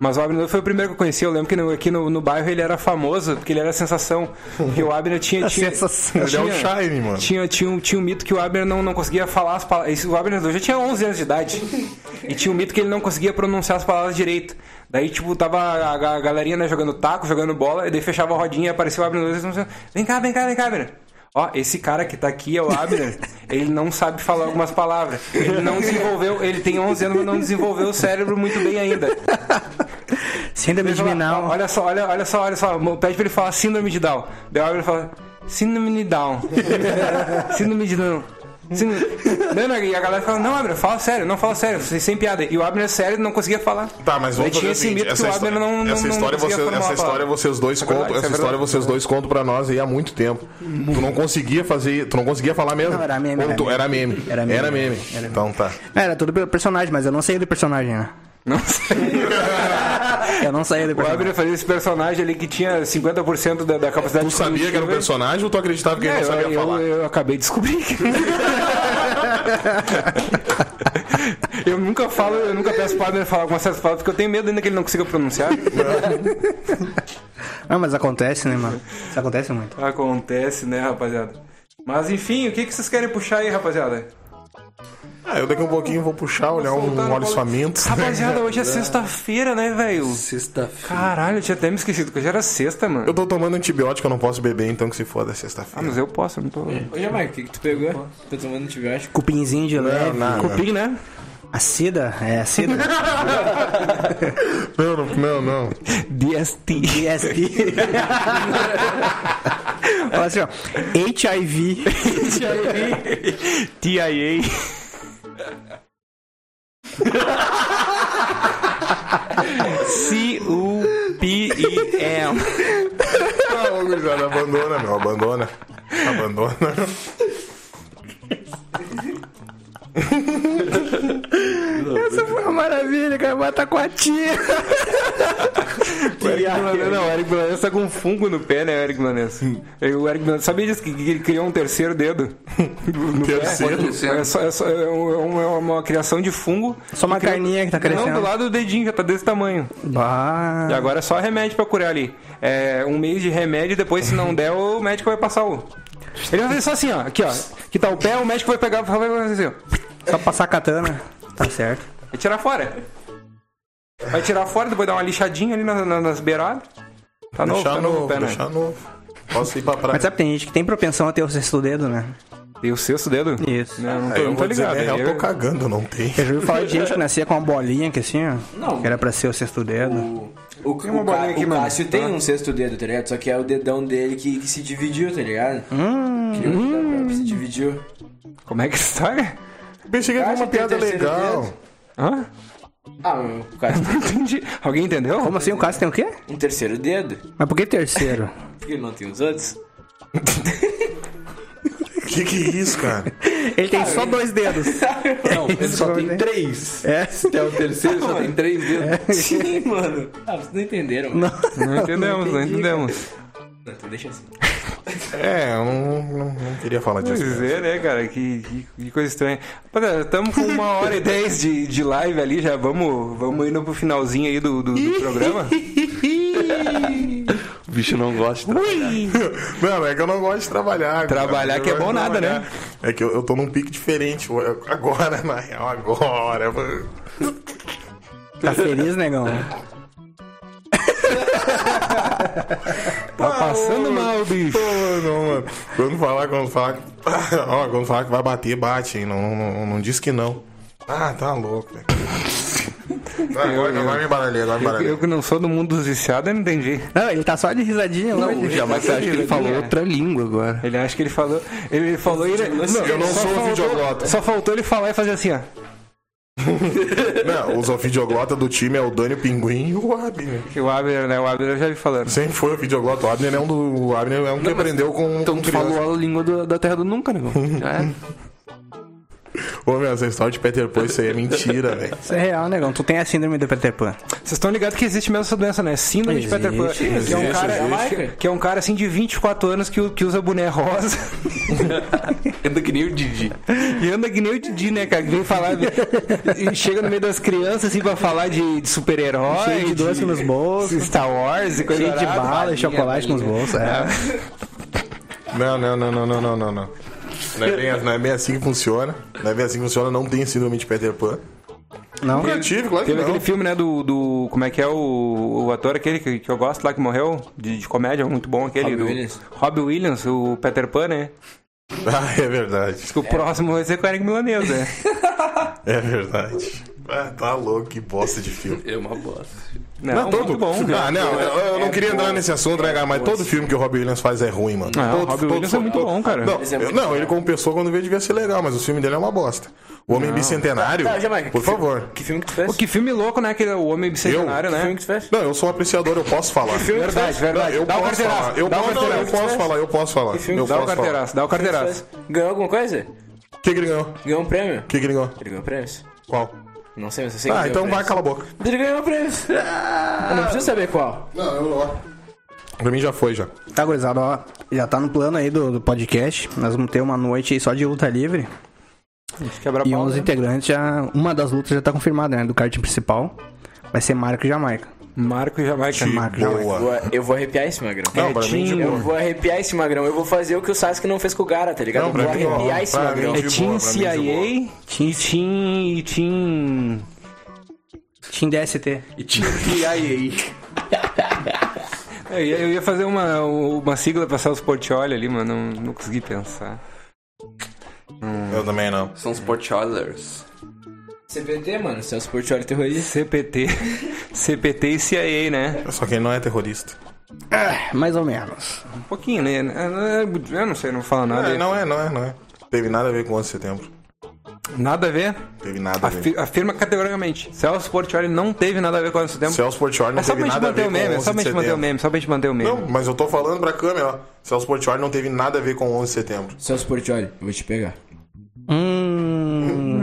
S2: Mas o Abner da Luz foi o primeiro que eu conheci. Eu lembro que no- aqui no, no bairro ele era famoso, porque ele era a sensação. Porque o Abner tinha. tinha
S1: Sensação.
S4: Ele é o
S2: tinha-
S4: Shine, mano.
S2: Tinha, tinha, um, tinha um mito que o Abner não, não conseguia falar as palavras. Esse- O Abner já tinha 11 anos de idade. e tinha um mito que ele não conseguia pronunciar as palavras direito. Daí, tipo, tava a, a galerinha né, jogando taco, jogando bola, e daí fechava a rodinha e aparecia o Abner Luiz e falava assim, Vem cá, vem cá, vem cá, Abner. Ó, esse cara que tá aqui é o Abner. ele não sabe falar algumas palavras. Ele não desenvolveu, ele tem 11 anos, mas não desenvolveu o cérebro muito bem ainda.
S1: Síndrome
S2: Ele
S1: de
S2: fala,
S1: Minal.
S2: "Ó, Olha só, olha, olha só, olha só. mo- Pede pra ele falar síndrome de Down. Daí o Abner fala, síndrome de Down. síndrome de Down. Assim, não, não, e a galera fala, não, Abner, fala sério, não fala sério, vocês sem piada. E o Abner sério não conseguia falar.
S4: Tá, mas
S2: Daí
S4: vamos fazer
S2: tinha
S4: o
S2: esse
S4: seguinte,
S2: mito que
S4: essa
S2: o
S4: história,
S2: Abner não, não,
S4: essa
S2: não
S4: história,
S2: conseguia
S4: vocês-
S2: formular
S4: essa
S2: a palavra.
S4: história vocês dois
S2: É verdade,
S4: contam,
S2: isso
S4: essa
S2: é
S4: história
S2: verdade.
S4: vocês dois contam pra nós aí há muito tempo. Tu não conseguia fazer, tu não conseguia falar mesmo?
S1: Não, era meme,
S4: Ou
S1: era
S4: tu-
S1: meme.
S4: Era meme.
S1: Era meme.
S4: Era meme. Então tá.
S1: Era tudo pelo personagem, mas eu não saía do personagem, né?
S2: Não sei.
S1: Eu não saía do
S2: O
S1: personagem.
S2: Abner fazia esse personagem ali que tinha 50% da, da capacidade
S4: Tu sabia que era um personagem ou tu acreditava que ele não
S2: É,
S4: sabia
S2: eu,
S4: falar?
S2: Eu, eu acabei de descobrir. que- eu nunca falo, eu nunca peço para ele falar algumas certas palavras porque eu tenho medo ainda que ele não consiga pronunciar.
S1: Ah, mas acontece, né, mano? Isso acontece muito.
S2: Acontece, né, rapaziada? Mas enfim, o que, que vocês querem puxar aí, rapaziada?
S4: Ah, eu daqui um pouquinho vou puxar, olhar
S2: Soltar
S4: um
S2: no
S4: olhos
S2: colo-
S4: famintos.
S2: Rapaziada, hoje é sexta-feira, né, velho?
S3: Sexta-feira.
S2: Caralho, eu tinha até me esquecido que hoje era sexta, mano.
S4: Eu tô tomando antibiótico, eu não posso beber, então que se foda é
S2: Ah,
S4: sexta-feira.
S2: mas eu posso, eu não tô.
S4: É.
S5: Ô, Jamaica, o que, que tu pegou? Tô tomando antibiótico.
S1: Cupinzinho de leve.
S4: não, não.
S2: Cupim, né?
S1: Acida? É, acida.
S4: Não, não, não, não.
S2: DST.
S1: ISD. Fala assim, ó. HIV.
S2: TIA. C-U-P-I-M.
S4: Ah, ô, gurizada, abandona, meu, abandona. Abandona.
S1: Essa foi uma maravilha, cara. Bota com a tia.
S2: O Eric Blanes- Não, o Eric Blanes tá com fungo no pé, né, o Eric Blanes? Eu- O Eric Blanes, sabia disso? Que, que ele criou um terceiro dedo no
S4: Terceiro?
S2: pé? É, só- é só- é um- é uma, é uma criação de fungo.
S1: Só uma
S2: Criou-
S1: carninha que tá crescendo.
S2: Não, do lado do dedinho, já tá desse tamanho.
S1: Bah.
S2: E agora é só remédio pra curar ali. É um mês de remédio, depois se não der, o médico vai passar o... Ele vai fazer só assim, ó. Aqui, ó. Que tá o pé, o médico vai pegar vai fazer assim, ó.
S1: Só passar a katana. Tá certo.
S2: Vai tirar fora. Vai tirar fora, depois dá uma lixadinha ali na- na- nas beiradas. Tá novo,
S4: Deixar
S2: tá novo
S4: novo,
S2: o pé, né? é
S4: deixar novo. Posso ir pra praia.
S1: Mas sabe, tem gente que tem propensão a ter o sexto dedo, né?
S2: E o sexto dedo?
S1: Isso.
S2: Não, não
S4: Ah,
S2: tô,
S4: eu
S2: não tô
S4: vou dizer,
S2: ligado. é
S4: na real,
S2: eu-
S4: tô cagando, não tem.
S1: Eu já ouvi falar de gente que nascia com uma bolinha que assim, ó.
S5: Não.
S1: Que era pra ser o sexto dedo.
S5: O, o, o,
S2: uma bolinha
S5: Ca-
S2: aqui,
S5: o
S2: mano.
S5: Cássio tem um sexto dedo, tá ligado? Só que é o dedão dele que, que se dividiu, tá ligado? Criou um dedão próprio, se dividiu.
S2: Como é que está?
S4: Pensei que ia vir
S5: Cássio
S4: uma
S5: tem
S4: piada
S5: terceiro
S4: legal.
S5: dedo.
S2: Hã?
S5: Ah, meu, o Cássio tem
S2: Entendi. Alguém entendeu?
S1: Como assim o caso tem o quê?
S5: um terceiro dedo.
S1: Mas por que terceiro?
S5: Por que ele não tem os outros?
S4: Que que é isso, cara?
S1: Ele tem só dois dedos.
S3: Não, ele só tem três. É. Se é o terceiro, só tem três dedos.
S5: Sim, mano. Ah, vocês não entenderam, mano.
S4: assim?
S2: Não entendemos, não entendemos.
S5: Não, então deixa assim.
S4: É, eu não, não, não queria falar disso.
S2: Pois
S4: cara.
S2: é, né, cara? Que, que- que coisa estranha. Estamos com uma hora e dez de, de live ali, já vamos, vamos indo pro finalzinho aí do, do, do programa.
S3: O bicho não gosta.
S4: Não, é que eu não gosto de trabalhar. cara.
S2: Trabalhar
S4: Eu
S2: que é
S4: gosto
S2: bom
S4: de
S2: nada,
S4: trabalhar.
S2: né?
S4: É que eu, eu tô num pique diferente eu- agora, na real, agora. mano.
S1: Tá feliz, negão?
S2: Tá passando mal, bicho.
S4: Pô, não, mano. Quando falar, quando falar. Ó, quando falar que vai bater, bate, hein? Não, não, não, não diz que não. Ah, tá louco, velho. Ah, Agora, agora me embaralhei, agora me
S2: Eu,
S4: embaralhei.
S2: eu que não sou do mundo dos viciados, eu não entendi.
S1: Não, ele tá só de risadinha
S3: Não,
S1: hoje.
S3: o Jamais acha que ele falou outra língua agora.
S2: é. Ele acha que ele falou. Ele falou e ele. Não,
S4: Eu não
S2: só
S4: sou um
S2: faltou-
S4: videoglota.
S2: Só faltou ele falar e fazer assim, ó.
S4: Não, os videoglota do time é o Dani Pinguim e o Abner.
S2: Que o Abner, né? O Abner eu já vi falando.
S4: Sempre foi o videoglota. O Abner é um do. O Abner é um que aprendeu com.
S3: Então
S4: com
S3: tu
S4: criança.
S3: falou a língua do- da terra do nunca, negão. Já era.
S4: Ô, meu, essa história de Peter Pan, isso aí é mentira, velho.
S1: Isso é real, negão. Tu tem a síndrome do Peter Pan.
S2: Vocês estão ligados que existe mesmo essa doença, né? Síndrome
S1: Existe,
S2: de Peter Pan. que, é um
S4: existe,
S2: cara,
S5: existe.
S2: que é um cara assim de 24 anos que, u- que usa boné rosa
S3: Anda É que nem o Didi.
S2: e anda que nem o Didi, né, cara? Que vem falar. e chega no meio das crianças assim pra falar de, de super-herói.
S1: Cheio de doce nos bolsos.
S2: Star Wars e coisa
S1: Cheio de
S2: arada.
S1: bala e chocolate nos bolsos. É.
S4: Não, não, não, não, não, não, não, não. Não é, bem, não é bem assim que funciona. Não é bem assim que funciona, não tem síndrome de Peter Pan.
S1: Não?
S4: Nunca tive, claro que
S2: Teve
S4: não.
S2: aquele filme, né, do, do. Como é que é o, o ator aquele que, que eu gosto lá que morreu? De, de comédia, muito bom aquele.
S5: Robbie
S2: do-
S5: Williams.
S2: Robbie Williams, o Peter Pan, né?
S4: Ah, é verdade.
S2: Diz que o próximo vai ser com o Eric Milanese, né?
S4: É verdade. Ah, tá louco, que bosta de filme.
S3: É uma bosta.
S2: Não,
S4: Não, todo.
S2: muito bom.
S4: ah, não, eu, eu não queria entrar nesse assunto, né, cara? Mas todo filme que o Robbie Williams faz é ruim, mano.
S2: Não, o
S4: todo,
S2: Robbie Williams é muito bom, cara.
S4: Não,
S5: Mas é
S4: eu-
S5: muito
S4: não,
S5: bom.
S4: ele como pessoa quando vê devia ser legal, mas o filme dele é uma bosta. O Homem Bicentenário,
S5: Tá, Jamaica,
S4: por
S5: que filme-
S4: favor.
S5: Que filme que tu fez?
S2: Pô, Que filme louco, né? Que o Homem Bicentenário,
S5: Que filme
S2: né?
S5: que tu fez?
S4: Não, eu sou um apreciador, eu posso falar.
S2: Verdade,
S4: Não,
S2: verdade.
S4: eu
S2: Dá o
S4: posso
S2: carteiraço.
S4: falar. Eu
S2: dá o
S4: posso, não, eu
S2: carteiraço.
S4: posso falar, eu posso falar.
S5: filme
S4: Eu
S5: que
S2: Dá o
S4: posso falar.
S2: carteiraço, dá o carteiraço.
S5: Ganhou alguma coisa?
S4: O que que ele ganhou? O
S5: Ganhou um prêmio?
S4: que que ele ganhou?
S5: Ele ganhou prêmios?
S4: Qual?
S5: Não sei, mas eu sei que
S4: Ah,
S5: ele
S4: então
S5: ganhou
S4: vai, Ah! cala a boca.
S5: prêmios. Ele ganhou prêmios. Eu não preciso saber qual.
S4: Não, eu não. Pra mim já foi, já.
S1: Tá, gurizada, ó. Já tá no plano aí do, do podcast. Nós vamos ter uma noite aí só de luta livre.
S2: Quebra
S1: E
S2: pau,
S1: 11
S2: né?
S1: integrantes já. Uma das lutas já tá confirmada, né? Do kart principal. Vai ser Marco e Jamaica.
S2: Marco e Jamaica.
S4: Que
S1: Marco, já vai.
S4: boa.
S5: Boa, Eu vou arrepiar esse magrão.
S4: Não, pra mim, de
S5: Eu
S4: boa.
S5: vou arrepiar esse magrão. Eu vou fazer o que o Sasuke não fez com o Gara, tá ligado?
S4: Não,
S5: Eu
S4: pra
S5: vou
S4: mim, não.
S5: arrepiar esse
S4: Pra
S5: magrão.
S4: mim,
S2: É
S4: de
S2: Team
S4: boa, pra mim, de
S2: CIA e Team... e Team...
S1: Team DST.
S3: E tinha TIA.
S2: É, Eu ia, eu ia fazer uma, uma sigla pra Celso Portioli ali, mas não, não consegui pensar.
S4: Eu também não.
S3: São os Portioilers.
S5: CPT, mano, Celso Portioli terrorista.
S2: CPT. CPT e CIA, né?
S4: Só que ele não é terrorista.
S1: Mais ou menos.
S2: Um pouquinho, né? Eu não sei, não falo nada.
S4: É, não é, não é, não é. Teve nada a ver com 11 de setembro.
S2: Nada a ver?
S4: Teve nada a ver.
S2: Afi- afirma categoricamente. Celso Portioli não teve nada a ver com esse tempo.
S4: Celso Portiolli não
S2: é só
S4: teve
S2: pra gente
S4: nada a
S2: manter
S4: ver
S2: o meme,
S4: com
S2: é só
S4: 11
S2: pra
S4: de
S2: gente manter o
S4: setembro.
S2: meme, só pra gente manter o meme.
S4: Não, mas eu tô falando pra câmera, ó. Celso Portiolli não teve nada a ver com 11 de setembro.
S5: Celso Portioli, eu vou te pegar.
S1: Hum.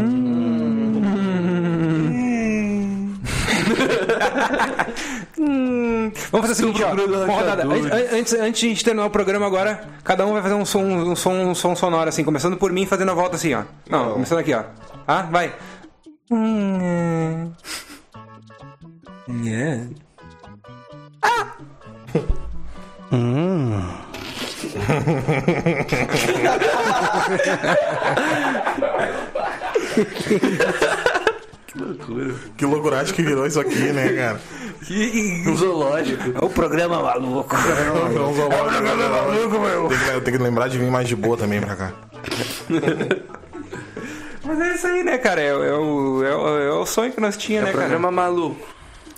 S2: Vamos fazer o seguinte, ó. Uma rodada. An- an- Antes, antes de a gente terminar o programa agora, cada um vai fazer um som, um som, um som sonoro, assim, começando por mim e fazendo a volta assim, ó. Não,
S4: Não.
S2: começando aqui, ó. Ah, vai. Hum, é.
S5: Yeah.
S4: Que loucuragem que virou isso aqui, né, cara?
S3: Um zoológico.
S1: É O programa maluco.
S4: Não, só bora. um né? Tem que- Eu tenho que lembrar de vir mais de boa também pra cá.
S2: Mas é isso aí, né, cara? É, é o, é, o, é o sonho que nós tínhamos, né, cara?
S3: um Programa maluco.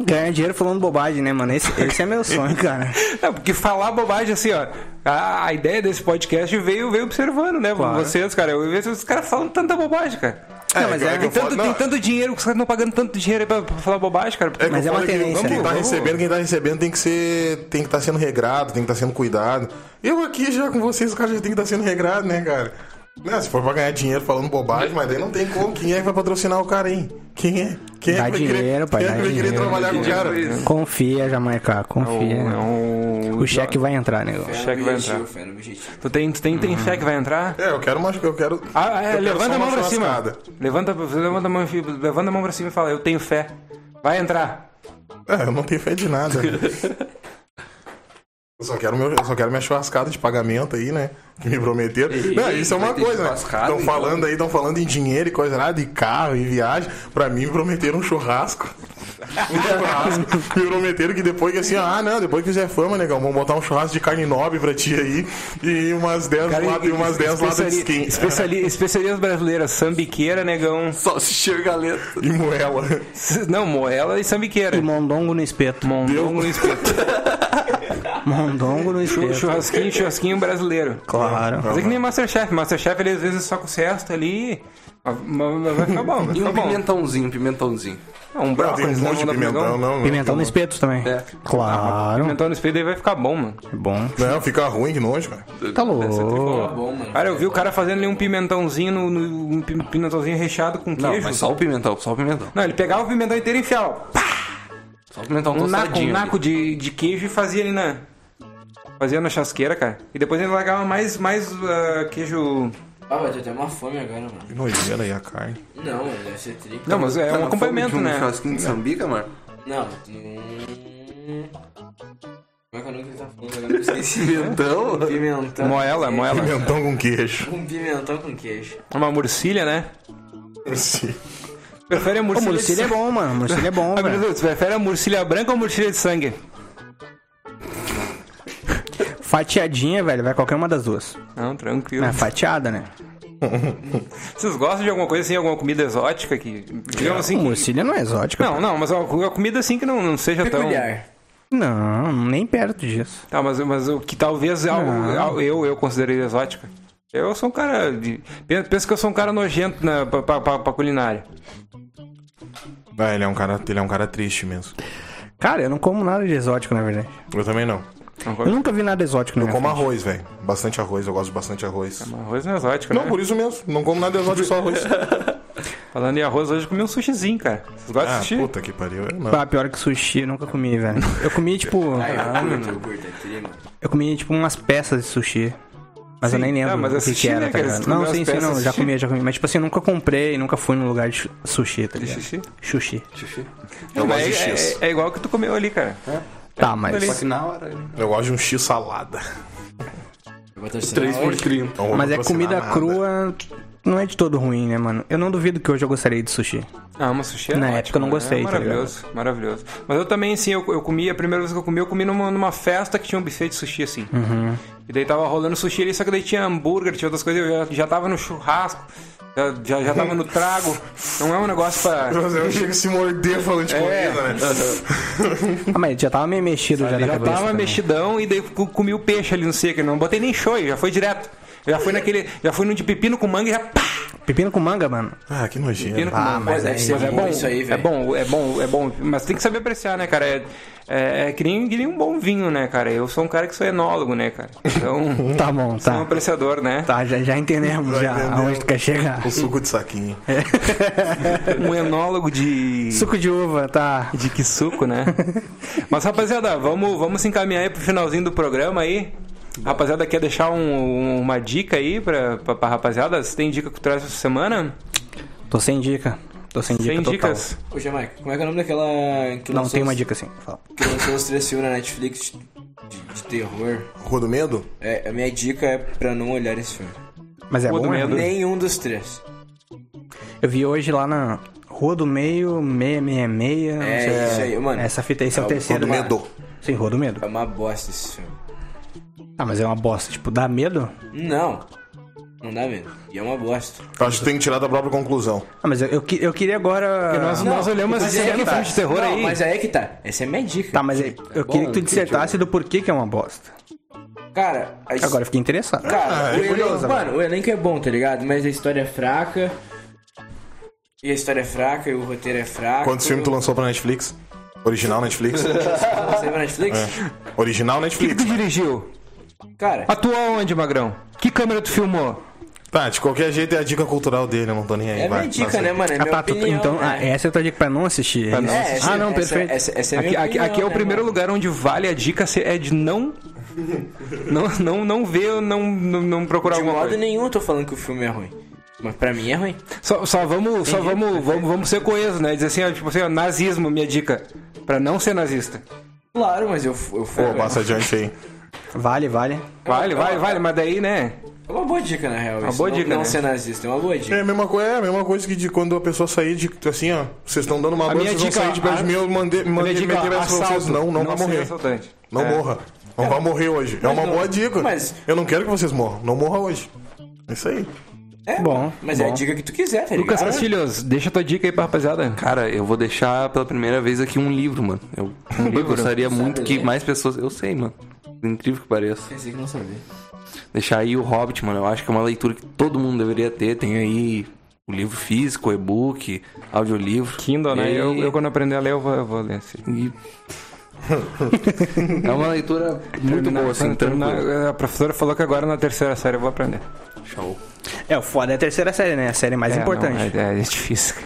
S1: Ganhar dinheiro falando bobagem, né, mano? Esse, esse é meu sonho, cara.
S2: Não, porque falar bobagem assim, ó. A, a ideia desse podcast veio, veio observando, né? Vocês, cara. Eu vejo os caras falam tanta bobagem, cara.
S4: Não, mas é-
S2: tem,
S4: que eu
S2: tanto,
S4: falo- não.
S2: tem tanto dinheiro que os caras estão pagando tanto dinheiro aí pra, pra falar bobagem, cara.
S4: que
S1: Mas
S4: eu
S1: é uma
S4: falo que
S1: tendência,
S4: Quem
S1: né?
S4: tá
S1: Vamos.
S4: recebendo, quem tá recebendo tem que ser. Tem que estar sendo regrado, tem que estar sendo cuidado. Eu aqui já com vocês, os caras já tem que estar sendo regrado, né, cara? Não, se for pra ganhar dinheiro falando bobagem, mas daí não tem como. Quem é que vai patrocinar o cara, hein? Quem é? Quem é
S1: Dá
S4: que vai querer,
S1: dinheiro, pai,
S4: quem é que
S1: dá
S4: vai querer
S1: dinheiro,
S4: trabalhar com o cara?
S1: Confia, Jamaica,
S2: É
S1: confia.
S2: um- é um- É
S1: O cheque vai entrar, nego.
S2: cheque vai entrar.
S5: Fera, objetivo.
S2: Tu tem, tu tem, tem cheque que vai entrar?
S4: É, eu quero mais. Eu quero.
S2: Uhum. Ah, é,
S4: eu quero
S2: levanta
S4: só
S2: a mão
S4: uma
S2: pra cima.
S4: churrascada.
S2: Levanta, levanta, a mão, levanta a mão pra cima e fala, eu tenho fé. Vai entrar.
S4: É, eu não tenho fé de nada. eu, só quero meu, eu só quero minha churrascada de pagamento aí, né? Que me prometeram. não, isso é uma
S3: vai ter
S4: coisa, né?
S3: churrascada,
S4: Estão
S3: então?
S4: falando aí, estão falando em dinheiro e coisa nada, e carro, e viagem. Pra mim, me prometeram um churrasco. Um churrasco. me prometeram que depois que assim, ah, não, depois que fizer fama, negão, vamos botar um churrasco de carne nobre pra ti aí. E umas 10 latas e umas 10 latas
S2: especiaria-
S4: de skin.
S2: especiaria- Especiarias brasileiras, sambiqueira, negão.
S3: Só se chega a letra.
S4: E moela.
S2: Não, moela e sambiqueira.
S1: E mondongo no espeto.
S2: Mondongo no espeto.
S1: Mondongo no
S2: Chu-
S1: espeto.
S2: Churrasquinho, churrasquinho brasileiro.
S1: Claro.
S2: Mas é que nem Masterchef. Masterchef, ele às vezes só com cesta ali. Mas- Mas vai ficar bom, vai
S3: E
S2: ficar
S3: um
S2: Tá bom.
S3: pimentãozinho, pimentãozinho.
S2: Não, um
S4: Não, tem um
S2: brócolis, né,
S4: monte
S2: manda
S4: de
S2: pro
S4: pimentão,
S2: negão.
S4: não. não.
S1: Pimentão no espeto também.
S3: É.
S1: Claro.
S2: Pimentão no espelho aí vai ficar bom, mano.
S1: É bom.
S4: Não, fica ruim, que nojo, cara.
S1: Tá louco.
S5: Bom, mano.
S2: Cara, eu vi o cara fazendo ali um pimentãozinho no, no- um pi- pimentãozinho recheado com
S3: Não,
S2: queijo.
S3: mas só o pimentão, só o pimentão.
S2: Não, ele pegava o pimentão inteiro e enfiava pá,
S3: Só o pimentão
S2: um naco, um
S3: tostadinho. ali.
S2: naco de, de queijo e fazia ali na. Fazia na chasqueira, cara. E depois ele largava mais, mais ah, queijo.
S5: Ah, bateu até uma fome agora, mano.
S4: Que nojeira aí a carne.
S5: Não, mano, deve ser tri.
S2: Não, mas é
S3: Tá
S2: um
S3: na
S2: acompanhamento,
S3: fome de um
S2: né?
S3: churrasquinho de sambica, mano.
S5: Não. hum. Como é que eu nunca tá falando? Agora eu esqueci. Um
S3: Pimentão?
S5: Pimentão.
S2: Moela, moela.
S4: Pimentão com queijo.
S5: Um pimentão com queijo.
S2: Uma murcilha, né?
S4: Sim.
S2: Prefere a
S1: Ô,
S2: murcilha. de
S1: murcilha é
S2: sangue.
S1: bom, mano. Murcilha é bom,
S2: Ah, meu
S1: velho.
S3: né?
S2: Deus, você prefere a murcilha branca ou a murcilha de sangue?
S1: Fatiadinha, velho. Vai qualquer uma das duas.
S3: É,
S2: Não, tranquilo.
S1: É fatiada, né?
S2: Vocês gostam de alguma coisa assim, alguma comida exótica que. Digamos assim.
S1: O
S3: Um
S2: que-
S1: Murcilha não é exótico.
S2: Não, não, mas uma uma comida assim que não, não seja tão.
S5: Peculiar.
S1: Não, nem perto disso.
S2: Tá, mas, mas o que talvez é algo, al- eu, eu considerei exótica. Eu sou um cara. De, pe- penso que eu sou um cara nojento na, pra, pra- pra- pra culinária.
S4: Ah, ele é um cara, ele é um cara triste mesmo.
S1: Cara, eu não como nada de exótico, na verdade.
S4: Eu também não.
S2: Não
S1: Eu
S2: gosto.
S1: nunca vi nada exótico na
S4: Eu
S1: minha
S4: como
S1: frente.
S4: arroz, velho. Bastante arroz, eu gosto de bastante arroz.
S2: Arroz não é exótico,
S4: Não,
S2: né?
S4: por isso mesmo. Não como nada exótico, só arroz.
S2: Falando em arroz, hoje eu comi um sushizinho, cara. Vocês gostam de
S4: Ah,
S2: sushi?
S4: puta que pariu. Eu não.
S1: Ah, pior que sushi, eu nunca comi, velho. Eu comi, tipo.
S5: Eu curto, é tri, mano.
S1: eu comi, tipo, umas peças de sushi. Mas eu
S2: Sim,
S1: nem lembro
S2: ah, mas
S1: o
S2: é
S1: que, que
S2: sushi,
S1: era,
S2: né,
S1: tá
S2: cara?
S1: ligado?
S2: Você
S1: Não,
S2: comeu
S1: sim,
S2: as
S1: sim,
S2: peças
S1: não.
S2: de
S1: Já
S2: sushi?
S1: comi, já comi. Mas, tipo assim, eu nunca comprei, nunca fui num lugar de su- sushi, tá ligado?
S2: Sushi?
S1: Sushi.
S3: Xixi.
S4: Eu gosto
S2: Mas
S4: de
S2: é,
S4: X.
S2: é- é igual o que tu comeu ali, cara.
S1: Tá, mas.
S3: Só que na hora. né?
S4: Eu gosto de um X salada.
S5: assim,
S3: Três
S5: né?
S3: por 30.
S4: Não vou
S1: Mas é
S4: patrocinar
S1: comida
S4: nada.
S1: crua. Não é de todo ruim, né, mano? Eu não duvido que hoje eu gostaria de sushi.
S2: Ah, mas sushi é
S1: Na
S2: ótimo,
S1: época eu não
S2: né?
S1: gostei, tá
S2: maravilhoso, maravilhoso. Mas eu também, assim, eu, eu comi, a primeira vez que eu comi, eu comi numa, numa festa que tinha um buffet de sushi, assim.
S1: Uhum.
S2: E daí tava rolando sushi ali, só que daí tinha hambúrguer, tinha outras coisas, eu já, já tava no churrasco, já, já, já tava no trago. Não é um negócio pra.
S4: Eu chego a se morder falando de
S2: É.
S4: comida, né?
S1: Ah, mas já tava meio mexido já da
S2: Já
S1: cabeça.
S2: tava
S1: também.
S2: mexidão e daí co- comi o peixe ali no seco, não botei nem shoyu, já foi direto. Já fui naquele. Já fui no de pepino com manga e já. Pá,
S1: Pepino com manga, mano.
S4: Ah, que
S2: pepino
S4: nojento.
S2: com manga.
S5: Mas deve ser
S2: Mas é
S5: bom
S2: bom
S5: isso aí,
S2: É
S5: velho.
S2: bom, é bom, é bom. Mas tem que saber apreciar, né, cara? É, é, é que, nem, que nem um bom vinho, né, cara? Eu sou um cara que sou enólogo, né, cara? Então,
S1: Tá bom,
S2: sou um
S1: tá.
S2: apreciador, né?
S1: Tá, já, já entendemos já
S4: entendemos.
S1: aonde tu quer chegar.
S4: O suco de saquinho.
S2: Um enólogo de.
S1: Suco de uva, tá.
S2: De que suco, né? Mas, rapaziada, vamos, vamos se encaminhar aí pro finalzinho do programa aí. Rapaziada, quer deixar um- uma dica aí pra, pra, pra rapaziada? Você tem dica que traz essa semana?
S1: Tô sem dica. Tô sem dica
S2: tem
S1: total.
S2: dicas?
S5: Ô, Jamaica, como é que é o nome daquela... que
S1: Não,
S5: lançou
S1: tem uma
S5: os-
S1: dica assim. Fala.
S5: Que lançou os três filmes na Netflix de, de- de terror.
S4: Rua do Medo?
S5: É, a minha dica é pra não olhar esse filme.
S1: Mas é
S2: Rua
S1: bom,
S2: do
S1: né?
S2: Medo.
S5: Nenhum dos três.
S1: Eu vi hoje lá na Rua do Meio, 666, não
S5: É,
S1: sei.
S5: isso aí, mano.
S1: Essa fita aí, esse é o
S5: É,
S4: Rua
S1: terceiro.
S4: do Medo.
S1: Sim, Rua do Medo.
S5: É uma bosta esse filme.
S1: Ah, mas é uma bosta. Tipo, dá medo?
S5: Não. Não dá medo. E é uma bosta.
S4: Eu Acho que tem que tirar da própria conclusão.
S1: Ah, mas eu, eu, que- eu queria agora...
S2: nós- nós olhamos
S5: mas
S2: esse
S5: aí é
S2: ano
S5: que tá.
S2: filme de terror
S5: Não,
S2: aí.
S5: mas aí é que tá. Essa é a minha dica.
S1: Tá, mas eu, eu queria que tu dissertasse do porquê que é uma bosta.
S5: Cara, a his-
S1: Agora eu fiquei interessado.
S5: Cara, o, elenco,
S1: curioso,
S5: mano, o elenco é bom, tá ligado? Mas a história é fraca. E a história é fraca, e o roteiro é fraco.
S4: Quantos filmes tu lançou pra Netflix? Original Netflix?
S5: Você viu na Netflix?
S4: Original
S2: O que
S4: Netflix.
S2: tu dirigiu?
S5: Cara,
S2: Atuou onde, Magrão? Que câmera tu filmou?
S4: Tá, de qualquer jeito é a dica cultural dele, eu não tô nem aí.
S5: é
S4: vai,
S5: minha dica,
S4: passa aí.
S5: né, mano? É
S1: Ah,
S5: minha
S1: tá, tu-
S5: opinião,
S1: então,
S5: né?
S1: ah, essa é a tua dica pra não assistir. é isso?
S5: É, essa-
S1: ah, não,
S5: essa-
S1: perfeito.
S5: Essa, essa é a
S2: Aqui,
S5: minha
S2: aqui- aqui é
S5: opinião,
S2: o
S5: né,
S2: primeiro
S5: mano?
S2: lugar onde vale a dica se- é de não. Não, não, não ver, não, não, não procurar
S5: De
S2: alguma
S5: modo
S2: coisa.
S5: nenhum eu tô falando que o filme é ruim. Mas pra mim é ruim.
S2: Só, só vamos, só vamos, vamos, vamos ser coesos, né? Dizer assim, ó, tipo assim, ó, nazismo, minha dica. Pra não ser nazista.
S5: Claro, mas eu, eu fui.
S4: Pô, passa adiante aí.
S1: Vale, vale.
S2: Vale, vale, vale, mas daí, né?
S5: É uma boa dica, na real. Uma
S2: boa
S5: não,
S2: dica,
S5: Não
S2: né?
S5: ser nazista, é uma boa dica.
S4: É a mesma, co- é a mesma coisa que de quando a pessoa sair de. Assim, ó. Vocês estão dando uma
S2: minha
S4: dor, vocês vão
S2: dica,
S4: sair de perto de
S2: a-
S4: mim, eu mandei,
S2: Minha
S4: mandei
S2: dica,
S4: meter
S2: ó,
S4: pra vocês.
S2: assalto, É.
S4: Não, não, vai
S2: ser
S4: morrer.
S2: assaltante.
S4: Não morra. Não vai morrer hoje. É uma
S5: não-
S4: boa dica.
S5: mas-
S4: Eu não quero que vocês morram. Não morra hoje. É isso aí.
S5: É,
S1: Bom,
S5: Mas é
S1: bom.
S5: a dica que tu quiser, tá
S2: Lucas
S5: ligado?
S2: Castilhos, deixa tua dica aí pra rapaziada.
S3: Cara, eu vou deixar pela primeira vez aqui um livro, mano. Eu gostaria muito que mais pessoas. Eu sei, mano. Incrível que pareça.
S5: Pensei que não sabia.
S3: Deixar aí o Hobbit, mano. Eu acho que é uma leitura que todo mundo deveria ter. Tem aí o livro físico, e-book, audiolivro.
S2: Kindle, né?
S3: E-
S2: Eu, eu quando aprender a ler, eu vou, eu vou ler. Assim.
S3: e- é uma leitura muito boa, assim,
S2: Quando terminar,
S3: tranquila.
S2: a professora falou que agora na terceira série eu vou aprender.
S3: Show.
S1: É, o foda é a terceira série, né? A série mais
S2: É,
S1: importante.
S2: não, é, é difícil. cara.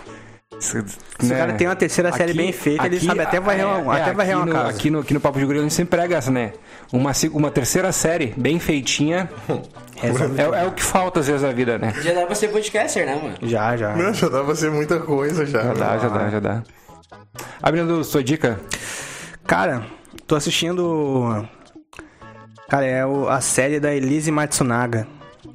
S2: Isso,
S1: Se
S2: né?
S1: o cara tem uma terceira série
S2: Aqui-
S1: bem feita, ele
S2: aqui-
S1: sabe até varrer
S2: é,
S1: uma,
S2: é,
S1: até varrer
S2: aqui
S1: uma
S2: no,
S1: casa.
S2: Aqui no, aqui no Papo de Gorila a gente sempre prega essa, né? Uma, se- uma terceira série bem feitinha
S1: Resolve.
S2: é, é o que falta às vezes na vida, né?
S5: Já dá pra ser podcaster, né, mano?
S1: Já, já.
S4: Meu, já dá pra ser muita coisa já.
S2: Já dá, já dá, já dá. Abrindo sua dica,
S1: Cara, tô assistindo. Cara, é o- a série da Elise Matsunaga.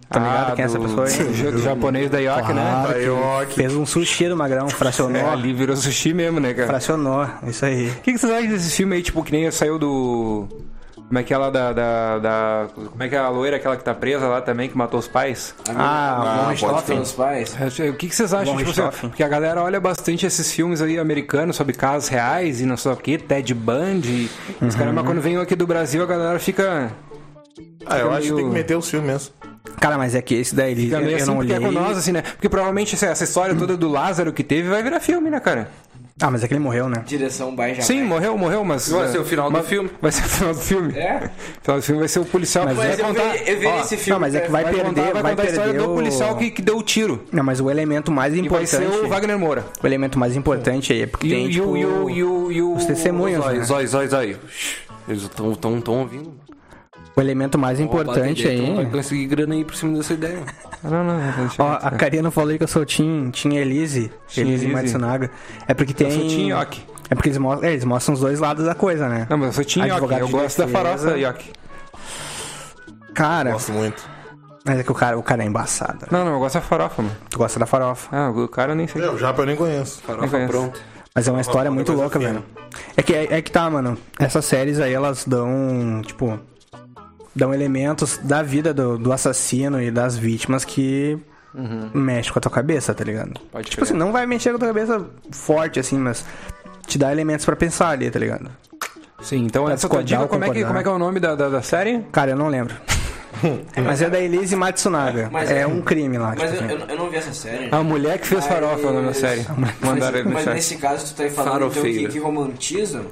S1: Tá ligado quem é essa
S2: Ah, do-
S1: pessoa aí?
S2: do japonês da Yoki, né?
S4: Aí, ó, que
S1: Fez um sushi do Magrão,
S2: É,
S1: fracionou.
S2: ali virou sushi mesmo, né, cara?
S1: fracionou, isso aí.
S2: O que, que vocês acham desse filme aí, tipo, que nem saiu do. Como é que é lá da, da, da- Como é que é a loira, aquela que tá presa lá também, que matou os pais?
S1: Ah,
S4: Ah,
S1: bom
S4: pode
S1: Stoffen.
S5: os pais.
S2: O que, que vocês acham?
S1: Bom,
S2: Tipo, assim, ó,
S1: Richthofen.
S2: porque a galera olha bastante esses filmes aí americanos sobre casos reais e não sei o que, Ted Bundy. e Os caras, mas quando vêm aqui do Brasil, a galera fica.
S4: Ah, eu
S2: Fica
S4: acho que tem
S2: meio-
S4: que meter os filmes mesmo.
S1: Cara, mas é que esse daí ele,
S2: fica meio
S1: eu
S2: assim,
S1: não
S2: porque
S1: olhei.
S2: é com nós, assim, né? Porque provavelmente essa essa história toda do Lázaro que teve vai virar filme, né, cara?
S1: Ah, mas é que ele morreu, né?
S5: Direção by Jamaica.
S2: Sim, morreu, morreu, mas.
S3: Vai ser o final do
S2: mas-
S3: filme.
S2: Vai ser o final do filme.
S5: É?
S2: O final do filme vai ser o policial que
S5: Mas
S2: vai
S5: eu,
S2: contar.
S5: vi, eu vi
S2: ó,
S5: esse filme.
S1: Não, mas é que vai,
S2: vai
S1: perder,
S2: contar, vai
S1: vai
S2: contar a
S1: perder
S2: história do
S1: o-
S2: policial que, que deu o tiro.
S1: Não, mas o elemento mais
S2: E vai
S1: importante.
S2: ser o Wagner Moura.
S1: o elemento mais importante aí é porque
S2: E,
S1: tem
S2: o- e
S1: tipo,
S2: o- e o- e o- e o-
S1: os testemunhos,
S3: Zói,
S1: né?
S3: zói, zói, zói. Shhh, Eles estão tão, tão ouvindo.
S1: O elemento mais importante
S2: é
S3: Então
S1: aí.
S3: Vai conseguir grana aí por cima dessa ideia.
S2: Não, não, não, deixa
S1: Ó,
S2: eu-
S1: a Karina falou aí que eu sou Tim, Tim Elise,
S2: Tim
S1: Elise
S2: Elise.
S1: Matsunaga. É porque tem.
S2: Eu sou Tim Yoki.
S1: É porque eles mostram, é, eles mostram os dois lados da coisa, né?
S2: Não, mas eu sou Tim Yoki.
S1: Advogado
S2: Eu
S1: de
S2: gosto da
S1: defesa.
S2: farofa, Yoki.
S1: Cara,
S4: Gosto muito.
S1: mas é que o cara, o cara é embaçado.
S2: Não, não, eu gosto da farofa, mano.
S1: Tu gosta da farofa.
S2: Ah, o cara eu nem sei.
S4: É, o Japa eu nem conheço.
S2: Nem
S3: Farofa
S2: conheço.
S3: pronta.
S1: Mas é uma história
S4: uma
S1: muito
S4: coisa
S1: louca,
S4: fina.
S1: velho. É que, é, é que tá, mano. Essas séries aí, elas dão, tipo... Dão elementos da vida do, do assassino e das vítimas que...
S2: Uhum.
S1: Mexe com a tua cabeça, tá ligado?
S3: Pode
S1: tipo
S3: crer.
S1: assim, não vai mexer com a tua cabeça forte, assim, mas... Te dá elementos pra pensar ali, tá ligado?
S2: Sim, então
S1: Pra
S2: essa tua
S1: discordar
S2: dica,
S1: ou
S2: como é, que,
S1: concordar.
S2: como é que é o nome da, da, da série?
S1: Cara, eu não lembro. mas é da Elise Matsunaga.
S5: Mas
S1: é,
S5: é-
S1: um crime lá,
S5: Mas
S1: tipo
S5: eu,
S1: assim.
S5: eu- eu não vi essa série.
S2: A Mulher que Fez
S5: Mas-
S2: Farofa é o nome da série. Mandaram
S5: Mas,
S2: ele no
S5: mas
S2: chat.
S5: nesse caso, tu tá aí falando então, que,
S3: Farofeira.
S5: que romantizam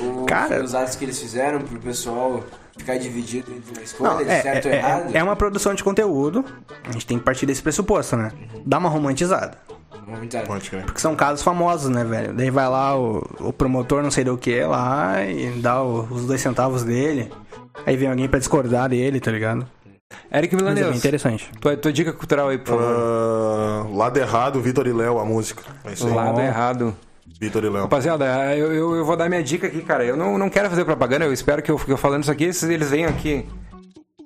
S5: o-
S1: Cara-
S5: os atos que eles fizeram pro pessoal ficar dividido entre uma escolha,
S1: Não, é, é-
S5: certo ou
S1: é-
S5: errado.
S1: é uma produção de conteúdo. A gente tem que partir desse pressuposto, né? Dá uma romantizada.
S5: Romantizado.
S4: Pode crer.
S1: Porque são casos famosos, né, velho? Daí vai lá o, o promotor, não sei do que, lá e dá o- os dois centavos dele. Aí vem alguém pra discordar dele, tá ligado?
S2: Eric
S1: Mas é bem
S2: Milanese.
S1: interessante.
S2: Tua, tua dica cultural aí, por favor.
S4: Ah, Lado errado, Vitor e Léo, a música. É isso aí.
S2: Lado errado.
S4: Vitor e Léo.
S2: Rapaziada, eu, eu, eu vou dar minha dica aqui, cara. Eu não, não quero fazer propaganda, eu espero que eu, que eu falando isso aqui, esses- eles venham aqui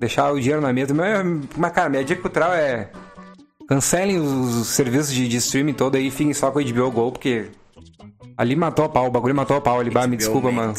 S2: deixar o dinheiro na mesa. Mas, mas, cara, minha dica cultural é cancelem os, os serviços de, de streaming todo aí e fiquem só com o HBO Go, porque ali matou a pau, o bagulho matou a pau ali, bah, me desculpa, mano.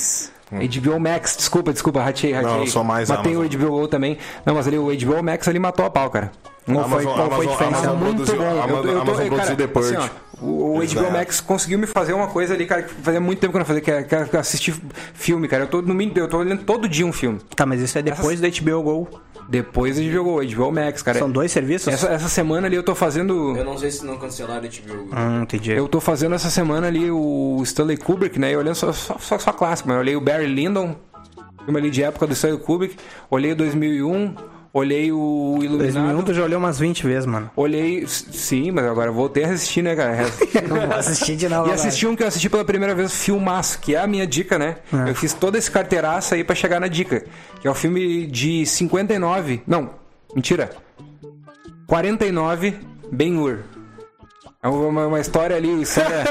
S2: HBO Max, desculpa, desculpa, ratei, ratei.
S4: Não, eu sou mais
S2: Mas tem o
S4: Amazon.
S2: HBO Go também. Não, mas ali o HBO Max ali matou a pau, cara. Não
S4: Amazon-
S2: foi, não foi
S4: Amazon-
S2: diferente.
S4: Amazon
S2: muito
S4: produziu-
S2: bom.
S4: Amazon- Amazon
S2: eh,
S4: produziu The Purge.
S2: assim, ó, o, o
S4: Eles
S2: HBO
S4: ganharam.
S2: Max conseguiu me fazer uma coisa ali, cara, que fazia muito tempo que eu não fazia, que era, que era assistir filme, cara. Eu tô, no mínimo, eu tô olhando todo dia um filme.
S1: Tá, mas isso é depois do HBO Go.
S2: Depois ele jogou o HBO Max, cara.
S1: São dois serviços?
S2: É. Essa, essa semana ali eu tô fazendo.
S5: Eu não sei se não cancelaram o HBO.
S1: Hum, entendi.
S2: Eu tô fazendo essa semana ali o Stanley Kubrick, né? E olhando só, só, só, só clássico, mano. Eu olhei o Barry Lyndon, filme ali de época do Stanley Kubrick. Olhei o 2001, olhei o Iluminado.
S1: 2001 tu já olhou umas 20 vezes, mano.
S2: Olhei. s- Sim, mas agora eu voltei a assistir, né, cara?
S1: Não vou assistir de
S2: E
S1: novo.
S2: assisti um que eu assisti pela primeira vez, Filmaço, que é a minha dica, né?
S1: É.
S2: Eu fiz todo esse carteiraço aí pra chegar na dica. Que é o filme de 59. Não, mentira. 49, Ben Hur. É uma, uma história ali, é, história.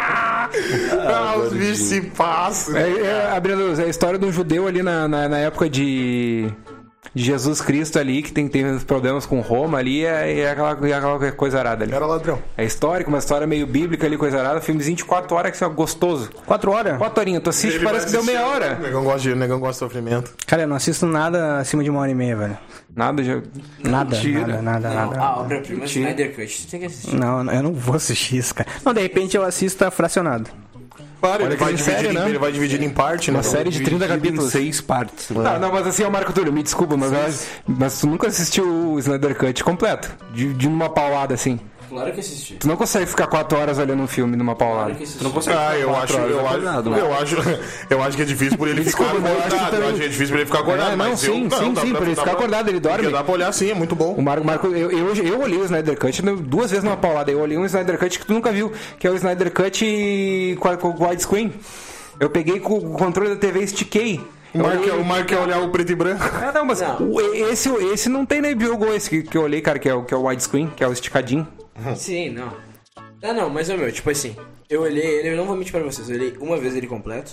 S4: Ah, os bichos se passam.
S2: é, é, abrindo a luz, é a história de um judeu ali na, na, na época de. De Jesus Cristo ali, que tem, tem uns problemas com Roma ali, é, é aquela, é aquela coisa arada ali.
S4: Era ladrão.
S2: É histórico, uma história meio bíblica ali, coisa arada. Filmezinho de 4 horas, que assim, ó, gostoso.
S1: 4 horas?
S2: Quatro horinhas, tu assiste,
S4: Ele
S2: parece
S4: vai
S2: que deu meia
S4: assistir, O
S2: hora.
S4: negão gosta de, o negão gosta de sofrimento.
S1: Cara, eu não assisto nada acima de uma hora e meia, velho.
S2: Nada, já.
S1: Nada,
S3: Mentira.
S1: nada,
S3: Ah.
S1: nada,
S5: Não,
S1: nada.
S5: a Ah, obra-prima Snyder Cut. Tu tem que assistir.
S1: Não, eu não vou assistir isso, cara. Não, de repente eu assisto a fracionado.
S2: Claro,
S4: Ele vai, dividir, em- ele vai dividir em parte, né?
S2: né? Uma série de 30 capítulos.
S3: seis partes.
S2: Ah, não, mas assim, ó, Marco Túlio, me desculpa, mas, mas, mas tu nunca assistiu o Snyder Cut completo. De, de uma paulada, assim.
S5: Claro que assisti.
S2: Tu não consegue ficar quatro horas olhando um filme numa paulada.
S5: Claro que assisti.
S4: Ah, eu acho, eu, acho,
S3: acordado,
S4: eu, acho, eu acho que é difícil por ele ficar
S2: Desculpa, mas eu acho que
S4: acordado. Eu
S2: também-
S4: acho que é difícil por ele ficar acordado.
S2: É, não,
S4: mas
S2: sim,
S4: eu, não,
S2: sim,
S4: dá
S2: sim,
S4: pra-
S2: por ele ficar
S4: dá pra-
S2: acordado, ele dorme.
S4: Porque Dá pra olhar sim, é muito
S2: O
S4: bom.
S2: Marco, Marco eu, eu, eu olhei o Snyder Cut duas vezes numa paulada. Eu olhei um Snyder Cut que tu nunca viu, que é o Snyder Cut com- com widescreen. Eu peguei com o controle da TV e estiquei.
S4: O
S2: Eu
S4: Marco,
S2: olhei-
S4: é o Marco quer olhar o preto e branco.
S2: Ah, não, mas
S5: Não.
S2: o- esse, esse não tem nem Biogol, esse que, que eu olhei, cara, que é, o- que é o widescreen, que é o esticadinho.
S5: Sim, não. Ah, não, mas é meu, tipo assim, eu olhei ele, eu não vou mentir pra vocês, eu olhei uma vez ele completo.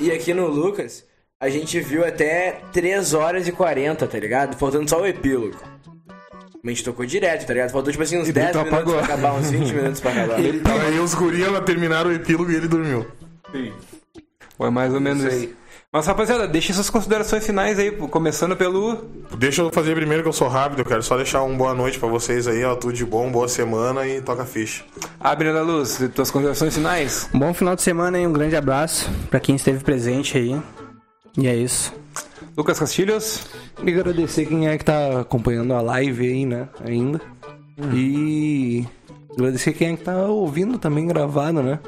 S5: e aqui no Lucas, a gente viu até 3 horas e 40, tá ligado? Faltando só o epílogo. Mas a gente tocou direto, tá ligado? Faltou tipo assim uns 10
S2: tu
S5: minutos
S2: apagou.
S5: pra acabar, uns 20 minutos pra acabar.
S4: Então, aí os gurias terminaram o epílogo e ele dormiu.
S2: Ou é mais ou menos
S3: sei.
S2: isso. Mas, rapaziada, deixa suas considerações finais aí, pô, começando pelo.
S4: Deixa eu fazer primeiro que eu sou rápido, eu quero só deixar uma boa noite pra vocês aí, ó, tudo de bom, boa semana e toca ficha.
S2: Abre da luz, tuas considerações finais.
S1: Bom final de semana e um grande abraço pra quem esteve presente aí. E é isso.
S2: Lucas Castilhos.
S3: E agradecer quem é que tá acompanhando a live aí, né? Ainda.
S1: Hum.
S3: E agradecer quem é que tá ouvindo também gravado, né?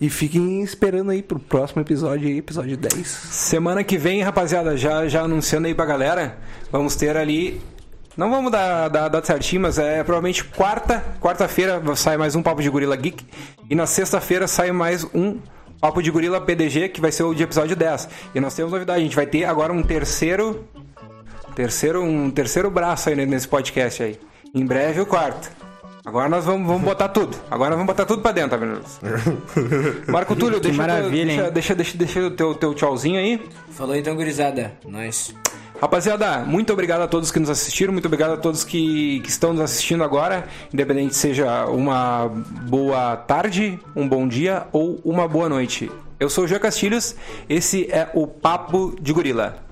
S3: E fiquem esperando aí pro próximo episódio aí, episódio 10.
S2: Semana que vem, rapaziada, já, já anunciando aí pra galera, vamos ter ali. Não vamos dar dar data certinho, mas é provavelmente quarta, quarta-feira sai mais um Papo de Gorila Geek. E na sexta-feira sai mais um Papo de Gorila PDG, que vai ser o de episódio 10. E nós temos novidade, a gente vai ter agora um terceiro. Terceiro, um terceiro braço aí nesse podcast aí. Em breve o quarto. Agora nós vamos, vamos botar tudo. Agora nós vamos botar tudo pra dentro, Avenus. Marco Túlio, deixa, o teu-
S1: maravilha, hein?
S2: deixa, deixa, deixa, deixa o teu, teu tchauzinho aí.
S5: Falou então, gurizada. Nós.
S2: Rapaziada, muito obrigado a todos que nos assistiram, muito obrigado a todos que, que estão nos assistindo agora. Independente seja uma boa tarde, um bom dia ou uma boa noite. Eu sou o João Castilhos, esse é o Papo de Gorila.